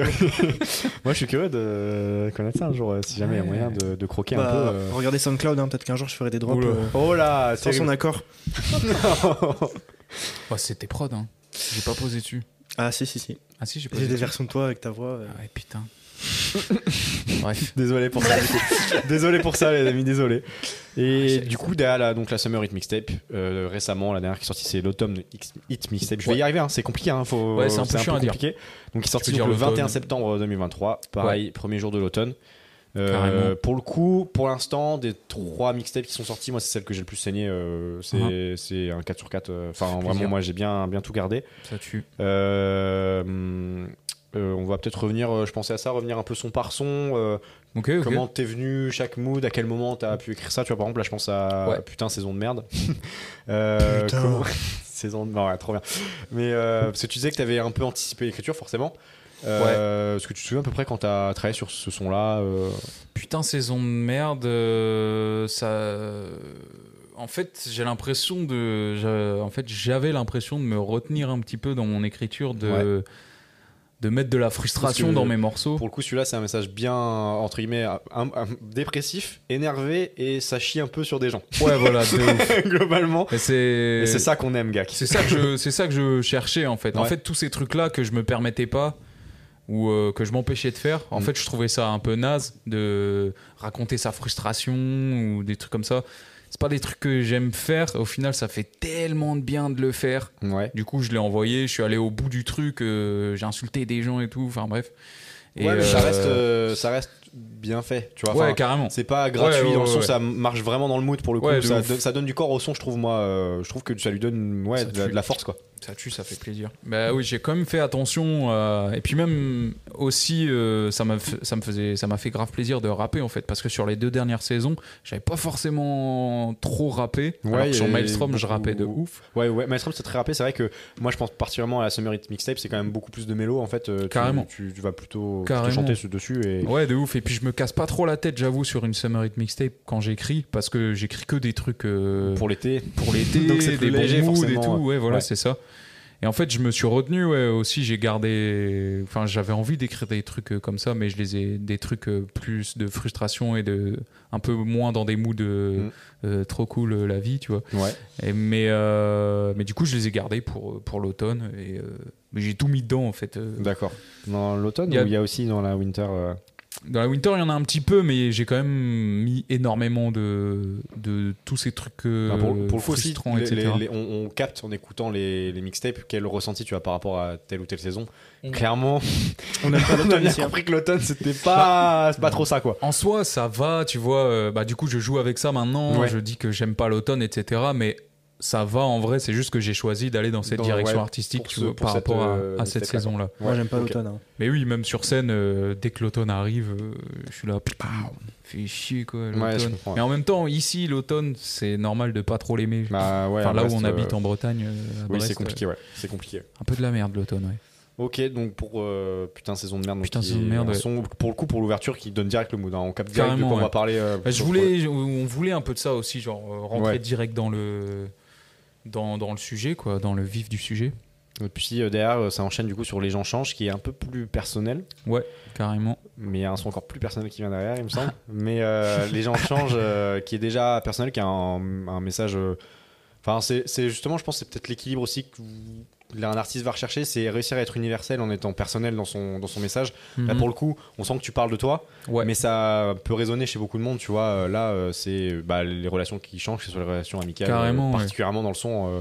[SPEAKER 1] Moi, je suis curieux de connaître ça un jour, euh, si jamais il y a moyen de, de croquer
[SPEAKER 5] Bah,
[SPEAKER 1] un peu. euh.
[SPEAKER 5] Regardez SoundCloud, hein, peut-être qu'un jour je ferai des drops
[SPEAKER 4] Oula.
[SPEAKER 5] euh,
[SPEAKER 1] Oh là,
[SPEAKER 5] sans
[SPEAKER 1] c'est
[SPEAKER 5] son accord.
[SPEAKER 4] Bah, c'était prod, hein. J'ai pas posé dessus.
[SPEAKER 5] Ah, si, si, si.
[SPEAKER 4] Ah si, j'ai posé
[SPEAKER 5] J'ai des
[SPEAKER 4] dessus.
[SPEAKER 5] versions de toi avec ta voix. euh.
[SPEAKER 4] Ah ouais, putain. Bref.
[SPEAKER 1] Désolé pour ça. du coup. désolé pour ça, les amis, désolé. Et
[SPEAKER 4] Ah, c'est-
[SPEAKER 1] du coup, derrière la, donc, la Summer Hit Mixtape, euh, récemment, la dernière qui est sortie, c'est l'Automn X- Hit Mixtape. Je vais
[SPEAKER 4] Ouais.
[SPEAKER 1] y arriver, hein, c'est compliqué. Hein, faut,
[SPEAKER 4] Ouais, c'est un peu chiant à dire.
[SPEAKER 1] compliqué. Donc, il est sorti donc
[SPEAKER 4] peux dire
[SPEAKER 1] le
[SPEAKER 4] l'automne.
[SPEAKER 1] 21 septembre euh, 2023, pareil, premier jour de l'automne. Euh,
[SPEAKER 4] Carrément.
[SPEAKER 1] pour le coup, pour l'instant, des trois mixtapes qui sont sortis, moi, c'est celle que j'ai le plus saigné. euh, c'est c'est un 4 sur 4. euh, Enfin, vraiment,
[SPEAKER 4] Uh-huh. plaisir.
[SPEAKER 1] moi, j'ai bien, bien tout gardé.
[SPEAKER 4] Ça tue.
[SPEAKER 1] Euh, hum, euh, on va peut-être revenir, euh, je pensais à ça, revenir un peu son par son. euh,
[SPEAKER 4] Ok, ok.
[SPEAKER 1] Comment t'es venu, chaque mood, à quel moment t'as pu écrire ça Tu vois, par exemple, là, je pense à
[SPEAKER 4] Ouais.
[SPEAKER 1] Putain, saison de merde. Euh,
[SPEAKER 5] Putain.
[SPEAKER 1] comment- saison de merde, ouais, trop bien. Mais euh, parce que tu disais que t'avais un peu anticipé l'écriture, forcément. Euh, Est-ce que tu te souviens à peu près quand t'as travaillé sur ce son-là euh,
[SPEAKER 4] Putain, saison de merde. euh, ça. euh, En fait, j'ai l'impression de. j'a- En fait, j'avais l'impression de me retenir un petit peu dans mon écriture de. de mettre de la frustration
[SPEAKER 1] Parce que-
[SPEAKER 4] dans mes morceaux.
[SPEAKER 1] Pour le coup, celui-là, c'est un message bien, entre guillemets, un- un- dépressif, énervé et ça chie un peu sur des gens,
[SPEAKER 4] Ouais, voilà, de ouf.
[SPEAKER 1] globalement.
[SPEAKER 4] Et c'est
[SPEAKER 1] Et c'est ça qu'on aime, gars.
[SPEAKER 4] C'est ça que je, c'est ça que je cherchais en fait. En
[SPEAKER 1] Ouais.
[SPEAKER 4] fait, tous ces trucs là que je me permettais pas ou euh, que je m'empêchais de faire. En
[SPEAKER 1] Mm.
[SPEAKER 4] fait, je trouvais ça un peu naze de raconter sa frustration ou des trucs comme ça. C'est pas des trucs que j'aime faire. Au final, ça fait tellement de bien de le faire.
[SPEAKER 1] Ouais.
[SPEAKER 4] Du coup, je l'ai envoyé. Je suis allé au bout du truc. euh, j'ai insulté des gens et tout. Enfin bref. Et,
[SPEAKER 1] ouais, mais ça
[SPEAKER 4] euh,
[SPEAKER 1] reste, euh, ça reste bien fait, tu vois.
[SPEAKER 4] ouais,
[SPEAKER 1] Enfin,
[SPEAKER 4] carrément.
[SPEAKER 1] c'est pas gratuit
[SPEAKER 4] Ouais, ouais,
[SPEAKER 1] dans le son,
[SPEAKER 4] ouais.
[SPEAKER 1] ça marche vraiment dans le mood pour le coup.
[SPEAKER 4] Ouais, de
[SPEAKER 1] ça,
[SPEAKER 4] ouf.
[SPEAKER 1] donne, ça donne du corps au son, je trouve moi. euh, je trouve que ça lui donne ouais,
[SPEAKER 4] Ça
[SPEAKER 1] de, la,
[SPEAKER 4] tue.
[SPEAKER 1] de la force quoi.
[SPEAKER 4] Ça tue, ça fait plaisir. Bah oui, j'ai quand même fait attention. euh, et puis même aussi, euh, ça m'a f- ça me faisait, ça m'a fait grave plaisir de rapper en fait, parce que sur les deux dernières saisons, j'avais pas forcément trop rappé.
[SPEAKER 1] Ouais,
[SPEAKER 4] alors que sur
[SPEAKER 1] et
[SPEAKER 4] Maelstrom, je
[SPEAKER 1] beaucoup-
[SPEAKER 4] rappais de ouf.
[SPEAKER 1] Ouais, ouais. Maelstrom c'est très rappé. C'est vrai que moi je pense particulièrement à la Summer Hit Mixtape, c'est quand même beaucoup plus de mélo en fait. euh, tu-
[SPEAKER 4] Carrément.
[SPEAKER 1] Tu, tu vas plutôt, plutôt
[SPEAKER 4] Carrément.
[SPEAKER 1] chanter ce- dessus et.
[SPEAKER 4] Ouais, de ouf. Et puis je me casse pas trop la tête, j'avoue, sur une summer hit mixtape quand j'écris, parce que j'écris que des trucs euh,
[SPEAKER 1] Pour l'été,
[SPEAKER 4] pour l'été,
[SPEAKER 1] Donc c'est
[SPEAKER 4] des
[SPEAKER 1] plus
[SPEAKER 4] bons
[SPEAKER 1] léger,
[SPEAKER 4] moods et tout.
[SPEAKER 1] forcément,
[SPEAKER 4] Ouais, voilà,
[SPEAKER 1] Ouais.
[SPEAKER 4] c'est ça. Et en fait, je me suis retenu, ouais, aussi, j'ai gardé. Enfin, j'avais envie d'écrire des trucs euh, comme ça, mais je les ai. Des trucs euh, plus de frustration et de. Un peu moins dans des moods euh,
[SPEAKER 1] Mm.
[SPEAKER 4] euh, trop cool, euh, la vie, tu vois.
[SPEAKER 1] ouais.
[SPEAKER 4] Et, mais, euh, mais du coup, je les ai gardés pour, euh, pour l'automne. Et euh, mais j'ai tout mis dedans, en fait. euh.
[SPEAKER 1] D'accord. Dans l'automne
[SPEAKER 4] Il y a-
[SPEAKER 1] ou il y a aussi dans la winter. euh,
[SPEAKER 4] Dans la Winter, il y en a un petit peu, mais j'ai quand même mis énormément de, de tous ces trucs euh,
[SPEAKER 1] Bah, pour, pour le coup aussi,
[SPEAKER 4] frustrants,
[SPEAKER 1] les-
[SPEAKER 4] etc.
[SPEAKER 1] les- les- on, on capte en écoutant les, les mixtapes quel ressenti tu as par rapport à telle ou telle saison.
[SPEAKER 5] Mm.
[SPEAKER 1] Clairement,
[SPEAKER 5] On n'a pas
[SPEAKER 1] on a
[SPEAKER 5] l'automne
[SPEAKER 1] bien
[SPEAKER 5] ici. hein.
[SPEAKER 1] compris que l'automne
[SPEAKER 4] Bah,
[SPEAKER 1] c'était pas, c'est pas trop ça quoi.
[SPEAKER 4] En soi, ça va, tu vois. euh, bah, du coup, je joue avec ça maintenant.
[SPEAKER 1] Ouais.
[SPEAKER 4] Je dis que j'aime pas l'automne, etc. Mais ça va en vrai. C'est juste que j'ai choisi d'aller dans cette
[SPEAKER 1] Dans-
[SPEAKER 4] direction
[SPEAKER 1] ouais,
[SPEAKER 4] artistique
[SPEAKER 1] pour
[SPEAKER 4] tu
[SPEAKER 1] ce-
[SPEAKER 4] vois,
[SPEAKER 1] pour
[SPEAKER 4] par
[SPEAKER 1] cette,
[SPEAKER 4] rapport à-
[SPEAKER 1] euh,
[SPEAKER 4] à, cette
[SPEAKER 1] cette époque.
[SPEAKER 4] saison-là.
[SPEAKER 5] Moi, j'aime pas
[SPEAKER 1] ok.
[SPEAKER 5] l'automne. hein.
[SPEAKER 4] Mais oui, même sur scène, euh, dès que l'automne arrive, euh, je suis là, putain, fait chier quoi. l'automne.
[SPEAKER 1] Ouais, je comprends.
[SPEAKER 4] Mais en même temps, ici, l'automne, c'est normal de pas trop l'aimer.
[SPEAKER 1] Bah, ouais,
[SPEAKER 4] Enfin,
[SPEAKER 1] à
[SPEAKER 4] là où
[SPEAKER 1] Brest,
[SPEAKER 4] on
[SPEAKER 1] euh,
[SPEAKER 4] habite en Bretagne, euh, à
[SPEAKER 1] Oui,
[SPEAKER 4] Brest,
[SPEAKER 1] c'est compliqué, ouais. C'est compliqué.
[SPEAKER 4] euh, un peu de la merde l'automne, ouais.
[SPEAKER 1] Ok, donc pour euh, putain saison de merde. donc
[SPEAKER 4] Putain,
[SPEAKER 1] qui
[SPEAKER 4] saison de
[SPEAKER 1] est
[SPEAKER 4] merde,
[SPEAKER 1] un
[SPEAKER 4] ouais.
[SPEAKER 1] son- pour le coup, pour l'ouverture, qui donne direct le mood. hein. On capte direct de
[SPEAKER 4] Carrément,
[SPEAKER 1] quoi on va
[SPEAKER 4] ouais.
[SPEAKER 1] parler. euh,
[SPEAKER 4] Bah, je
[SPEAKER 1] sur-
[SPEAKER 4] voulais, je- on voulait un peu de ça aussi, genre euh, rentrer
[SPEAKER 1] Ouais.
[SPEAKER 4] direct dans le, dans, dans le sujet, quoi, dans le vif du sujet,
[SPEAKER 1] Et puis euh, derrière, euh, ça enchaîne du coup sur Les gens changent, qui est un peu plus personnel,
[SPEAKER 4] carrément.
[SPEAKER 1] mais il y a un son encore plus personnel qui vient derrière, il me semble. mais euh, Les gens changent, euh, qui est déjà personnel, qui a un, un message. euh, Enfin, c'est- c'est justement, je pense, c'est peut-être l'équilibre aussi que vous- un artiste va rechercher, c'est réussir à être universel en étant personnel dans son dans son message. Là,
[SPEAKER 4] Mhm.
[SPEAKER 1] Bah, pour le coup, on sent que tu parles de toi.
[SPEAKER 4] Ouais.
[SPEAKER 1] Mais ça peut résonner chez beaucoup de monde, tu vois. Euh, Là, euh, c'est bah, les relations qui changent, que ce soit les relations amicales,
[SPEAKER 4] Carrément,
[SPEAKER 1] euh,
[SPEAKER 4] ouais.
[SPEAKER 1] particulièrement dans le son. euh,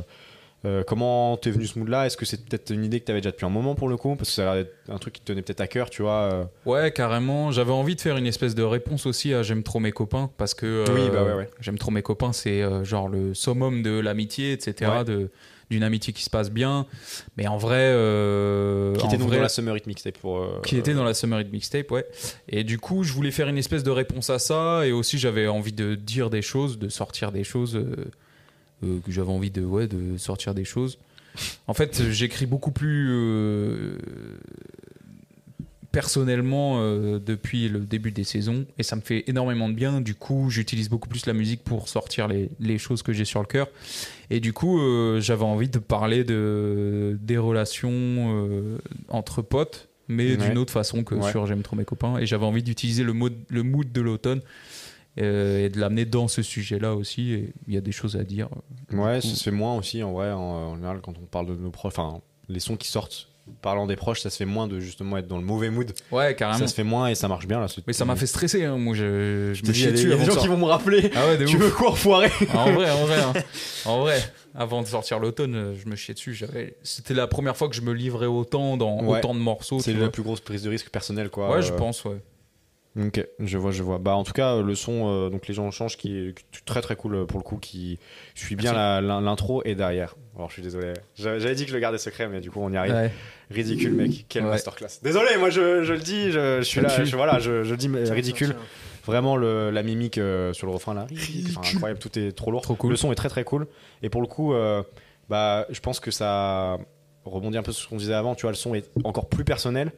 [SPEAKER 1] euh, comment t'es venu ce mood-là Est-ce que c'est peut-être une idée que t'avais déjà depuis un moment pour le coup Parce que ça a l'air d'être un truc qui te tenait peut-être à cœur, tu vois. euh.
[SPEAKER 4] Ouais, carrément. J'avais envie de faire une espèce de réponse aussi à J'aime trop mes copains parce que euh,
[SPEAKER 1] Oui, bah ouais, ouais.
[SPEAKER 4] J'aime trop mes copains, c'est euh, genre le summum de l'amitié, etc.
[SPEAKER 1] Ouais.
[SPEAKER 4] de- D'une amitié qui se passe bien. Mais en vrai. euh,
[SPEAKER 1] qui
[SPEAKER 4] en
[SPEAKER 1] était donc
[SPEAKER 4] vrai-
[SPEAKER 1] dans la Summer Rhythmic Mixtape pour. euh,
[SPEAKER 4] qui était dans la Summer Hit Mixtape, ouais. Et du coup, je voulais faire une espèce de réponse à ça, et aussi j'avais envie de dire des choses, de sortir des choses, euh, euh, que j'avais envie de, ouais, de sortir des choses. En fait, euh, j'écris beaucoup plus euh, personnellement euh, depuis le début des saisons, et ça me fait énormément de bien. Du coup, j'utilise beaucoup plus la musique pour sortir les, les choses que j'ai sur le cœur. Et du coup, euh, j'avais envie de parler de, des relations euh, entre potes, mais
[SPEAKER 1] Ouais.
[SPEAKER 4] d'une autre façon que
[SPEAKER 1] Ouais.
[SPEAKER 4] sur J'aime trop mes copains. Et j'avais envie d'utiliser le, mode- le mood de l'automne euh, et de l'amener dans ce sujet-là aussi. Et Il y a des choses à dire.
[SPEAKER 1] Ouais,
[SPEAKER 4] du
[SPEAKER 1] ça
[SPEAKER 4] coup.
[SPEAKER 1] se fait moins aussi en vrai. En, en général, quand on parle de nos proches, enfin, les sons qui sortent parlant des proches, ça se fait moins de justement être dans le mauvais mood.
[SPEAKER 4] Ouais, carrément.
[SPEAKER 1] Ça se fait moins et ça marche bien là. ce-
[SPEAKER 4] Mais ça m'a fait stresser. hein. Moi, je, je
[SPEAKER 1] Je
[SPEAKER 4] me
[SPEAKER 1] t'ai dit, il y a
[SPEAKER 4] suis
[SPEAKER 1] des- il y
[SPEAKER 4] tué
[SPEAKER 1] a des
[SPEAKER 4] avant de
[SPEAKER 1] gens qui
[SPEAKER 4] sortir.
[SPEAKER 1] vont me rappeler.
[SPEAKER 4] Ah ouais, de
[SPEAKER 1] Tu
[SPEAKER 4] ouf.
[SPEAKER 1] veux quoi, enfoiré
[SPEAKER 4] Ah, en vrai, en vrai, hein. en vrai, avant de sortir l'automne, euh, je me chiais dessus. J'avais- C'était la première fois que je me livrais autant dans
[SPEAKER 1] Ouais.
[SPEAKER 4] autant de morceaux.
[SPEAKER 1] C'est
[SPEAKER 4] tu
[SPEAKER 1] la
[SPEAKER 4] vois.
[SPEAKER 1] plus grosse prise de risque personnelle, quoi.
[SPEAKER 4] Ouais, je
[SPEAKER 1] Euh,
[SPEAKER 4] pense. Ouais.
[SPEAKER 1] Ok, je vois, je vois. Bah, en tout cas, euh, le son, euh, donc les gens changent, qui est qui est très très cool euh, pour le coup, qui suit bien la- la- l'intro et derrière. Alors, je suis désolé. J'avais j'avais dit que je le gardais secret, mais du coup, on y arrive.
[SPEAKER 4] Ouais.
[SPEAKER 1] Ridicule, mec. Quelle
[SPEAKER 4] Ouais.
[SPEAKER 1] masterclass. Désolé, moi, je, je le dis, je, je suis
[SPEAKER 4] Ça
[SPEAKER 1] là,
[SPEAKER 4] tue.
[SPEAKER 1] je, voilà, je, je le dis, mais
[SPEAKER 5] Tiens,
[SPEAKER 1] ridicule.
[SPEAKER 5] tiens, tiens.
[SPEAKER 1] Vraiment, le- la mimique euh, sur le refrain là. Enfin, incroyable, tout est trop lourd.
[SPEAKER 4] Trop cool.
[SPEAKER 1] Le son est très très cool. Et pour le coup, euh, bah, je pense que ça rebondit un peu sur ce qu'on disait avant. Tu vois, le son est encore plus personnel.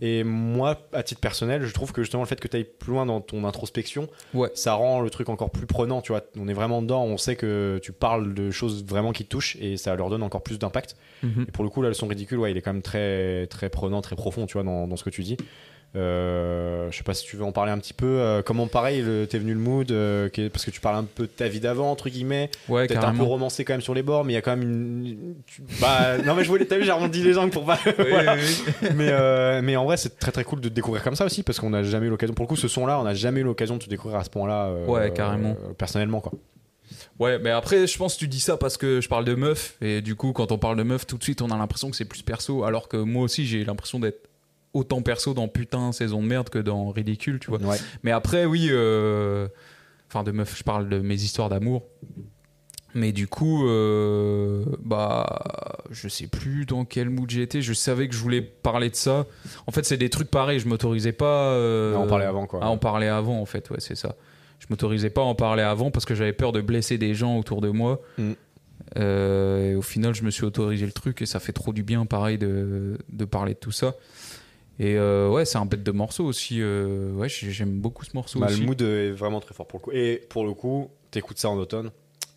[SPEAKER 1] Et moi, à titre personnel, je trouve que justement le fait que tu ailles plus loin dans ton introspection,
[SPEAKER 4] Ouais.
[SPEAKER 1] ça rend le truc encore plus prenant. Tu vois, on est vraiment dedans, on sait que tu parles de choses vraiment qui te touchent et ça leur donne encore plus d'impact.
[SPEAKER 4] Mhm.
[SPEAKER 1] Et pour le coup, la leçon ridicule, ouais, il est quand même très, très prenant, très profond, tu vois, dans, dans ce que tu dis. Euh, je sais pas si tu veux en parler un petit peu. euh, comment, pareil, le- t'es venu le mood euh, qu'est- Parce que tu parles un peu de ta vie d'avant, entre guillemets.
[SPEAKER 4] Ouais,
[SPEAKER 1] Peut-être un peu
[SPEAKER 4] carrément.
[SPEAKER 1] romancé quand même sur les bords, mais il y a quand même une. tu- Bah, non, mais je voulais. T'as vu, j'ai arrondi les angles pour pas. Voilà. mais, euh, mais en vrai, c'est très très cool de te découvrir comme ça aussi, parce qu'on n'a jamais eu l'occasion. Pour le coup, ce son-là, on n'a jamais eu l'occasion de te découvrir à ce point-là. euh,
[SPEAKER 4] Ouais, carrément.
[SPEAKER 1] euh, personnellement, quoi.
[SPEAKER 4] Ouais, mais après, je pense que tu dis ça parce que je parle de meuf, et du coup, quand on parle de meuf, tout de suite, on a l'impression que c'est plus perso, alors que moi aussi, j'ai l'impression d'être autant perso dans putain saison de merde que dans ridicule, tu vois.
[SPEAKER 1] Ouais.
[SPEAKER 4] Mais après, oui, euh, enfin de meuf, je parle de mes histoires d'amour. Mais du coup, euh, bah, je sais plus dans quel mood j'étais. Je savais que je voulais parler de ça. En fait, c'est des trucs pareils. Je m'autorisais pas. euh,
[SPEAKER 1] Mais on parlait avant, quoi.
[SPEAKER 4] à en parler avant, en fait, ouais, c'est ça. Je m'autorisais pas à en parler avant parce que j'avais peur de blesser des gens autour de moi.
[SPEAKER 1] Mm.
[SPEAKER 4] Euh, et au final, je me suis autorisé le truc et ça fait trop du bien, pareil, de, de parler de tout ça. Et euh, ouais, c'est un bête de morceau aussi. euh, ouais, j'ai- j'aime beaucoup ce morceau
[SPEAKER 1] Bah,
[SPEAKER 4] aussi.
[SPEAKER 1] le mood est vraiment très fort pour le coup. Et pour le coup, t'écoutes ça en automne,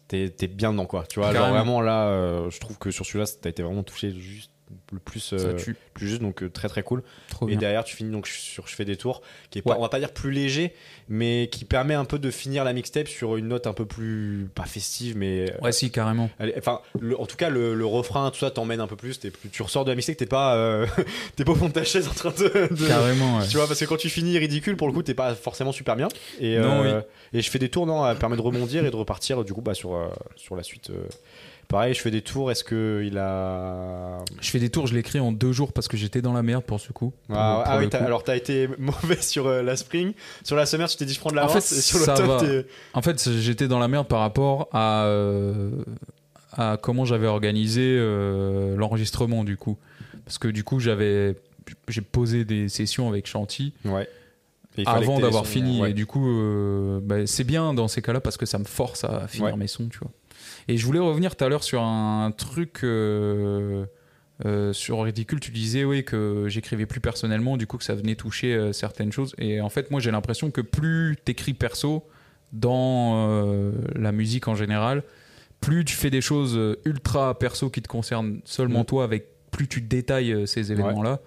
[SPEAKER 1] t'es t'es bien dedans, quoi. Tu vois, genre
[SPEAKER 4] Carrément.
[SPEAKER 1] vraiment là, euh, je trouve que sur celui-là, t'as été vraiment touché juste le plus,
[SPEAKER 4] ça
[SPEAKER 1] euh,
[SPEAKER 4] tue.
[SPEAKER 1] plus juste, donc euh, très très cool.
[SPEAKER 4] Trop
[SPEAKER 1] Et
[SPEAKER 4] bien.
[SPEAKER 1] derrière, tu finis donc sur Je fais des tours, qui est pas,
[SPEAKER 4] Ouais.
[SPEAKER 1] on va pas dire plus léger, mais qui permet un peu de finir la mixtape sur une note un peu plus, pas festive, mais.
[SPEAKER 4] Ouais, si, carrément.
[SPEAKER 1] elle est- Enfin, le- en tout cas, le, le refrain, tout ça t'emmène un peu plus, t'es plus. Tu ressors de la mixtape, t'es pas, euh, t'es pas au fond de ta chaise en train de- de,
[SPEAKER 4] Carrément, ouais.
[SPEAKER 1] tu vois, parce que quand tu finis ridicule, pour le coup, t'es pas forcément super bien. Et,
[SPEAKER 4] Non,
[SPEAKER 1] euh, et je fais des tours, non, ça permet de rebondir et de repartir, du coup, bah, sur, euh, sur la suite. euh. Pareil, je fais des tours, est-ce que il a.
[SPEAKER 4] Je fais des tours, je l'écris en deux jours parce que j'étais dans la merde pour ce coup. Pour-
[SPEAKER 1] Ah,
[SPEAKER 4] pour
[SPEAKER 1] ah
[SPEAKER 4] le
[SPEAKER 1] oui, t'as-
[SPEAKER 4] coup.
[SPEAKER 1] alors t'as été mauvais sur euh, la spring, sur la summer, tu t'es dit je prends de
[SPEAKER 4] En
[SPEAKER 1] l'avance,
[SPEAKER 4] fait,
[SPEAKER 1] et sur
[SPEAKER 4] ça
[SPEAKER 1] l'automne,
[SPEAKER 4] va.
[SPEAKER 1] t'es.
[SPEAKER 4] En fait, c'est- j'étais dans la merde par rapport à, euh, à comment j'avais organisé euh, l'enregistrement du coup. Parce que du coup, j'avais j'ai posé des sessions avec Chanty
[SPEAKER 1] Ouais. Et il fallait que
[SPEAKER 4] avant
[SPEAKER 1] t'aies
[SPEAKER 4] d'avoir
[SPEAKER 1] son-
[SPEAKER 4] fini.
[SPEAKER 1] ouais.
[SPEAKER 4] Et du coup, euh, bah, c'est bien dans ces cas-là parce que ça me force à finir
[SPEAKER 1] Ouais.
[SPEAKER 4] mes sons, tu vois. Et je voulais revenir tout à l'heure sur un truc euh, euh, sur Ridicule. Tu disais, oui, que j'écrivais plus personnellement, du coup, que ça venait toucher euh, certaines choses. Et en fait, moi, j'ai l'impression que plus t'écris perso dans euh, la musique en général, plus tu fais des choses euh, ultra perso qui te concernent seulement
[SPEAKER 1] Mm.
[SPEAKER 4] toi, avec plus tu détailles euh, ces événements-là.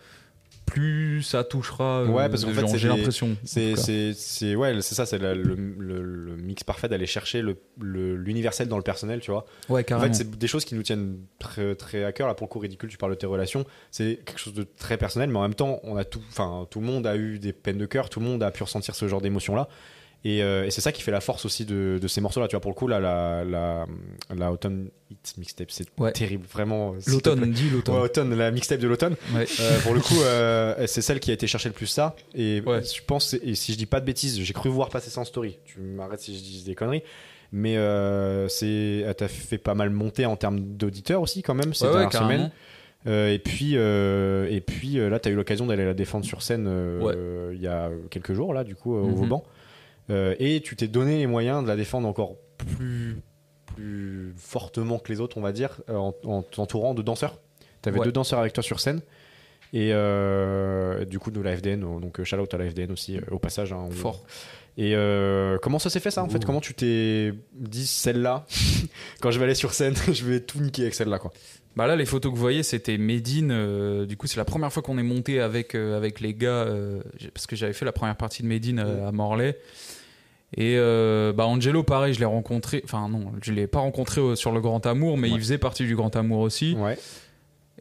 [SPEAKER 4] Plus ça touchera. euh,
[SPEAKER 1] Ouais, parce qu'en
[SPEAKER 4] de
[SPEAKER 1] fait,
[SPEAKER 4] gens.
[SPEAKER 1] c'est
[SPEAKER 4] j'ai
[SPEAKER 1] des-
[SPEAKER 4] l'impression. en
[SPEAKER 1] C'est,
[SPEAKER 4] tout cas.
[SPEAKER 1] c'est, c'est- ouais, c'est ça, c'est la- le, le- le mix parfait d'aller chercher le, le- l'universel dans le personnel, tu vois.
[SPEAKER 4] Ouais,
[SPEAKER 1] En
[SPEAKER 4] carrément.
[SPEAKER 1] fait, c'est des choses qui nous tiennent très, très à cœur. Là, pour le coup, ridicule, tu parles de tes relations. C'est quelque chose de très personnel, mais en même temps, on a tout, enfin, tout le monde a eu des peines de cœur, tout le monde a pu ressentir ce genre d'émotion-là. Et, euh, et c'est ça qui fait la force aussi de, de ces morceaux-là. Tu vois, pour le coup, là, la, la, la Autumn Hit Mixtape, c'est
[SPEAKER 4] Ouais.
[SPEAKER 1] terrible, vraiment. s'il te plaît.
[SPEAKER 4] l'automne, dis l'automne.
[SPEAKER 1] Ouais, automne, la mixtape de l'automne.
[SPEAKER 4] Ouais.
[SPEAKER 1] Euh, pour le coup, euh, c'est celle qui a été chercher le plus ça. Et
[SPEAKER 4] Ouais.
[SPEAKER 1] je pense, et si je dis pas de bêtises, j'ai cru voir passer ça en story. Tu m'arrêtes si je dis des conneries. Mais euh, c'est, elle t'a fait pas mal monter en termes d'auditeurs aussi, quand même, ces
[SPEAKER 4] Ouais, ouais,
[SPEAKER 1] dernières
[SPEAKER 4] carrément.
[SPEAKER 1] semaines. Euh, et puis, euh, et puis euh, là, t'as eu l'occasion d'aller la défendre sur scène euh, il y a quelques jours, là, du coup, euh, au
[SPEAKER 4] Mhm.
[SPEAKER 1] Vauban. Euh, et tu t'es donné les moyens de la défendre encore plus, plus fortement que les autres, on va dire, euh, en, en t'entourant de danseurs. T'avais
[SPEAKER 4] Ouais.
[SPEAKER 1] deux danseurs avec toi sur scène. Et euh, du coup, de la FDN, euh, donc euh, shout out à la FDN aussi, euh, au passage. hein, on-
[SPEAKER 4] Fort.
[SPEAKER 1] Et euh, comment ça s'est fait ça en fait
[SPEAKER 3] Ouh.
[SPEAKER 1] Comment tu t'es dit celle-là Quand je vais aller sur scène, je vais tout niquer avec celle-là quoi.
[SPEAKER 4] Bah là, les photos que vous voyez, c'était Médine. euh, du coup, c'est la première fois qu'on est monté avec, euh, avec les gars, euh, j'ai- parce que j'avais fait la première partie de Médine euh, à Morlaix. Et euh, bah Angelo, pareil, je l'ai rencontré. Enfin, non, je l'ai pas rencontré euh, sur le Grand Amour, mais
[SPEAKER 1] Ouais.
[SPEAKER 4] il faisait partie du Grand Amour aussi.
[SPEAKER 1] Ouais.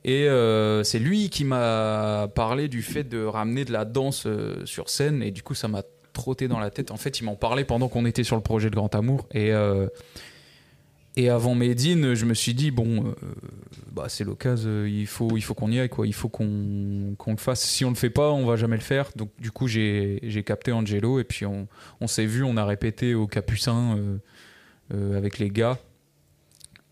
[SPEAKER 4] Et euh, c'est lui qui m'a parlé du fait de ramener de la danse euh, sur scène. Et du coup, ça m'a trotté dans la tête. En fait, il m'en parlait pendant qu'on était sur le projet de Grand Amour. Et, euh, et avant Médine, je me suis dit, bon, euh, bah, c'est l'occasion, euh, il faut, il faut qu'on y aille, quoi. il faut qu'on qu'on le fasse. Si on le fait pas, on va jamais le faire. Donc, du coup, j'ai j'ai capté Angelo. Et puis, on, on s'est vu, on a répété au Capucin euh, euh, avec les gars.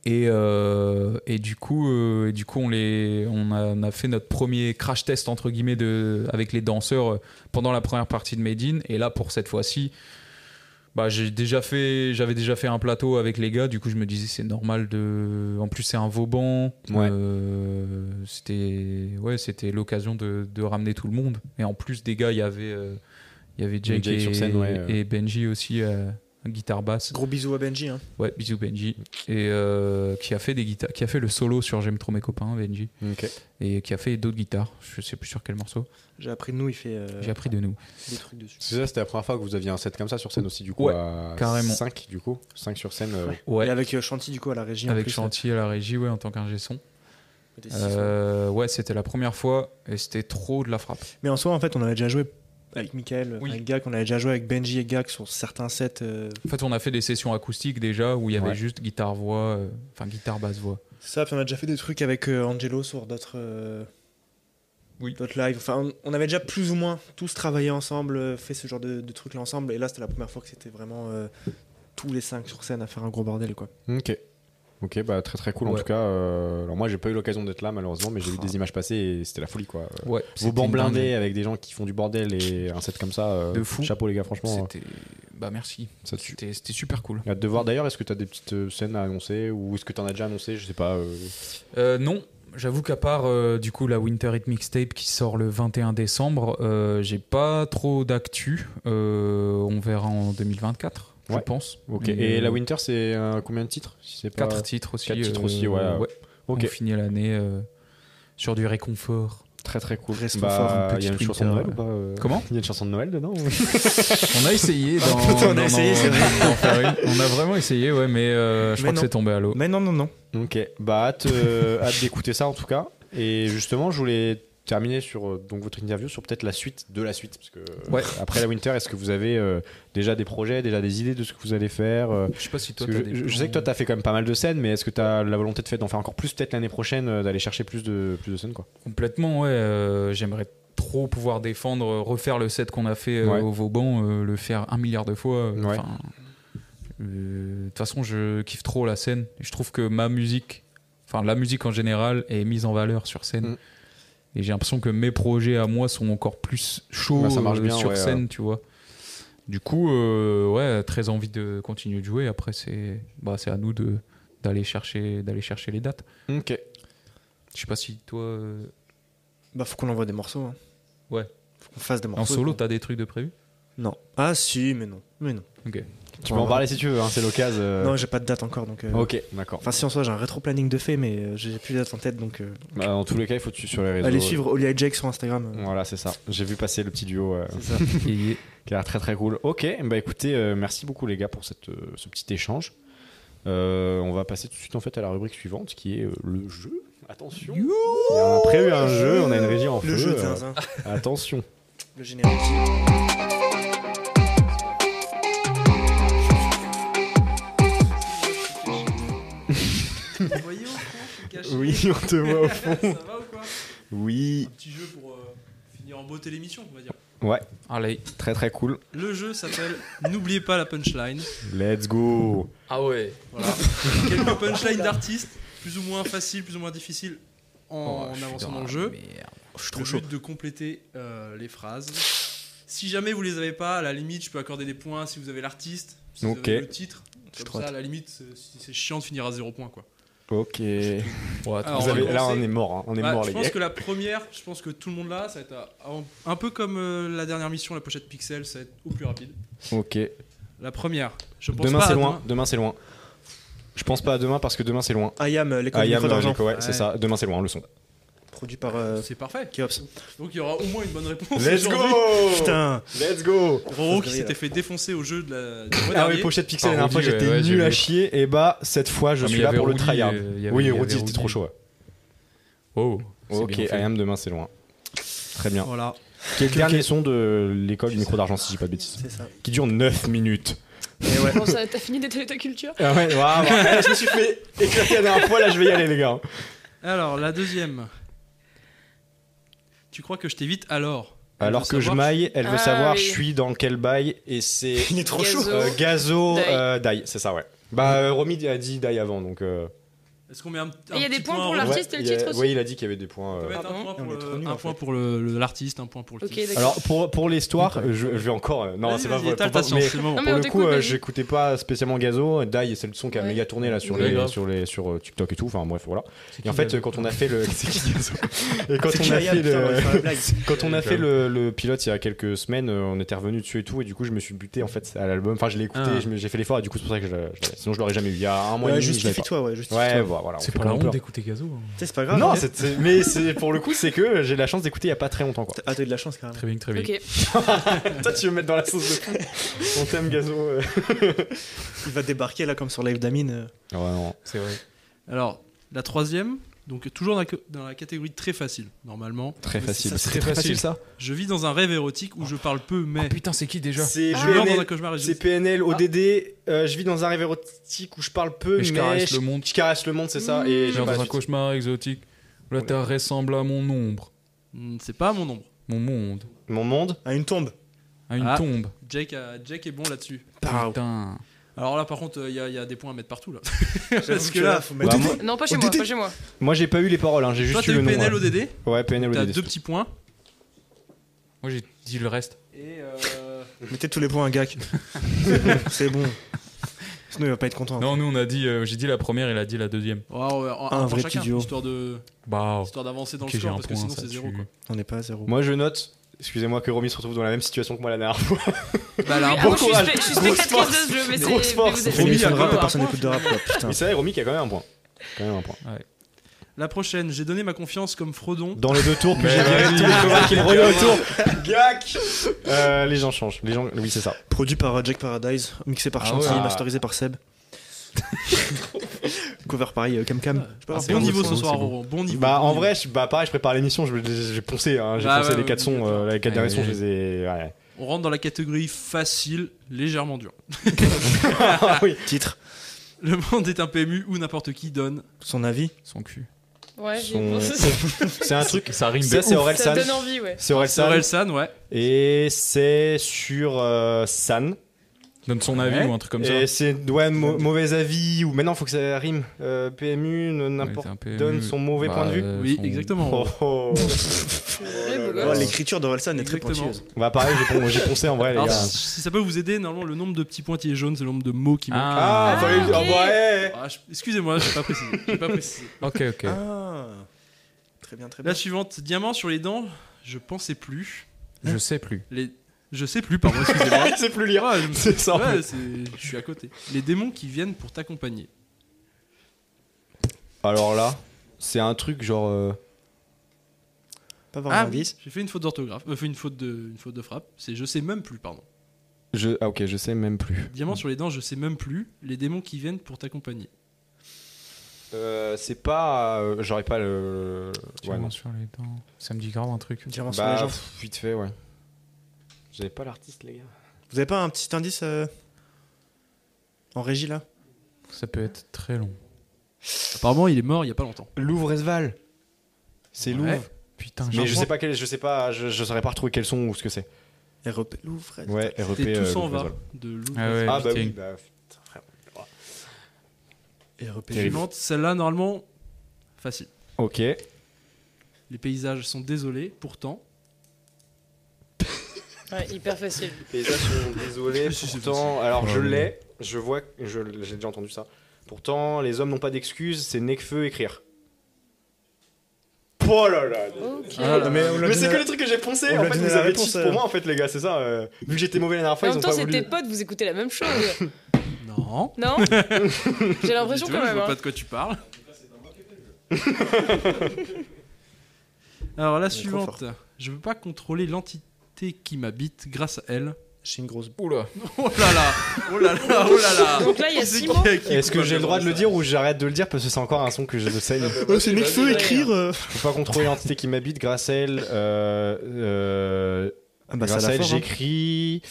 [SPEAKER 4] Et, euh, et du coup, euh, et du coup on, les, on, a, on a fait notre premier crash test entre guillemets de, avec les danseurs euh, pendant la première partie de Made In. Et là, pour cette fois-ci, bah, j'ai déjà fait, j'avais déjà fait un plateau avec les gars. Du coup, je me disais c'est normal de. En plus, c'est un Vauban.
[SPEAKER 6] Ouais.
[SPEAKER 4] Euh, c'était ouais, c'était l'occasion de, de ramener tout le monde. Et en plus des gars, il y avait euh, il y avait Jake,
[SPEAKER 1] Jake
[SPEAKER 4] et,
[SPEAKER 1] sur scène, ouais, euh.
[SPEAKER 4] et Benji aussi, euh, guitare basse.
[SPEAKER 5] Gros bisous à Benji. Hein.
[SPEAKER 4] Ouais, bisous Benji. Et euh, qui a fait des guitares, qui a fait le solo sur J'aime trop mes copains, Benji,
[SPEAKER 1] Ok.
[SPEAKER 4] et qui a fait d'autres guitares. Je sais plus sur quel morceau.
[SPEAKER 5] J'ai appris de nous, il fait euh,
[SPEAKER 4] J'ai appris de nous.
[SPEAKER 5] des trucs dessus.
[SPEAKER 1] C'est ça, c'était la première fois que vous aviez un set comme ça sur scène aussi, du coup.
[SPEAKER 4] Ouais,
[SPEAKER 1] à
[SPEAKER 4] carrément.
[SPEAKER 1] 5 du coup. 5 sur scène. euh,
[SPEAKER 5] Et
[SPEAKER 4] Ouais.
[SPEAKER 5] avec euh, Chanty, du coup, à la régie. en
[SPEAKER 4] Avec
[SPEAKER 5] plus,
[SPEAKER 4] Chantier à la régie, ouais, en tant qu'ingé son.
[SPEAKER 5] on était six.
[SPEAKER 4] Euh, ouais, c'était la première fois et c'était trop de la frappe.
[SPEAKER 5] Mais en soi, en fait, on avait déjà joué avec Michael,
[SPEAKER 4] Oui.
[SPEAKER 5] avec Gak, on avait déjà joué avec Benji et Gak sur certains sets. euh,
[SPEAKER 4] En fait, on a fait des sessions acoustiques déjà où il y avait
[SPEAKER 1] Ouais.
[SPEAKER 4] juste guitare-voix, euh, enfin guitare-basse-voix.
[SPEAKER 5] Ça, puis on a déjà fait des trucs avec euh, Angelo sur d'autres euh,
[SPEAKER 4] Oui.
[SPEAKER 5] d'autres lives. Enfin, on- on avait déjà plus ou moins tous travaillé ensemble, euh, fait ce genre de, de trucs-là ensemble. Et là, c'était la première fois que c'était vraiment euh, tous les cinq sur scène à faire un gros bordel, quoi.
[SPEAKER 1] Ok. Ok, bah très très cool en
[SPEAKER 4] Ouais. Oh.
[SPEAKER 1] tout cas. euh, alors moi j'ai pas eu l'occasion d'être là malheureusement, mais j'ai vu des images passer et c'était la folie quoi. Euh,
[SPEAKER 4] Ouais.
[SPEAKER 1] Vos
[SPEAKER 4] c'était
[SPEAKER 1] bancs
[SPEAKER 4] une
[SPEAKER 1] blindés avec des gens qui font du bordel et un set comme ça. euh,
[SPEAKER 4] De fou.
[SPEAKER 1] Chapeau les gars,
[SPEAKER 4] dinguerie.
[SPEAKER 1] franchement. euh,
[SPEAKER 4] C'était. Bah merci.
[SPEAKER 1] Ça tue.
[SPEAKER 4] C'était c'était super cool.
[SPEAKER 1] Hâte de voir d'ailleurs, est-ce que t'as des petites euh, scènes à annoncer ou est-ce que t'en as déjà annoncé Je sais pas. euh,
[SPEAKER 4] Euh, non, j'avoue qu'à part euh, du coup la Winter Hit Mixtape qui sort le 21 décembre, euh, j'ai pas trop d'actu. Euh, on verra en 2024, je
[SPEAKER 1] Ouais.
[SPEAKER 4] pense.
[SPEAKER 1] Ok.
[SPEAKER 4] Mais,
[SPEAKER 1] Et
[SPEAKER 4] euh,
[SPEAKER 1] la Winter, c'est euh, combien de titres Si c'est pas.
[SPEAKER 4] Quatre titres aussi.
[SPEAKER 1] quatre titres aussi, ouais.
[SPEAKER 4] Ok.
[SPEAKER 1] Ok.
[SPEAKER 4] On finit l'année euh, sur du réconfort.
[SPEAKER 1] Très très cool.
[SPEAKER 5] Restons
[SPEAKER 1] Bah,
[SPEAKER 5] forts,
[SPEAKER 4] une
[SPEAKER 1] il y a une
[SPEAKER 4] petite
[SPEAKER 1] chanson de
[SPEAKER 4] Winter,
[SPEAKER 1] Noël ou pas euh,
[SPEAKER 4] Comment
[SPEAKER 1] Il y a une chanson de Noël dedans ou-
[SPEAKER 4] On a essayé d'en
[SPEAKER 5] putain, on a
[SPEAKER 4] d'en-
[SPEAKER 5] essayé, c'est vrai.
[SPEAKER 4] d'en faire une. On a vraiment essayé, ouais, mais euh,
[SPEAKER 5] Mais
[SPEAKER 4] je crois que
[SPEAKER 5] non.
[SPEAKER 4] c'est tombé à l'eau.
[SPEAKER 5] Mais non, non, non.
[SPEAKER 1] Ok, bah hâte, euh, hâte d'écouter ça en tout cas. Et justement, je voulais terminer sur euh, donc votre interview sur peut-être la suite de la suite, parce que euh,
[SPEAKER 4] Ouais.
[SPEAKER 1] après la Winter, est-ce que vous avez euh, déjà des projets, déjà des idées de ce que vous allez faire euh,
[SPEAKER 4] Je sais pas si toi
[SPEAKER 1] parce que
[SPEAKER 4] t'as
[SPEAKER 1] je,
[SPEAKER 4] des
[SPEAKER 1] je- je sais que toi t'as fait quand même pas mal de scènes, mais est-ce que t'as la volonté de fait d'en faire encore plus peut-être l'année prochaine, euh, d'aller chercher plus de plus de scènes quoi
[SPEAKER 4] Complètement, ouais. euh, J'aimerais trop pouvoir défendre, euh, refaire le set qu'on a fait euh,
[SPEAKER 1] Ouais.
[SPEAKER 4] au Vauban, euh, le faire un milliard de fois. euh,
[SPEAKER 1] Ouais.
[SPEAKER 4] enfin, euh, De toute façon, je kiffe trop la scène. Je trouve que ma musique, enfin la musique en général, est mise en valeur sur scène.
[SPEAKER 1] Mm.
[SPEAKER 4] Et j'ai l'impression que mes projets à moi sont encore plus chauds
[SPEAKER 1] Bah, ça marche
[SPEAKER 4] euh,
[SPEAKER 1] bien,
[SPEAKER 4] sur
[SPEAKER 1] ouais,
[SPEAKER 4] scène, tu vois. Du coup, euh, ouais, très envie de continuer de jouer. Après, c'est bah, c'est à nous de d'aller chercher d'aller chercher les dates.
[SPEAKER 1] Ok.
[SPEAKER 4] Je sais pas si toi, euh,
[SPEAKER 5] Bah, faut qu'on envoie des morceaux. hein.
[SPEAKER 4] Ouais.
[SPEAKER 5] Faut qu'on fasse des morceaux.
[SPEAKER 4] en solo,
[SPEAKER 5] quoi.
[SPEAKER 4] t'as des trucs de prévu
[SPEAKER 5] Non. Ah, si, mais non. Mais non.
[SPEAKER 4] Ok.
[SPEAKER 1] Tu peux en parler si tu veux, hein, c'est l'occasion. euh.
[SPEAKER 5] Non, j'ai pas de date encore, donc. euh,
[SPEAKER 1] Ok, d'accord.
[SPEAKER 5] Enfin, si en soi, j'ai un rétro-planning de fait, mais euh, j'ai plus de date en tête, donc. euh,
[SPEAKER 1] Bah, dans tous les cas, il faut tu sur les réseaux.
[SPEAKER 5] Allez
[SPEAKER 1] euh,
[SPEAKER 5] suivre Oli et Jake sur Instagram. euh,
[SPEAKER 1] Voilà, c'est ça. J'ai vu passer le petit duo. euh,
[SPEAKER 5] C'est ça.
[SPEAKER 4] Et-
[SPEAKER 1] qui a l'air très très cool. Ok, bah écoutez, euh, merci beaucoup les gars pour cette, euh, ce petit échange. Euh, on va passer tout de suite en fait à la rubrique suivante qui est euh, le jeu. Attention, il y a un prévu un jeu, on a une régie en feu.
[SPEAKER 5] Le jeu de
[SPEAKER 1] euh,
[SPEAKER 5] zinzin.
[SPEAKER 1] attention.
[SPEAKER 5] Le générique.
[SPEAKER 2] Vous voyez au fond,
[SPEAKER 1] Oui, on te voit au fond.
[SPEAKER 7] Ça va ou quoi
[SPEAKER 1] Oui,
[SPEAKER 7] Un petit jeu pour euh, finir en beauté l'émission, on va dire.
[SPEAKER 1] ouais,
[SPEAKER 4] Allez.
[SPEAKER 1] très très cool.
[SPEAKER 7] Le jeu s'appelle N'oubliez pas la punchline.
[SPEAKER 1] Let's go.
[SPEAKER 4] Ah ouais.
[SPEAKER 7] Voilà. Quelques punchlines d'artistes, plus ou moins faciles, plus ou moins difficiles, en, avançant dans le jeu.
[SPEAKER 5] Je suis
[SPEAKER 7] Le but de compléter euh, les phrases. Si jamais vous les avez pas, à la limite, je peux accorder des points si vous avez l'artiste, si vous
[SPEAKER 1] Ok.
[SPEAKER 7] avez le titre.
[SPEAKER 5] suis
[SPEAKER 7] Comme
[SPEAKER 5] trop
[SPEAKER 7] ça,
[SPEAKER 5] hâte.
[SPEAKER 7] à la limite, c'est- si c'est chiant de finir à zéro point. Quoi.
[SPEAKER 1] Ok.
[SPEAKER 7] Alors,
[SPEAKER 1] Vous
[SPEAKER 7] on va
[SPEAKER 1] avez- là
[SPEAKER 7] commencer.
[SPEAKER 1] on est mort, hein, on est
[SPEAKER 7] Bah,
[SPEAKER 1] mort
[SPEAKER 7] je
[SPEAKER 1] les
[SPEAKER 7] pense
[SPEAKER 1] gars.
[SPEAKER 7] que la première, je pense que tout le monde là, ça va être à- à- un peu comme euh, la dernière mission, la pochette Pixel, ça va être au plus rapide.
[SPEAKER 1] Ok.
[SPEAKER 7] La première, je pense
[SPEAKER 1] Demain
[SPEAKER 7] pas
[SPEAKER 1] c'est
[SPEAKER 7] à
[SPEAKER 1] loin. Demain c'est loin. Je pense pas à demain parce que demain c'est loin.
[SPEAKER 5] I am, euh, l'école
[SPEAKER 1] Ah,
[SPEAKER 5] du
[SPEAKER 1] Yam,
[SPEAKER 5] micro d'argent,
[SPEAKER 1] Nico, ouais, c'est
[SPEAKER 7] Ouais.
[SPEAKER 1] ça. Demain c'est loin, le son.
[SPEAKER 5] produit par euh,
[SPEAKER 7] demain. C'est parfait.
[SPEAKER 5] Keops.
[SPEAKER 7] Donc il y aura au moins une bonne réponse.
[SPEAKER 1] Let's
[SPEAKER 7] aujourd'hui.
[SPEAKER 1] go.
[SPEAKER 5] Putain
[SPEAKER 1] Let's go.
[SPEAKER 5] Oh.
[SPEAKER 7] Roro qui
[SPEAKER 5] Faudrait,
[SPEAKER 7] s'était
[SPEAKER 5] là.
[SPEAKER 7] fait défoncer au jeu de la du mois
[SPEAKER 1] Ah oui,
[SPEAKER 7] dernier.
[SPEAKER 1] pochette pixel, la
[SPEAKER 4] Par
[SPEAKER 1] dernière fois
[SPEAKER 4] Rudy,
[SPEAKER 1] j'étais
[SPEAKER 4] ouais, ouais,
[SPEAKER 1] nul
[SPEAKER 4] j'ai
[SPEAKER 1] à
[SPEAKER 4] vu.
[SPEAKER 1] chier, et bah cette fois je
[SPEAKER 4] Ah, mais
[SPEAKER 1] suis
[SPEAKER 4] il y
[SPEAKER 1] là
[SPEAKER 4] avait
[SPEAKER 1] pour le
[SPEAKER 4] Rudy,
[SPEAKER 1] tryhard.
[SPEAKER 4] euh, il y avait- il
[SPEAKER 1] Oui,
[SPEAKER 4] y
[SPEAKER 1] Rudy,
[SPEAKER 4] avait
[SPEAKER 1] c'était trop
[SPEAKER 4] Rudy.
[SPEAKER 1] chaud. ouais.
[SPEAKER 4] Oh. c'est
[SPEAKER 1] Ok,
[SPEAKER 4] bien
[SPEAKER 1] I
[SPEAKER 4] fait.
[SPEAKER 1] am demain, c'est loin. Très bien.
[SPEAKER 7] Voilà.
[SPEAKER 1] Quel dernier son de l'école du micro d'argent, si je dis pas de bêtises
[SPEAKER 5] C'est ça.
[SPEAKER 1] Qui dure 9 minutes.
[SPEAKER 5] Et ouais.
[SPEAKER 2] Bon, ça, t'as fini d'étaler ta culture
[SPEAKER 1] Ah ouais, waouh, je me suis fait éclater la dernière fois, là je vais y aller, les gars.
[SPEAKER 7] Alors la deuxième. Tu crois que je t'évite alors Elle
[SPEAKER 1] Bah, Alors
[SPEAKER 7] veut
[SPEAKER 1] que je
[SPEAKER 7] savoir-
[SPEAKER 1] maille, elle veut
[SPEAKER 2] Ah,
[SPEAKER 1] savoir
[SPEAKER 2] oui.
[SPEAKER 1] je suis dans quel bail, et c'est.
[SPEAKER 5] Il est trop
[SPEAKER 2] Gazo.
[SPEAKER 5] chaud.
[SPEAKER 1] Euh, Gazo,
[SPEAKER 2] Die.
[SPEAKER 1] euh, die, c'est ça, ouais. Bah, euh, Romy a dit die avant, donc. euh,
[SPEAKER 7] Est-ce qu'on met un, un
[SPEAKER 2] Et il y a des
[SPEAKER 7] petit
[SPEAKER 2] points
[SPEAKER 7] point
[SPEAKER 2] pour
[SPEAKER 7] en-
[SPEAKER 2] l'artiste. et le
[SPEAKER 1] il y a-
[SPEAKER 2] titre aussi
[SPEAKER 1] ouais, il a dit qu'il y avait des points.
[SPEAKER 7] On peut
[SPEAKER 1] euh.
[SPEAKER 7] mettre
[SPEAKER 2] Pardon
[SPEAKER 7] un point
[SPEAKER 5] On
[SPEAKER 7] pour
[SPEAKER 5] est trop
[SPEAKER 7] le-
[SPEAKER 5] nuls,
[SPEAKER 7] un
[SPEAKER 5] en
[SPEAKER 7] point
[SPEAKER 5] fait.
[SPEAKER 7] pour le- le- l'artiste, un point pour le
[SPEAKER 2] Ok,
[SPEAKER 7] titre.
[SPEAKER 2] d'accord.
[SPEAKER 1] Alors pour, pour l'histoire, je, je vais encore. euh, non,
[SPEAKER 7] Vas-y,
[SPEAKER 1] c'est pas
[SPEAKER 7] vas-y,
[SPEAKER 1] vrai.
[SPEAKER 7] étale
[SPEAKER 1] faut pas-
[SPEAKER 7] ta science,
[SPEAKER 1] mais
[SPEAKER 7] c'est le moment.
[SPEAKER 2] Non, mais
[SPEAKER 1] pour
[SPEAKER 2] on
[SPEAKER 1] le
[SPEAKER 2] t'écoute,
[SPEAKER 1] coup, euh,
[SPEAKER 2] vas-y.
[SPEAKER 1] j'écoutais pas spécialement Gazo. Die, c'est le son qui a
[SPEAKER 2] Ouais.
[SPEAKER 1] méga tourné là sur
[SPEAKER 2] Ouais,
[SPEAKER 1] les
[SPEAKER 7] grave.
[SPEAKER 1] sur les sur euh, TikTok et tout. Enfin bref, voilà. Et en fait, euh, quand on a fait le c'est qui, Gazo et quand
[SPEAKER 5] C'est
[SPEAKER 1] on a
[SPEAKER 5] Kylian,
[SPEAKER 1] fait
[SPEAKER 5] putain, on va
[SPEAKER 1] le
[SPEAKER 5] faire la blague.
[SPEAKER 1] quand on a fait le, le pilote il y a quelques semaines, euh, on était revenu dessus et tout, et du coup, je me suis buté en fait à l'album. Enfin, je l'ai écouté,
[SPEAKER 7] Ah.
[SPEAKER 1] je me- j'ai fait l'effort, et du coup, c'est pour ça que je, l'ai- je l'ai- sinon je l'aurais jamais eu. Il y a un mois
[SPEAKER 5] Ouais,
[SPEAKER 1] et demi, je l'avais pas.
[SPEAKER 5] justifie-toi, ouais, justifie-toi.
[SPEAKER 1] Ouais, voilà. voilà, euh, on fait
[SPEAKER 4] C'est pas
[SPEAKER 1] comme
[SPEAKER 4] la
[SPEAKER 1] on
[SPEAKER 4] honte
[SPEAKER 1] peut.
[SPEAKER 4] d'écouter Gazo.
[SPEAKER 5] Tu sais, c'est pas grave.
[SPEAKER 1] Non,
[SPEAKER 5] hein.
[SPEAKER 1] c'est- c'est- mais c'est pour le coup, c'est que j'ai la chance d'écouter il y a pas très longtemps. Quoi.
[SPEAKER 5] T'as- Ah, t'as eu de la chance, carrément.
[SPEAKER 4] Très bien, très bien.
[SPEAKER 2] Ok.
[SPEAKER 1] Toi, tu veux mettre dans la sauce de On t'aime, Gazo. euh.
[SPEAKER 5] Il va débarquer là, comme sur Live d'Amine. euh.
[SPEAKER 1] Ouais, non.
[SPEAKER 4] C'est vrai.
[SPEAKER 7] Alors, la troisième, donc toujours dans la, co- dans la catégorie très facile, normalement.
[SPEAKER 1] Très facile.
[SPEAKER 7] Ça, c'est
[SPEAKER 1] C'est
[SPEAKER 7] très
[SPEAKER 1] très facile,
[SPEAKER 7] facile.
[SPEAKER 1] ça
[SPEAKER 7] Je vis dans un rêve érotique où je parle peu, mais.
[SPEAKER 4] Oh, putain, c'est qui déjà
[SPEAKER 1] C'est
[SPEAKER 7] je meurs dans un
[SPEAKER 1] PNL,
[SPEAKER 7] cauchemar et je-
[SPEAKER 1] Ah, c'est PNL, ODD. euh, je vis dans un rêve érotique où je parle peu,
[SPEAKER 4] Et je
[SPEAKER 1] mais
[SPEAKER 4] caresse le monde.
[SPEAKER 1] je caresse le monde, c'est ça. Et bah, j'ai
[SPEAKER 4] J'ai
[SPEAKER 1] pas
[SPEAKER 4] dans
[SPEAKER 1] la
[SPEAKER 4] un
[SPEAKER 1] suite.
[SPEAKER 4] cauchemar exotique. La terre ressemble à mon ombre.
[SPEAKER 7] Hmm, C'est pas mon nombre.
[SPEAKER 4] Mon monde.
[SPEAKER 1] Mon monde.
[SPEAKER 5] Ah, une tombe.
[SPEAKER 4] À une
[SPEAKER 7] Ah.
[SPEAKER 4] tombe.
[SPEAKER 7] Jake, a- Jake est bon là-dessus.
[SPEAKER 5] Bah,
[SPEAKER 4] Putain.
[SPEAKER 7] Alors là, par contre, il y, a- y a des points à mettre partout là.
[SPEAKER 5] Parce
[SPEAKER 7] que là,
[SPEAKER 5] faut
[SPEAKER 1] Bah,
[SPEAKER 5] mettre.
[SPEAKER 1] moi,
[SPEAKER 2] Non, pas chez moi,
[SPEAKER 1] ODD.
[SPEAKER 2] pas chez moi.
[SPEAKER 1] moi, j'ai pas eu les paroles, hein, j'ai
[SPEAKER 7] Toi,
[SPEAKER 1] juste
[SPEAKER 7] t'as
[SPEAKER 1] eu le
[SPEAKER 7] eu
[SPEAKER 1] nom.
[SPEAKER 7] PNL
[SPEAKER 1] ouais.
[SPEAKER 7] ODD.
[SPEAKER 1] Ouais, PNL,
[SPEAKER 7] T'as
[SPEAKER 1] ODD.
[SPEAKER 7] deux petits points.
[SPEAKER 4] Moi j'ai dit le reste.
[SPEAKER 7] Et euh,
[SPEAKER 5] Mettez tous les points à Gak. C'est bon, c'est bon. Sinon, il va pas être content.
[SPEAKER 4] Non, nous on a dit, euh, j'ai dit la première, il a dit la deuxième.
[SPEAKER 7] un,
[SPEAKER 5] Un
[SPEAKER 7] point
[SPEAKER 5] vrai
[SPEAKER 7] chacun,
[SPEAKER 5] petit duo.
[SPEAKER 7] histoire de
[SPEAKER 4] Bah,
[SPEAKER 7] histoire d'avancer dans
[SPEAKER 4] ok,
[SPEAKER 7] le
[SPEAKER 4] j'ai
[SPEAKER 7] score
[SPEAKER 4] un
[SPEAKER 7] parce
[SPEAKER 4] point,
[SPEAKER 7] que sinon
[SPEAKER 4] ça
[SPEAKER 7] c'est zéro
[SPEAKER 4] tue.
[SPEAKER 7] quoi.
[SPEAKER 5] On n'est pas à zéro.
[SPEAKER 1] Moi je note, excusez-moi que Romy se retrouve dans la même situation que moi la dernière fois.
[SPEAKER 7] Bah là,
[SPEAKER 2] Oui,
[SPEAKER 7] un
[SPEAKER 2] ah
[SPEAKER 7] point.
[SPEAKER 2] bon, je suis
[SPEAKER 1] courage.
[SPEAKER 2] spect- je suis
[SPEAKER 1] Grosse
[SPEAKER 2] spectatrice de
[SPEAKER 1] force.
[SPEAKER 2] ce jeu, mais c'est.
[SPEAKER 1] Grosse
[SPEAKER 2] mais
[SPEAKER 1] force.
[SPEAKER 2] vous êtes-
[SPEAKER 5] Faut
[SPEAKER 7] Romy,
[SPEAKER 5] mis sur
[SPEAKER 7] à
[SPEAKER 5] le rap
[SPEAKER 7] quand
[SPEAKER 5] et
[SPEAKER 7] un
[SPEAKER 5] personne
[SPEAKER 7] point,
[SPEAKER 5] n'écoute de rap, quoi. Putain.
[SPEAKER 1] Mais c'est vrai, Romy qui a quand même un point. Quand même un point.
[SPEAKER 7] La prochaine, j'ai donné ma confiance comme Frodon.
[SPEAKER 1] Dans les deux tours, puis j'ai
[SPEAKER 4] Mais
[SPEAKER 1] viré
[SPEAKER 4] oui.
[SPEAKER 1] tous les copains qui me relaient autour. Gac Euh, Les gens changent. Les gens... Oui, c'est ça.
[SPEAKER 5] Produit par euh, Jack Paradise, mixé par
[SPEAKER 4] Ah
[SPEAKER 5] Chantilly,
[SPEAKER 1] ouais.
[SPEAKER 5] masterisé par Seb. Cover pareil, euh, Cam Cam. Je peux avoir
[SPEAKER 4] c'est
[SPEAKER 7] bon
[SPEAKER 4] beau,
[SPEAKER 7] niveau
[SPEAKER 4] c'est
[SPEAKER 7] ce
[SPEAKER 4] beau,
[SPEAKER 7] soir,
[SPEAKER 4] c'est beau.
[SPEAKER 7] Roro. Bon niveau.
[SPEAKER 1] Bah,
[SPEAKER 7] bon
[SPEAKER 1] en
[SPEAKER 7] niveau.
[SPEAKER 1] vrai, je... bah, pareil, je prépare l'émission, je- j'ai poncé. hein, J'ai
[SPEAKER 7] Bah,
[SPEAKER 1] poncé
[SPEAKER 7] ouais,
[SPEAKER 1] les
[SPEAKER 7] ouais,
[SPEAKER 1] 4 sons,
[SPEAKER 7] obligatoire.
[SPEAKER 1] euh, les 4 derniers
[SPEAKER 4] Ouais,
[SPEAKER 1] sons, je
[SPEAKER 4] ouais.
[SPEAKER 1] les ai. ouais.
[SPEAKER 7] on rentre dans la catégorie facile, légèrement dure.
[SPEAKER 1] Ah oui.
[SPEAKER 5] titre,
[SPEAKER 7] Le monde est un PMU où n'importe qui donne.
[SPEAKER 5] son avis.
[SPEAKER 4] son cul.
[SPEAKER 2] Ouais, j'ai
[SPEAKER 1] Son-
[SPEAKER 2] pensé-
[SPEAKER 1] C'est un truc.
[SPEAKER 4] Ça rime
[SPEAKER 1] Ça, c'est Aurel
[SPEAKER 2] Ça
[SPEAKER 1] San.
[SPEAKER 2] donne envie, ouais.
[SPEAKER 1] C'est Aurel
[SPEAKER 7] C'est
[SPEAKER 1] San.
[SPEAKER 7] Orelsan, ouais.
[SPEAKER 1] Et c'est sur euh, San.
[SPEAKER 4] Donne son avis
[SPEAKER 7] Ouais.
[SPEAKER 4] ou un truc comme ça.
[SPEAKER 1] Et c'est ouais, mau- mauvais avis ou. Mais non, faut que ça rime. Euh, PMU, n'importe.
[SPEAKER 4] Ouais, c'est un peu-
[SPEAKER 1] Donne son mauvais
[SPEAKER 4] Bah,
[SPEAKER 1] point de vue.
[SPEAKER 4] euh,
[SPEAKER 7] Oui,
[SPEAKER 4] son-
[SPEAKER 7] exactement.
[SPEAKER 1] Oh,
[SPEAKER 7] Roro.
[SPEAKER 1] oh.
[SPEAKER 2] Ouais, beau
[SPEAKER 5] Ouais,
[SPEAKER 2] gosse.
[SPEAKER 5] L'écriture d'Orelsan est très
[SPEAKER 7] Exactement.
[SPEAKER 5] pointilleuse.
[SPEAKER 1] Bah pareil, j'ai pon- j'ai poncé en vrai les
[SPEAKER 7] Alors,
[SPEAKER 1] gars.
[SPEAKER 7] si si ça peut vous aider, normalement, le nombre de petits pointillés jaunes, c'est le nombre de mots qui manquent.
[SPEAKER 1] Ah,
[SPEAKER 4] Ah,
[SPEAKER 1] fallait
[SPEAKER 2] ok.
[SPEAKER 1] ah, bah, eh,
[SPEAKER 7] Ah, je- Excusez-moi, j'ai pas précisé. J'ai pas précisé.
[SPEAKER 4] ok, ok.
[SPEAKER 5] Ah. Très bien, très bien.
[SPEAKER 7] La suivante, diamant sur les dents, je pensais plus.
[SPEAKER 4] Je sais plus.
[SPEAKER 7] Les... Je sais plus, pardon, excusez-moi.
[SPEAKER 1] eh. C'est plus lire.
[SPEAKER 7] Ouais, je me-
[SPEAKER 1] C'est ça.
[SPEAKER 7] Ouais, c'est- je suis à côté. Les démons qui viennent pour t'accompagner.
[SPEAKER 1] Alors là, c'est un truc genre. euh,
[SPEAKER 5] Pas vraiment
[SPEAKER 7] Ah, oui,
[SPEAKER 5] indice.
[SPEAKER 7] j'ai fait une faute d'orthographe, euh, fait une faute de, une faute de frappe. C'est je sais même plus, pardon.
[SPEAKER 1] je... Ah ok, je sais même plus.
[SPEAKER 7] Diamant sur les dents, je sais même plus. Les démons qui viennent pour t'accompagner.
[SPEAKER 1] Euh, c'est pas. euh, J'aurais pas le.
[SPEAKER 4] Tu
[SPEAKER 1] Ouais,
[SPEAKER 4] vois,
[SPEAKER 1] non.
[SPEAKER 4] sur les dents. Ça me dit grave un truc.
[SPEAKER 5] Diamant sur les
[SPEAKER 1] Bah,
[SPEAKER 5] gens.
[SPEAKER 1] pff, vite fait, ouais. J'avais pas l'artiste, les gars.
[SPEAKER 5] Vous avez pas un petit indice euh, en régie là
[SPEAKER 4] Ça peut être très long.
[SPEAKER 7] Apparemment, il est mort il y a pas longtemps.
[SPEAKER 1] Louvre Esval. C'est
[SPEAKER 7] Ouais.
[SPEAKER 1] Louvre.
[SPEAKER 4] Putain,
[SPEAKER 1] Mais je sais
[SPEAKER 4] pas.
[SPEAKER 1] pas, quel, je sais pas, je, je saurais pas retrouver quel son ou ce que c'est.
[SPEAKER 5] REP E Louvre.
[SPEAKER 1] Ouais, REP.
[SPEAKER 7] C'était
[SPEAKER 1] euh,
[SPEAKER 7] tout s'en
[SPEAKER 1] Louvre
[SPEAKER 7] va
[SPEAKER 1] Esval.
[SPEAKER 7] de Lou.
[SPEAKER 4] Ah ouais,
[SPEAKER 1] Ah bah
[SPEAKER 4] putain.
[SPEAKER 1] oui, bah putain, frère.
[SPEAKER 5] REP.
[SPEAKER 1] Terrible.
[SPEAKER 7] Suivante, celle-là normalement facile.
[SPEAKER 1] Ok.
[SPEAKER 7] Les paysages sont désolés, pourtant.
[SPEAKER 2] Ouais, hyper facile.
[SPEAKER 1] Les gens sont désolés,
[SPEAKER 7] Si, c'est
[SPEAKER 1] pourtant. Alors je
[SPEAKER 4] Ouais.
[SPEAKER 1] l'ai, je vois, je l'ai- j'ai déjà entendu ça. Pourtant, les hommes n'ont pas d'excuses, c'est Necfeu écrire. Oh là là
[SPEAKER 2] Ok.
[SPEAKER 7] Ah, là,
[SPEAKER 5] mais
[SPEAKER 7] là,
[SPEAKER 5] Euh, on l'a donné
[SPEAKER 1] Mais c'est que
[SPEAKER 5] la-
[SPEAKER 1] les trucs que j'ai pensé,
[SPEAKER 5] on l'a
[SPEAKER 1] en fait
[SPEAKER 5] donné
[SPEAKER 1] vous
[SPEAKER 5] la
[SPEAKER 1] avez
[SPEAKER 5] réponse,
[SPEAKER 1] cheat
[SPEAKER 5] euh.
[SPEAKER 1] pour moi en fait les gars, c'est ça. euh, vu que j'étais mauvais la dernière fois,
[SPEAKER 2] en
[SPEAKER 1] ils
[SPEAKER 2] même
[SPEAKER 1] ont
[SPEAKER 2] temps,
[SPEAKER 1] pas
[SPEAKER 2] c'est tes
[SPEAKER 1] voulu.
[SPEAKER 2] potes, vous écoutez la même chose.
[SPEAKER 7] Non.
[SPEAKER 2] Non J'ai l'impression
[SPEAKER 7] Du tout,
[SPEAKER 2] quand
[SPEAKER 7] Je
[SPEAKER 2] même.
[SPEAKER 7] vois
[SPEAKER 2] hein.
[SPEAKER 7] pas de quoi tu parles. Alors la
[SPEAKER 5] trop
[SPEAKER 7] suivante. Je peux pas contrôler l'entité qui m'habite grâce à elle.
[SPEAKER 5] J'ai une grosse.
[SPEAKER 4] Oula.
[SPEAKER 7] Oh là là Oh là là Oh là
[SPEAKER 1] Ah,
[SPEAKER 7] là
[SPEAKER 2] Donc là, il y a
[SPEAKER 7] C'est
[SPEAKER 2] six
[SPEAKER 7] qui
[SPEAKER 2] mots.
[SPEAKER 7] qui- qui
[SPEAKER 1] Est-ce
[SPEAKER 7] coupe
[SPEAKER 1] que j'ai le droit de le
[SPEAKER 7] ça
[SPEAKER 1] dire ou j'arrête de le dire parce que c'est encore un son que je saigne
[SPEAKER 5] Oh, c'est Nekfeu
[SPEAKER 2] vas-y.
[SPEAKER 5] écrire. euh.
[SPEAKER 1] Faut pas contrôler l'entité qui m'habite, grâce à elle. euh, euh,
[SPEAKER 5] Ah bah ça
[SPEAKER 1] grâce
[SPEAKER 5] la
[SPEAKER 1] à elle,
[SPEAKER 5] force, hein.
[SPEAKER 1] j'écris.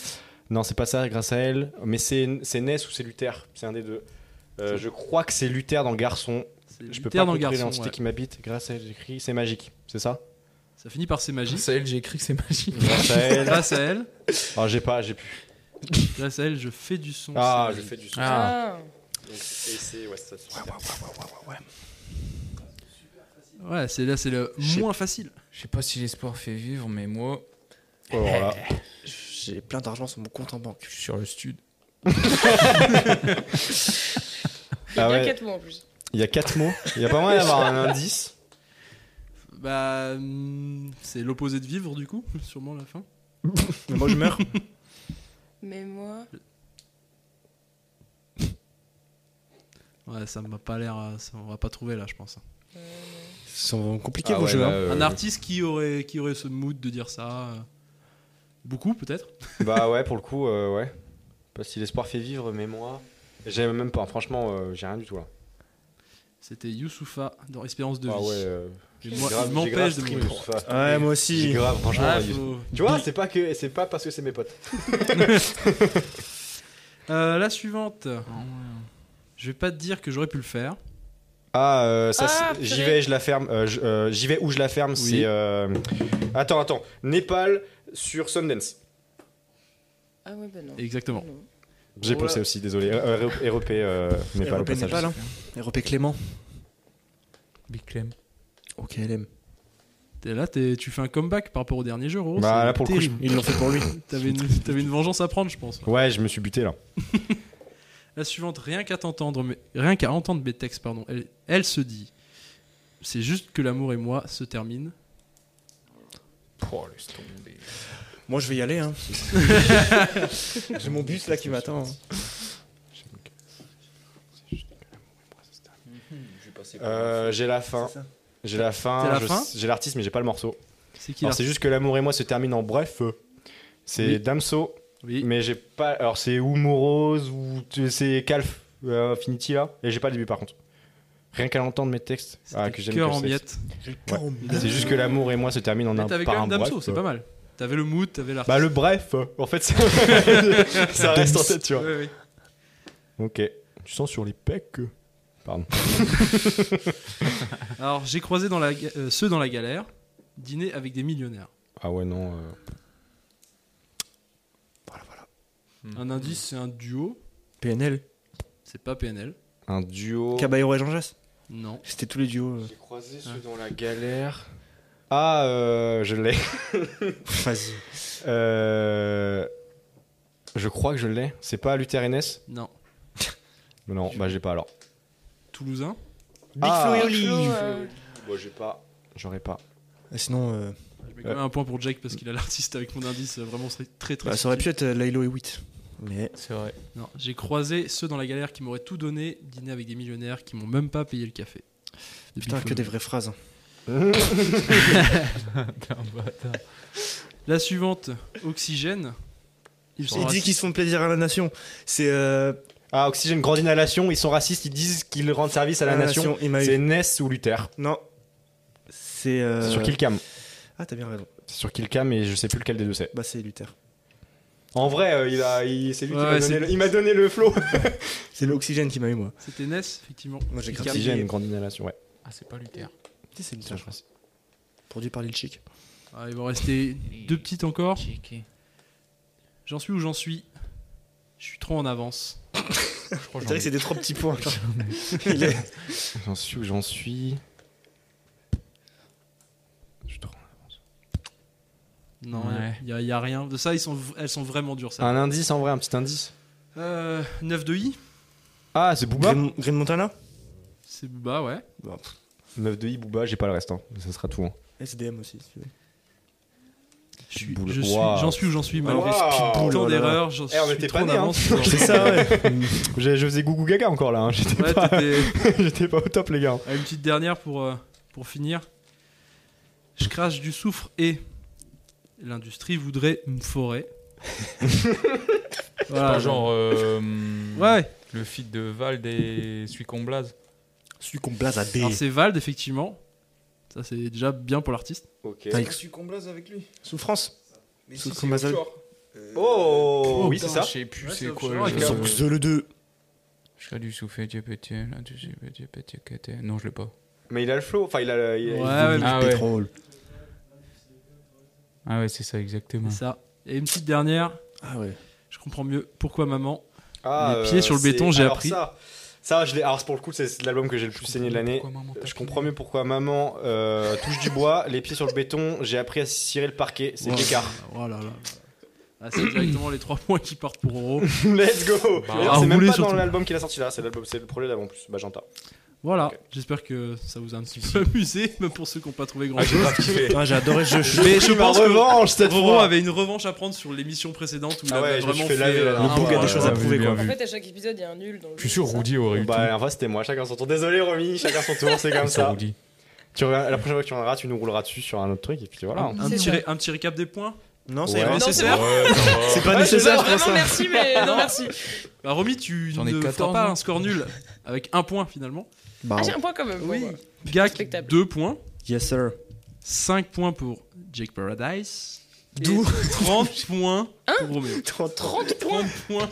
[SPEAKER 1] Non, c'est pas ça, grâce à elle. Mais c'est c'est Ness ou c'est Luther C'est un des deux. Euh, je crois que c'est Luther dans Garçon.
[SPEAKER 7] C'est
[SPEAKER 1] Je peux
[SPEAKER 7] Luther
[SPEAKER 1] pas
[SPEAKER 7] dans le
[SPEAKER 1] contrôler
[SPEAKER 7] garçon.
[SPEAKER 1] l'entité
[SPEAKER 7] ouais.
[SPEAKER 1] qui m'habite, grâce à elle, j'écris. C'est magique, c'est ça
[SPEAKER 7] Ça finit par ses magies.
[SPEAKER 4] Grâce à elle, j'ai écrit que c'est magique.
[SPEAKER 1] Grâce à elle.
[SPEAKER 7] Grâce à elle,
[SPEAKER 1] Ah, j'ai pas, j'ai pu.
[SPEAKER 7] grâce à elle, je fais du son.
[SPEAKER 1] Ah,
[SPEAKER 7] c'est
[SPEAKER 1] je
[SPEAKER 7] magique.
[SPEAKER 1] fais du son.
[SPEAKER 4] Ah.
[SPEAKER 2] Ah.
[SPEAKER 1] Donc, et c'est ouais, ça, c'est super.
[SPEAKER 5] hein.
[SPEAKER 7] Ouais, c'est là, c'est le moins facile.
[SPEAKER 4] Je sais pas si l'espoir fait vivre, mais moi,
[SPEAKER 1] Voilà.
[SPEAKER 5] J'ai plein d'argent sur mon compte en banque.
[SPEAKER 4] je suis sur le stud.
[SPEAKER 2] Il y a
[SPEAKER 1] Ah
[SPEAKER 2] bien
[SPEAKER 1] ouais.
[SPEAKER 2] quatre mois en plus.
[SPEAKER 1] Il y a 4 mots. Il y a pas moyen d'avoir un indice.
[SPEAKER 7] Bah, hum, c'est l'opposé de vivre, du coup, sûrement la fin.
[SPEAKER 5] Mais moi, je meurs.
[SPEAKER 2] Mais moi,
[SPEAKER 7] Ouais, ça m'a pas l'air. euh, ça- On va pas trouver là, je pense.
[SPEAKER 5] C'est compliqué
[SPEAKER 1] Ah
[SPEAKER 5] vos
[SPEAKER 1] ouais,
[SPEAKER 5] jeux.
[SPEAKER 1] là,
[SPEAKER 5] hein.
[SPEAKER 1] euh,
[SPEAKER 7] Un artiste qui aurait, qui aurait ce mood de dire ça. euh, Beaucoup, peut-être.
[SPEAKER 1] Bah ouais, pour le coup, euh, ouais. Pas si l'espoir fait vivre, mais moi. J'ai même pas, franchement, euh, j'ai rien du tout là.
[SPEAKER 7] C'était Youssoufa dans Espérance de
[SPEAKER 1] ah
[SPEAKER 7] vie.
[SPEAKER 1] ouais, euh,
[SPEAKER 7] Et
[SPEAKER 1] j'ai
[SPEAKER 7] moi,
[SPEAKER 1] grave-
[SPEAKER 7] il
[SPEAKER 1] j'ai
[SPEAKER 7] m'empêche
[SPEAKER 1] grave
[SPEAKER 7] de
[SPEAKER 1] stream
[SPEAKER 7] mourir.
[SPEAKER 1] pour ça.
[SPEAKER 5] Ouais, moi
[SPEAKER 1] J'ai
[SPEAKER 5] aussi.
[SPEAKER 1] grave, franchement.
[SPEAKER 7] Ah,
[SPEAKER 1] ouais,
[SPEAKER 7] faut-
[SPEAKER 1] Tu vois, c'est pas que, c'est pas parce que c'est mes potes.
[SPEAKER 7] Euh, la suivante. Je vais pas te dire que j'aurais pu le faire.
[SPEAKER 1] Ah, euh, ça,
[SPEAKER 2] Ah,
[SPEAKER 1] c'est-
[SPEAKER 2] purée.
[SPEAKER 1] j'y vais, je la ferme. euh, je- euh, j'y vais où je la ferme. C'est euh, attends, attends. Népal sur Sundance.
[SPEAKER 2] ah ouais, bah non.
[SPEAKER 7] Exactement.
[SPEAKER 2] Non.
[SPEAKER 1] J'ai
[SPEAKER 7] Voilà.
[SPEAKER 1] pensé aussi, désolé. Euh, euh, ROP euh, Népal. au
[SPEAKER 5] Europé
[SPEAKER 1] passage.
[SPEAKER 5] Népal, hein. Europé Clément.
[SPEAKER 4] Big Clem.
[SPEAKER 5] Ok, LM.
[SPEAKER 7] T'es là, t'es- tu fais un comeback par rapport au dernier jeu, Roro.
[SPEAKER 1] Bah
[SPEAKER 7] c'est
[SPEAKER 1] là pour le coup, je-
[SPEAKER 7] terrible.
[SPEAKER 5] Ils l'ont fait pour lui.
[SPEAKER 7] T'avais une, t'avais une vengeance à prendre, je pense.
[SPEAKER 1] ouais, je me suis buté là.
[SPEAKER 7] La suivante, rien qu'à t'entendre, mais rien qu'à entendre mes textes, pardon. Elle, elle se dit, c'est juste que l'amour et moi se terminent.
[SPEAKER 4] Oh, laisse tomber.
[SPEAKER 5] Moi, je vais y aller. Hein. J'ai mon bus là qui m'attend. hein.
[SPEAKER 1] Euh, j'ai la fin. J'ai la
[SPEAKER 7] T'as
[SPEAKER 1] fin.
[SPEAKER 7] la
[SPEAKER 1] je-
[SPEAKER 7] fin
[SPEAKER 1] J'ai l'artiste, mais j'ai pas le morceau.
[SPEAKER 7] C'est qui
[SPEAKER 1] Alors,
[SPEAKER 7] là
[SPEAKER 1] C'est juste que l'amour et moi se terminent en bref. euh, C'est
[SPEAKER 7] Oui.
[SPEAKER 1] Damso,
[SPEAKER 7] Oui.
[SPEAKER 1] mais j'ai pas. Alors c'est ou Morose ou tu- c'est Calf euh, Infinity là, et j'ai pas le début par contre. Rien qu'à l'entendre mes textes.
[SPEAKER 7] C'était
[SPEAKER 1] Ah, que j'aime
[SPEAKER 7] cœur
[SPEAKER 1] que
[SPEAKER 7] en
[SPEAKER 1] c'est-
[SPEAKER 7] miettes.
[SPEAKER 1] C'est juste que l'amour et moi se terminent en
[SPEAKER 7] Mais
[SPEAKER 1] un
[SPEAKER 7] T'avais
[SPEAKER 1] par
[SPEAKER 7] quand
[SPEAKER 1] un
[SPEAKER 7] même Damso,
[SPEAKER 1] bref,
[SPEAKER 7] c'est
[SPEAKER 1] euh.
[SPEAKER 7] pas mal. T'avais le mood, t'avais l'artiste.
[SPEAKER 1] Bah le bref, euh, en fait, ça, ça reste en tête, tu vois.
[SPEAKER 7] Ouais, ouais.
[SPEAKER 1] Ok. Tu sens sur les pecs. euh. Pardon.
[SPEAKER 7] Alors j'ai croisé dans la, ga- euh, ceux dans la galère, dîner avec des millionnaires.
[SPEAKER 1] Ah ouais non. euh.
[SPEAKER 7] Un indice, c'est un duo.
[SPEAKER 5] PNL.
[SPEAKER 7] C'est pas PNL.
[SPEAKER 1] Un duo.
[SPEAKER 5] Caballero et Jean Jass.
[SPEAKER 7] Non.
[SPEAKER 5] C'était tous les duos. euh.
[SPEAKER 1] J'ai croisé ceux dans la galère. Ah euh, je l'ai.
[SPEAKER 5] Vas-y.
[SPEAKER 1] Euh, Je crois que je l'ai. C'est pas Luther NS
[SPEAKER 7] Non.
[SPEAKER 1] Non, bah j'ai pas alors.
[SPEAKER 7] Toulousain.
[SPEAKER 5] Big
[SPEAKER 1] Ah.
[SPEAKER 5] Flo et
[SPEAKER 2] Flo,
[SPEAKER 5] Oli.
[SPEAKER 2] euh,
[SPEAKER 1] Bon, j'ai pas. J'aurais pas.
[SPEAKER 5] Et Sinon, euh,
[SPEAKER 7] Je mets quand même un point pour Jake parce qu'il a l'artiste avec mon indice euh, vraiment très très. très
[SPEAKER 5] bah, ça aurait
[SPEAKER 7] subtil.
[SPEAKER 5] pu être euh, Lilo et Witt. Mais
[SPEAKER 4] C'est vrai.
[SPEAKER 7] Non, j'ai croisé ceux dans la galère qui m'auraient tout donné, dîner avec des millionnaires qui m'ont même pas payé le café. Depuis
[SPEAKER 5] putain,
[SPEAKER 7] Flo.
[SPEAKER 5] que des vraies phrases. hein.
[SPEAKER 7] La suivante, Oxygène. Ils sont
[SPEAKER 5] Il dit
[SPEAKER 7] racistes.
[SPEAKER 5] qu'ils se font plaisir à la nation. C'est euh,
[SPEAKER 1] Ah, Oxygène, grande inhalation. Ils sont racistes. Ils disent qu'ils rendent service à
[SPEAKER 5] Ah,
[SPEAKER 1] la, nation.
[SPEAKER 5] Il m'a
[SPEAKER 1] C'est
[SPEAKER 5] eu.
[SPEAKER 1] Ness ou Luther.
[SPEAKER 5] Non. C'est. euh,
[SPEAKER 1] C'est sur Killcam.
[SPEAKER 5] Ah, t'as bien raison.
[SPEAKER 1] C'est sur Killcam et je sais plus lequel des deux c'est.
[SPEAKER 5] Bah, c'est Luther.
[SPEAKER 1] En vrai, euh, il a, il- c'est lui
[SPEAKER 7] Ouais,
[SPEAKER 1] qui
[SPEAKER 7] ouais,
[SPEAKER 1] m'a donné,
[SPEAKER 7] c'est-
[SPEAKER 1] le- il m'a donné le flow.
[SPEAKER 5] C'est l'oxygène qui m'a eu, moi.
[SPEAKER 7] C'était Ness, effectivement.
[SPEAKER 5] Moi, j'ai
[SPEAKER 7] Qui
[SPEAKER 5] grave
[SPEAKER 7] capte.
[SPEAKER 5] dit.
[SPEAKER 1] Oxygène, grande inhalation, ouais.
[SPEAKER 4] Ah, c'est pas Luther.
[SPEAKER 5] Si, c'est Luther, je crois. Produit par Lil Chic.
[SPEAKER 7] Ah, il va en rester deux petites encore.
[SPEAKER 4] Checké.
[SPEAKER 7] J'en suis où j'en suis Je suis trop en avance.
[SPEAKER 4] Je crois
[SPEAKER 5] On
[SPEAKER 4] que j'en
[SPEAKER 5] dirait que c'est
[SPEAKER 4] ai-
[SPEAKER 5] des trois petits points. Il est-
[SPEAKER 1] J'en suis où j'en suis. Je te rends.
[SPEAKER 7] Non,
[SPEAKER 4] Ouais.
[SPEAKER 7] il y a, y a rien. De ça, ils sont, v- elles sont vraiment dures, ça.
[SPEAKER 1] Un indice en vrai, un petit indice.
[SPEAKER 7] Euh, 9 de I,
[SPEAKER 1] Ah, c'est Booba.
[SPEAKER 5] Green, Green Montana
[SPEAKER 7] c'est Booba, ouais.
[SPEAKER 5] Bah, pff,
[SPEAKER 1] 9 de I, Booba, j'ai pas le reste. hein. Ça sera tout. hein.
[SPEAKER 5] SDM aussi. si tu veux.
[SPEAKER 7] Je suis-
[SPEAKER 1] Pitbull.
[SPEAKER 7] je suis-
[SPEAKER 1] Waouh. Ah,
[SPEAKER 7] J'en suis où j'en suis, malgré
[SPEAKER 1] Waouh.
[SPEAKER 7] tant
[SPEAKER 5] Pitbull, oh là là.
[SPEAKER 7] d'erreurs. J'en
[SPEAKER 1] Eh, on
[SPEAKER 7] suis
[SPEAKER 1] était
[SPEAKER 7] trop
[SPEAKER 1] pas
[SPEAKER 7] en
[SPEAKER 1] nés, hein.
[SPEAKER 7] avance.
[SPEAKER 5] C'est ça, ouais.
[SPEAKER 1] J'ai- Je faisais gougou gaga encore là. hein. J'étais
[SPEAKER 7] Ouais,
[SPEAKER 1] pas,
[SPEAKER 7] t'étais-
[SPEAKER 1] j'étais pas au top, les gars.
[SPEAKER 7] Ah, Une petite dernière pour, euh, pour finir. Je crache du soufre et l'industrie voudrait me forer.
[SPEAKER 4] Pas
[SPEAKER 7] voilà,
[SPEAKER 4] genre euh, hum,
[SPEAKER 7] Ouais,
[SPEAKER 4] le feed de Vald et celui qu'on blase.
[SPEAKER 5] Celui qu'on blase à B.
[SPEAKER 7] alors c'est Vald, effectivement. Ça, c'est déjà bien pour l'artiste.
[SPEAKER 1] Ok.
[SPEAKER 5] T'as-
[SPEAKER 6] Je suis qu'on blase avec lui.
[SPEAKER 5] Souffrance.
[SPEAKER 6] Mais
[SPEAKER 5] Sous-
[SPEAKER 6] si,
[SPEAKER 5] sous
[SPEAKER 6] c'est
[SPEAKER 5] Mazal.
[SPEAKER 6] offshore. Euh,
[SPEAKER 1] Oh, oui,
[SPEAKER 4] Putain,
[SPEAKER 1] c'est ça.
[SPEAKER 4] Je sais plus
[SPEAKER 7] Ouais,
[SPEAKER 4] c'est
[SPEAKER 7] c'est
[SPEAKER 4] quoi.
[SPEAKER 7] optionnel,
[SPEAKER 4] le-
[SPEAKER 7] avec
[SPEAKER 5] Sans
[SPEAKER 7] un-
[SPEAKER 5] que je le 2.
[SPEAKER 4] Je serais du souffler, Dieu pété, là, du Dieu pété, pété, pété. Non, je l'ai pas.
[SPEAKER 1] Mais il a le flow. Enfin, il a. le- il-
[SPEAKER 7] Ouais,
[SPEAKER 1] il-
[SPEAKER 7] ouais,
[SPEAKER 4] Ah ouais.
[SPEAKER 5] Pétrole.
[SPEAKER 4] Ah ouais, c'est ça, exactement.
[SPEAKER 7] c'est ça. Et une petite dernière.
[SPEAKER 5] Ah ouais.
[SPEAKER 7] Je comprends mieux pourquoi maman.
[SPEAKER 1] Ah,
[SPEAKER 7] Les pieds sur le béton, j'ai
[SPEAKER 1] alors
[SPEAKER 7] appris.
[SPEAKER 1] Ça, Ça, je l'ai. Alors, pour le coup, c'est l'album que j'ai le plus saigné de l'année. Je comprends mieux pourquoi maman euh, touche du bois, les pieds sur le béton. J'ai appris à cirer le parquet. C'est
[SPEAKER 7] Voilà.
[SPEAKER 1] Pécard.
[SPEAKER 7] Voilà, là. Ah, c'est directement les trois points qui partent pour Oro.
[SPEAKER 1] Let's go.
[SPEAKER 4] Bah,
[SPEAKER 1] D'ailleurs, c'est même
[SPEAKER 7] roulez
[SPEAKER 1] pas dans
[SPEAKER 7] surtout.
[SPEAKER 1] l'album qu'il a sorti là. C'est l'album, c'est le projet d'avant en plus. Bah, Magenta.
[SPEAKER 7] Voilà,
[SPEAKER 1] Ok.
[SPEAKER 7] j'espère que ça vous a un petit peu amusé, même pour ceux qui n'ont pas trouvé grand
[SPEAKER 1] j'ai
[SPEAKER 7] chose.
[SPEAKER 1] kiffé.
[SPEAKER 5] Ouais, Ah, j'ai adoré ce jeu.
[SPEAKER 7] Mais
[SPEAKER 1] Ah, J'ai
[SPEAKER 7] je
[SPEAKER 1] pris ma
[SPEAKER 7] pense que
[SPEAKER 1] revanche cette
[SPEAKER 7] Roro
[SPEAKER 1] fois.
[SPEAKER 7] avait une revanche à prendre sur l'émission précédente où il
[SPEAKER 1] Ah ouais,
[SPEAKER 7] avait
[SPEAKER 1] je me suis
[SPEAKER 7] vraiment
[SPEAKER 1] fait
[SPEAKER 7] fait.
[SPEAKER 1] laver, là.
[SPEAKER 5] Le
[SPEAKER 7] euh, un
[SPEAKER 5] bouc a
[SPEAKER 7] mois.
[SPEAKER 5] des choses à
[SPEAKER 4] Ah,
[SPEAKER 5] prouver,
[SPEAKER 4] bien
[SPEAKER 5] quoi.
[SPEAKER 4] vu.
[SPEAKER 2] euh, En fait, à chaque épisode, il y a un nul. Dans le
[SPEAKER 4] Je suis
[SPEAKER 2] jeu,
[SPEAKER 4] sûr,
[SPEAKER 2] c'est ça.
[SPEAKER 4] Rudy aurait eu
[SPEAKER 1] Bah, la dernière fois, c'était moi. Chacun son tour. Désolé, Romy. Chacun son tour. C'est comme
[SPEAKER 4] tout. Ça,
[SPEAKER 1] ça.
[SPEAKER 4] Rudy.
[SPEAKER 1] Tu reviens- la prochaine fois que tu reviendras, tu nous rouleras dessus sur un autre truc. Et puis voilà.
[SPEAKER 7] Un
[SPEAKER 2] C'est
[SPEAKER 7] petit,
[SPEAKER 2] vrai.
[SPEAKER 7] ré- un petit récap des points
[SPEAKER 5] Non,
[SPEAKER 1] Ouais.
[SPEAKER 5] c'est
[SPEAKER 1] Non,
[SPEAKER 5] vrai.
[SPEAKER 2] c'est
[SPEAKER 7] nécessaire
[SPEAKER 5] C'est pas
[SPEAKER 1] Ouais,
[SPEAKER 5] nécessaire, je pense.
[SPEAKER 2] Vraiment, merci, mais Eh non, merci.
[SPEAKER 7] Bah, Romy, tu
[SPEAKER 4] J'en ai
[SPEAKER 7] ne feras
[SPEAKER 4] 14,
[SPEAKER 7] pas
[SPEAKER 4] hein.
[SPEAKER 7] un score nul avec un point finalement.
[SPEAKER 5] Bah,
[SPEAKER 2] Ah, j'ai un point quand même. Bon, bah.
[SPEAKER 7] Gak,
[SPEAKER 2] Respectable.
[SPEAKER 7] 2 points.
[SPEAKER 5] yes, sir.
[SPEAKER 7] 5 points pour Jake Paradise. et
[SPEAKER 5] D'où
[SPEAKER 7] 30 points pour Roméo.
[SPEAKER 2] 30 points
[SPEAKER 7] 30 points.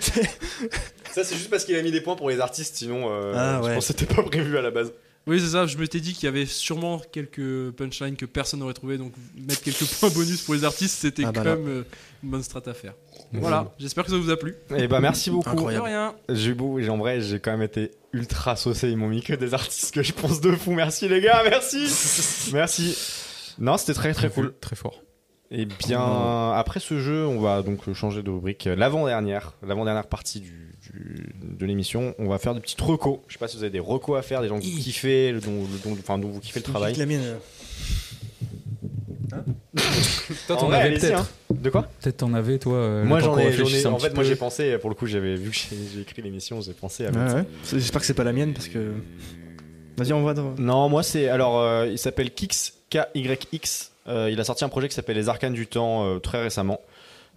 [SPEAKER 1] Ça, c'est juste parce qu'il a mis des points pour les artistes. Sinon, euh,
[SPEAKER 5] Ah,
[SPEAKER 1] je
[SPEAKER 5] ouais.
[SPEAKER 1] pense que c'était pas prévu à la base.
[SPEAKER 7] Oui, c'est ça, je m'étais dit qu'il y avait sûrement quelques punchlines que personne n'aurait trouvé, donc mettre quelques points bonus pour les artistes, c'était
[SPEAKER 5] Ah bah
[SPEAKER 7] quand
[SPEAKER 5] là. Mmh.
[SPEAKER 7] même euh, une bonne strat à faire. Voilà, j'espère que ça vous a plu.
[SPEAKER 1] Et bah, merci beaucoup.
[SPEAKER 7] De rien.
[SPEAKER 1] J'ai beau, j'ai- en vrai, j'ai quand même été ultra saucé. Ils m'ont mis que des artistes que je pense de fou. Merci les gars, merci, merci. Non, c'était très très cool.
[SPEAKER 4] Très fort.
[SPEAKER 1] Et Eh bien,
[SPEAKER 4] Mmh.
[SPEAKER 1] après ce jeu, on va donc changer de rubrique. L'avant dernière, l'avant dernière partie du, du- de l'émission, on va faire des petites recos. Je sais pas si vous avez des recos à faire, des gens que vous kiffez, le- dont, le- dont- enfin dont vous kiffez le travail.
[SPEAKER 5] La mienne. euh,
[SPEAKER 4] Toi,
[SPEAKER 1] En
[SPEAKER 4] t'en
[SPEAKER 1] vrai,
[SPEAKER 4] avais
[SPEAKER 1] allez-y,
[SPEAKER 4] peut-être.
[SPEAKER 1] hein. De quoi
[SPEAKER 4] Peut-être t'en avais, toi. euh,
[SPEAKER 1] Moi
[SPEAKER 4] le temps
[SPEAKER 1] j'en
[SPEAKER 4] qu'on
[SPEAKER 1] ai, j'en
[SPEAKER 4] réfléchisse
[SPEAKER 1] ai-
[SPEAKER 4] un
[SPEAKER 1] en
[SPEAKER 4] petit
[SPEAKER 1] fait moi
[SPEAKER 4] peu.
[SPEAKER 1] j'ai pensé pour le coup j'avais vu que j'ai j'ai écrit l'émission j'ai pensé à mettre ça. Euh,
[SPEAKER 5] J'espère que c'est pas la mienne parce que. Vas-y, on va. dans-
[SPEAKER 1] Non, moi c'est. Alors, euh, il s'appelle Kix, K-Y-X. Euh, il a sorti un projet qui s'appelle Les Arcanes du Temps euh, très récemment.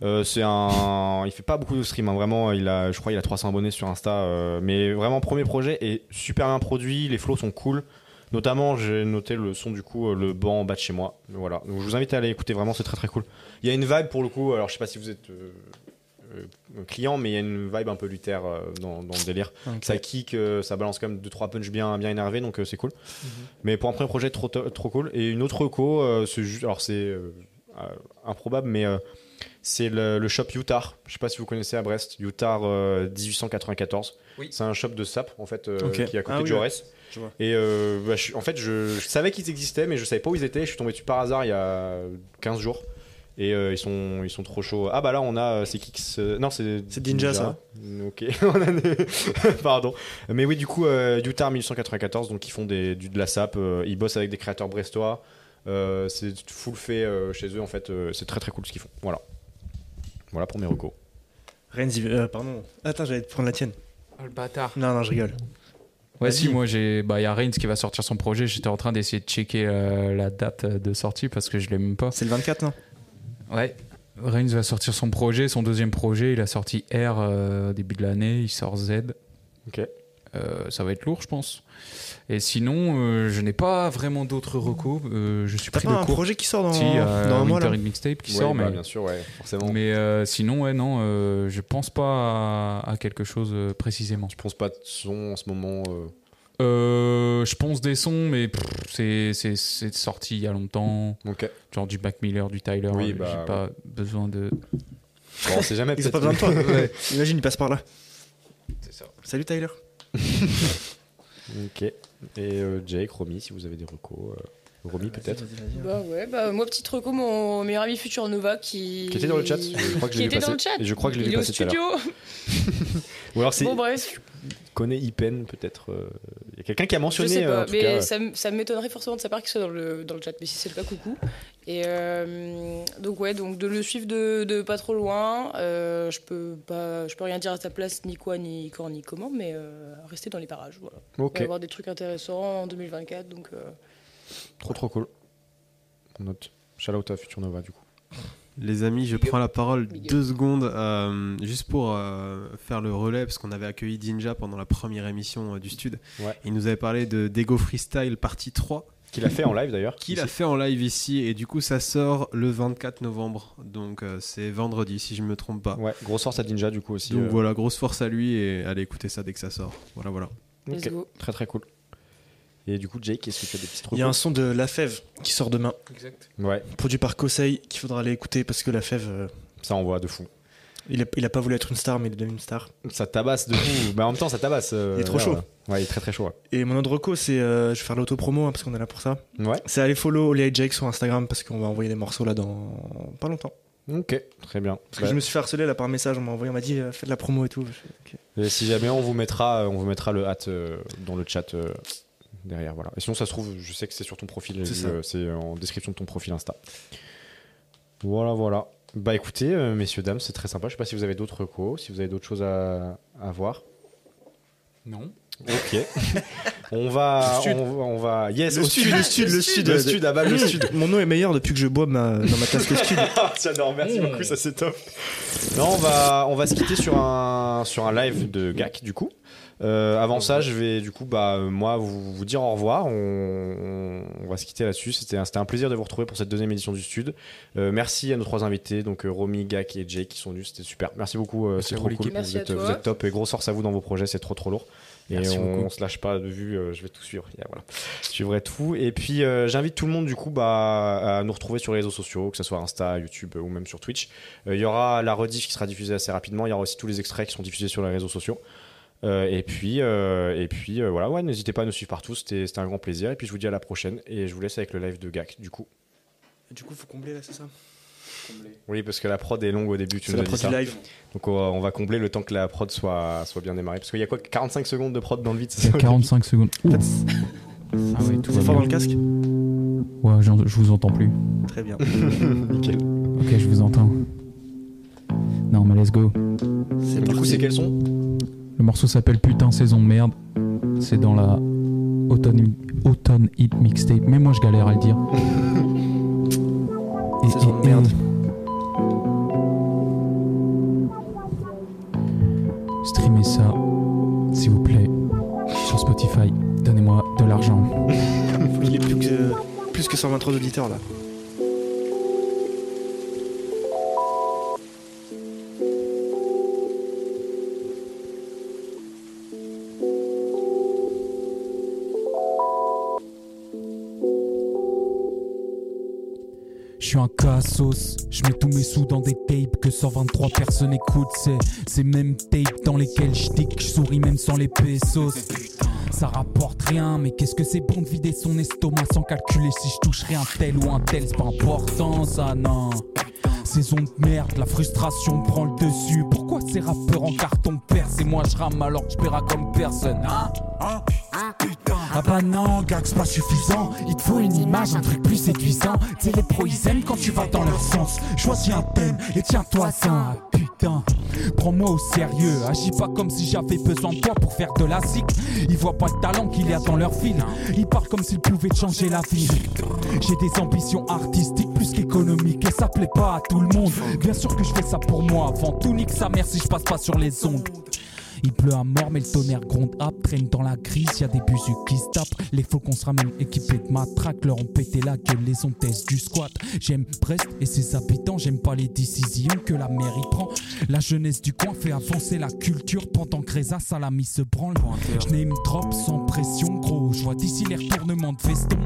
[SPEAKER 1] Euh, c'est un. Il fait pas beaucoup de streams, hein, vraiment. Il a, je crois il a 300 abonnés sur Insta. euh, mais vraiment, premier projet et super bien produit. Les flows sont cool. Notamment, j'ai noté le son du coup, euh, le banc en bas de chez moi. Voilà. Donc, je vous invite à aller écouter, vraiment, c'est très très cool. Il y a une vibe pour le coup. Alors, je sais pas si vous êtes. euh, euh, client mais il y a une vibe un peu luthère euh, dans, dans le délire ça kick euh, ça balance quand même 2-3 punches bien, bien énervés donc euh, c'est cool
[SPEAKER 5] Mhm.
[SPEAKER 1] mais pour un premier projet, trop, to- trop cool. Et une autre reco, euh, c'est ju- alors c'est euh, euh, improbable, mais euh, c'est le, le shop Utah. Je sais pas si vous connaissez à Brest, Utah euh, 1894.
[SPEAKER 4] Oui.
[SPEAKER 1] C'est un shop de sap en fait euh,
[SPEAKER 5] Ok.
[SPEAKER 1] qui est à côté
[SPEAKER 5] Ah
[SPEAKER 1] de
[SPEAKER 5] oui,
[SPEAKER 1] Jaurès.
[SPEAKER 5] je vois.
[SPEAKER 1] Et euh, bah, je suis- en fait, je, je savais qu'ils existaient, mais je savais pas où ils étaient. Je suis tombé dessus par hasard il y a 15 jours. Et euh, ils, sont, ils sont trop chauds. Ah bah là, on a. euh, C'est Kix. euh, non, c'est.
[SPEAKER 5] C'est Dinja, ça.
[SPEAKER 1] Ok. On a des- Pardon. Mais oui, du coup, euh, Utah 1894, donc ils font des, du, de la SAP, euh, ils bossent avec des créateurs brestois, euh, c'est full fait euh, chez eux en fait, euh, c'est très très cool ce qu'ils font. Voilà. Voilà pour mes recos.
[SPEAKER 5] Renzi. euh, pardon. Attends, j'allais te prendre la tienne.
[SPEAKER 4] Oh, le bâtard.
[SPEAKER 5] Non, non, je rigole.
[SPEAKER 4] Ouais,
[SPEAKER 5] Vas-y.
[SPEAKER 4] si, moi, j'ai. Bah, il y a Reigns qui va sortir son projet. J'étais en train d'essayer de checker euh, la date de sortie parce que je l'ai même pas.
[SPEAKER 5] C'est le 24, non
[SPEAKER 4] Ouais. Reigns va sortir son projet, son deuxième projet. Il a sorti R euh, au début de l'année. Il sort Z.
[SPEAKER 1] Ok.
[SPEAKER 4] Euh, ça va être lourd, je pense. Et sinon, euh, je n'ai pas vraiment d'autres recos. Euh, je suis
[SPEAKER 5] T'as
[SPEAKER 4] pris
[SPEAKER 5] pas
[SPEAKER 4] de
[SPEAKER 5] un
[SPEAKER 4] court.
[SPEAKER 5] projet qui sort dans,
[SPEAKER 4] Si, il y a
[SPEAKER 5] dans un mois
[SPEAKER 4] Winter
[SPEAKER 5] là
[SPEAKER 4] in Mixtape qui
[SPEAKER 1] Ouais,
[SPEAKER 4] sort,
[SPEAKER 1] bah,
[SPEAKER 4] mais,
[SPEAKER 1] bien sûr, ouais, forcément.
[SPEAKER 4] mais euh, sinon, ouais, non, euh, je pense pas à, à quelque chose euh, précisément.
[SPEAKER 1] Je pense pas de son en ce moment. euh.
[SPEAKER 4] Euh, je pense des sons, mais pff, c'est c'est- c'est sorti il y a longtemps.
[SPEAKER 1] Ok.
[SPEAKER 4] Genre du Mac Miller, du Tyler.
[SPEAKER 1] Oui,
[SPEAKER 4] euh,
[SPEAKER 1] bah,
[SPEAKER 4] J'ai pas besoin de.
[SPEAKER 1] Bon, on sait jamais.
[SPEAKER 5] Ils ont pas
[SPEAKER 1] peut-être.
[SPEAKER 5] besoin de toi. Imagine, ils passent par là.
[SPEAKER 4] C'est ça.
[SPEAKER 5] Salut Tyler.
[SPEAKER 1] Ok. Et euh, Jake, Romy, si vous avez des recos. euh, Romy peut-être.
[SPEAKER 2] Bah ouais, bah moi, petite reco, mon meilleur ami futur Nova qui.
[SPEAKER 1] Qui était dans le chat. Je crois que je
[SPEAKER 2] Qui
[SPEAKER 1] l'ai vu
[SPEAKER 2] était dans
[SPEAKER 1] passer.
[SPEAKER 2] le chat.
[SPEAKER 1] Et je crois que je l'ai
[SPEAKER 2] Il
[SPEAKER 1] vu
[SPEAKER 2] est au
[SPEAKER 1] passer tout à l'heure.
[SPEAKER 2] studio.
[SPEAKER 1] Ou alors c'est
[SPEAKER 2] Bon, bref,
[SPEAKER 1] connaît Ipen peut-être. euh, Il y a quelqu'un qui a
[SPEAKER 2] je
[SPEAKER 1] mentionné
[SPEAKER 2] sais
[SPEAKER 1] euh, en
[SPEAKER 2] pas.
[SPEAKER 1] tout
[SPEAKER 2] Mais
[SPEAKER 1] cas, euh,
[SPEAKER 2] ça, m- ça m'étonnerait forcément de sa part qu'il soit dans le, dans le chat. Mais si c'est le cas, coucou. Et euh, donc, ouais, donc de le suivre de, de pas trop loin. euh, je peux pas, je peux rien dire à sa place, ni quoi, ni quand, ni comment, mais euh, rester dans les parages. Voilà. Il va y
[SPEAKER 1] Ok.
[SPEAKER 2] avoir des trucs intéressants en 2024, donc. euh,
[SPEAKER 1] Trop trop cool. On note. Shout out à Future Nova du coup.
[SPEAKER 3] Les amis, je prends la parole
[SPEAKER 2] Big up.
[SPEAKER 3] deux secondes, euh, juste pour euh, faire le relais, parce qu'on avait accueilli Dinja pendant la première émission euh, du Stud.
[SPEAKER 1] Ouais.
[SPEAKER 3] Il nous avait parlé de Dego Freestyle partie 3,
[SPEAKER 1] Qu'il a fait en live d'ailleurs.
[SPEAKER 3] qu'il a fait en live ici, et du coup ça sort le 24 novembre, donc euh, c'est vendredi si je me trompe pas.
[SPEAKER 1] Ouais, grosse force à Ninja du coup aussi.
[SPEAKER 3] Donc
[SPEAKER 1] euh,
[SPEAKER 3] voilà, grosse force à lui, et allez écouter ça dès que ça sort. Voilà, voilà.
[SPEAKER 2] Let's
[SPEAKER 1] ok.
[SPEAKER 2] go.
[SPEAKER 1] Très très cool. Et du coup, Jake, est-ce que tu as des petits trucs
[SPEAKER 5] Il y a un son de La Fève qui sort demain,
[SPEAKER 4] Exact.
[SPEAKER 1] Ouais,
[SPEAKER 5] produit par Kosei, qu'il faudra aller écouter parce que La Fève, euh,
[SPEAKER 1] ça envoie de fou.
[SPEAKER 5] il, a, il a pas voulu être une star, mais il est devenu une star.
[SPEAKER 1] Ça tabasse de fou. bah en même temps, ça tabasse. euh,
[SPEAKER 5] Il est trop
[SPEAKER 1] ouais,
[SPEAKER 5] chaud.
[SPEAKER 1] ouais. Ouais, il est très très chaud. ouais.
[SPEAKER 5] Et mon autre reco, c'est. euh, je vais faire l'auto-promo hein, parce qu'on est là pour ça.
[SPEAKER 1] Ouais.
[SPEAKER 5] C'est aller follow Oli et Jake sur Instagram parce qu'on va envoyer des morceaux là dans pas longtemps.
[SPEAKER 1] Ok, très bien. Bah,
[SPEAKER 5] Parce que je me suis fait harceler là par message, on m'a envoyé, on m'a dit euh, fais de la promo et tout. Je fais, ok.
[SPEAKER 1] Et si jamais on vous mettra, euh, on vous mettra le hat euh, dans le chat euh, derrière, voilà. Et sinon, ça se trouve, je sais que c'est sur ton profil,
[SPEAKER 5] C'est
[SPEAKER 1] j'ai vu,
[SPEAKER 5] ça.
[SPEAKER 1] euh, c'est en description de ton profil Insta. Voilà, voilà. Bah écoutez, euh, messieurs dames, c'est très sympa. Je sais pas si vous avez d'autres recos, si vous avez d'autres choses à, à voir.
[SPEAKER 4] Non.
[SPEAKER 1] Ok. on va,
[SPEAKER 5] Le sud.
[SPEAKER 1] on, va- on va. Yes,
[SPEAKER 5] Le
[SPEAKER 1] au
[SPEAKER 5] sud,
[SPEAKER 1] sud,
[SPEAKER 5] le sud, le sud,
[SPEAKER 1] le
[SPEAKER 5] euh,
[SPEAKER 1] sud, à bas le sud.
[SPEAKER 5] Mon nom est meilleur depuis que je bois ma, dans ma tasse de sud.
[SPEAKER 1] Ah, J'adore, merci beaucoup, ça c'est top. Non, on va, on va se quitter sur un, sur un live de GAC du coup. Euh, avant ça, je vais du coup, bah, euh, moi, vous, vous dire au revoir. On, on- on va se quitter là-dessus. C'était un, c'était un plaisir de vous retrouver pour cette deuxième édition du Stud. Euh, merci à nos trois invités, donc euh, Romy, GAC et Jake qui sont venus. C'était super. Merci beaucoup, euh,
[SPEAKER 4] Merci
[SPEAKER 1] c'est
[SPEAKER 4] à
[SPEAKER 1] trop
[SPEAKER 4] vous,
[SPEAKER 1] cool.
[SPEAKER 4] l'équipe.
[SPEAKER 2] Merci
[SPEAKER 1] vous,
[SPEAKER 2] à
[SPEAKER 1] êtes, euh,
[SPEAKER 2] toi.
[SPEAKER 1] vous êtes top et grosse force à vous dans vos projets, c'est trop trop lourd. Et
[SPEAKER 4] Merci
[SPEAKER 1] on,
[SPEAKER 4] beaucoup.
[SPEAKER 1] on se lâche pas de vue, euh, je vais tout suivre. Yeah, voilà. Je suivrai tout. Et puis euh, j'invite tout le monde du coup bah, à nous retrouver sur les réseaux sociaux, que ce soit Insta, YouTube euh, ou même sur Twitch. Euh, Il y aura la rediff qui sera diffusée assez rapidement. Il y aura aussi tous les extraits qui sont diffusés sur les réseaux sociaux. Euh, et puis, euh, et puis euh, voilà, ouais, n'hésitez pas à nous suivre partout, c'était c'était un grand plaisir. Et puis je vous dis à la prochaine et je vous laisse avec le live de GAC du coup.
[SPEAKER 5] Du coup, faut combler là, c'est ça
[SPEAKER 1] Oui, parce que la prod est longue au début, tu
[SPEAKER 5] C'est
[SPEAKER 1] nous
[SPEAKER 5] la
[SPEAKER 1] as dit
[SPEAKER 5] prod
[SPEAKER 1] ça.
[SPEAKER 5] du live.
[SPEAKER 1] Donc on va- on va combler le temps que la prod soit, soit bien démarrée. Parce qu'il y a quoi 45 secondes de prod dans le vide c'est ça
[SPEAKER 4] 45 secondes. Ouh. Ah oui, tout
[SPEAKER 5] C'est
[SPEAKER 4] va
[SPEAKER 5] fort
[SPEAKER 4] bien.
[SPEAKER 5] dans le casque
[SPEAKER 4] Ouais, j'en- je vous entends plus.
[SPEAKER 5] Très bien.
[SPEAKER 1] Nickel.
[SPEAKER 4] Ok, je vous entends. Non, mais let's go.
[SPEAKER 5] C'est
[SPEAKER 1] Du coup,
[SPEAKER 5] parti.
[SPEAKER 1] c'est quels sont
[SPEAKER 4] Le morceau s'appelle Putain Saison de Merde. C'est dans la Automne, automne Hit Mixtape. Mais moi, je galère à le dire. Et-
[SPEAKER 5] Saison de
[SPEAKER 4] et- et-
[SPEAKER 5] merde.
[SPEAKER 4] Streamez ça, s'il vous plaît, sur Spotify. Donnez-moi de l'argent.
[SPEAKER 5] Il est plus que, plus que 123 auditeurs là.
[SPEAKER 6] Je suis un cassos, je mets tous mes sous dans des tapes que 123 personnes écoutent. C'est ces mêmes tapes dans lesquelles je tic, je souris même sans les pesos. Ça rapporte rien, mais qu'est-ce que c'est bon de vider son estomac sans calculer si je toucherai un tel ou un tel, c'est pas important ça, non. Saison de merde, la frustration prend le dessus. Pourquoi ces rappeurs en carton perce et moi je rame alors que je paierai comme personne, hein? Hein ah bah non, gars, c'est pas suffisant. Il te faut une image, un truc plus séduisant. T'sais, les pros, ils aiment quand tu vas dans leur sens. Choisis un thème et tiens-toi ça. Ah, Putain, prends-moi au sérieux. Agis pas comme si j'avais besoin de toi pour faire de la zik. Ils voient pas le talent qu'il y a dans leur film. Ils parlent comme s'ils pouvaient te changer la vie. J'ai des ambitions artistiques plus qu'économiques et ça plaît pas à tout le monde. Bien sûr que je fais ça pour moi. Avant tout, nique sa mère si je passe pas sur les ondes. Il pleut à mort, mais le tonnerre gronde âpre, traîne dans la grise, y a des busus qui se tapent. Les faucons se ramènent équipés de matraques, leur ont pété la gueule, les hôtesses du squat. J'aime Brest et ses habitants, j'aime pas les décisions que la mairie prend. La jeunesse du coin fait avancer la culture pendant que Reza Salami se branle. Je n'aime drop sans pression, gros. Je vois d'ici les retournements de veston.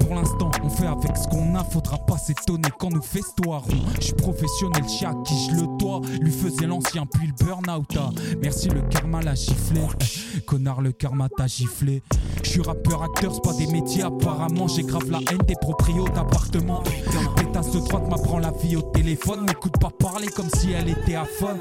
[SPEAKER 6] Pour l'instant, on fait avec ce qu'on a, faudra pas s'étonner quand nous festoirons. Je suis professionnel, chat qui je le dois. Lui faisait l'ancien, puis le burn-out. ah. Merci le karma l'a giflé. Eh, Connard, le karma t'a giflé. Je suis rappeur, acteur, c'est pas des métiers apparemment. J'ai grave la haine des proprios d'appartements. Pétasse de droite m'apprend la vie au téléphone. M'écoute pas parler comme si elle était à fond.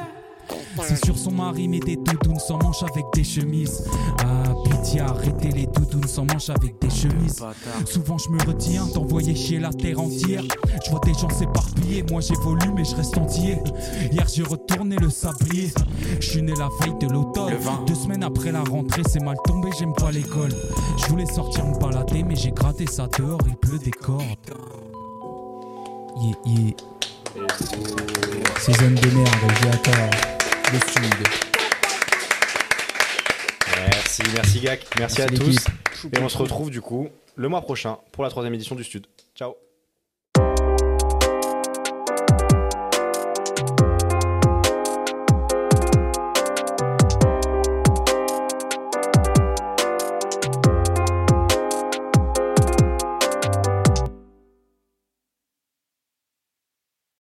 [SPEAKER 6] C'est sur son mari, mais des doudounes sans manches avec des chemises. Ah, pitié, arrêtez les doudounes sans manches avec des chemises. Souvent, je me retiens d'envoyer chier la terre entière. Je vois des gens s'éparpiller, moi j'évolue, mais je reste entier. Hier, j'ai retourné le sablier. Je suis né la veille de l'automne. Deux semaines après la rentrée, c'est mal tombé, j'aime pas l'école. Je voulais sortir me balader, mais j'ai gratté ça dehors, il pleut des cordes. Yeah, yeah. Saison de merde, j'ai hâte à- le sud.
[SPEAKER 1] Merci, merci Gac, merci,
[SPEAKER 6] Merci
[SPEAKER 1] à
[SPEAKER 6] l'équipe.
[SPEAKER 1] tous. Et on se retrouve du coup le mois prochain pour la troisième édition du Stud. Ciao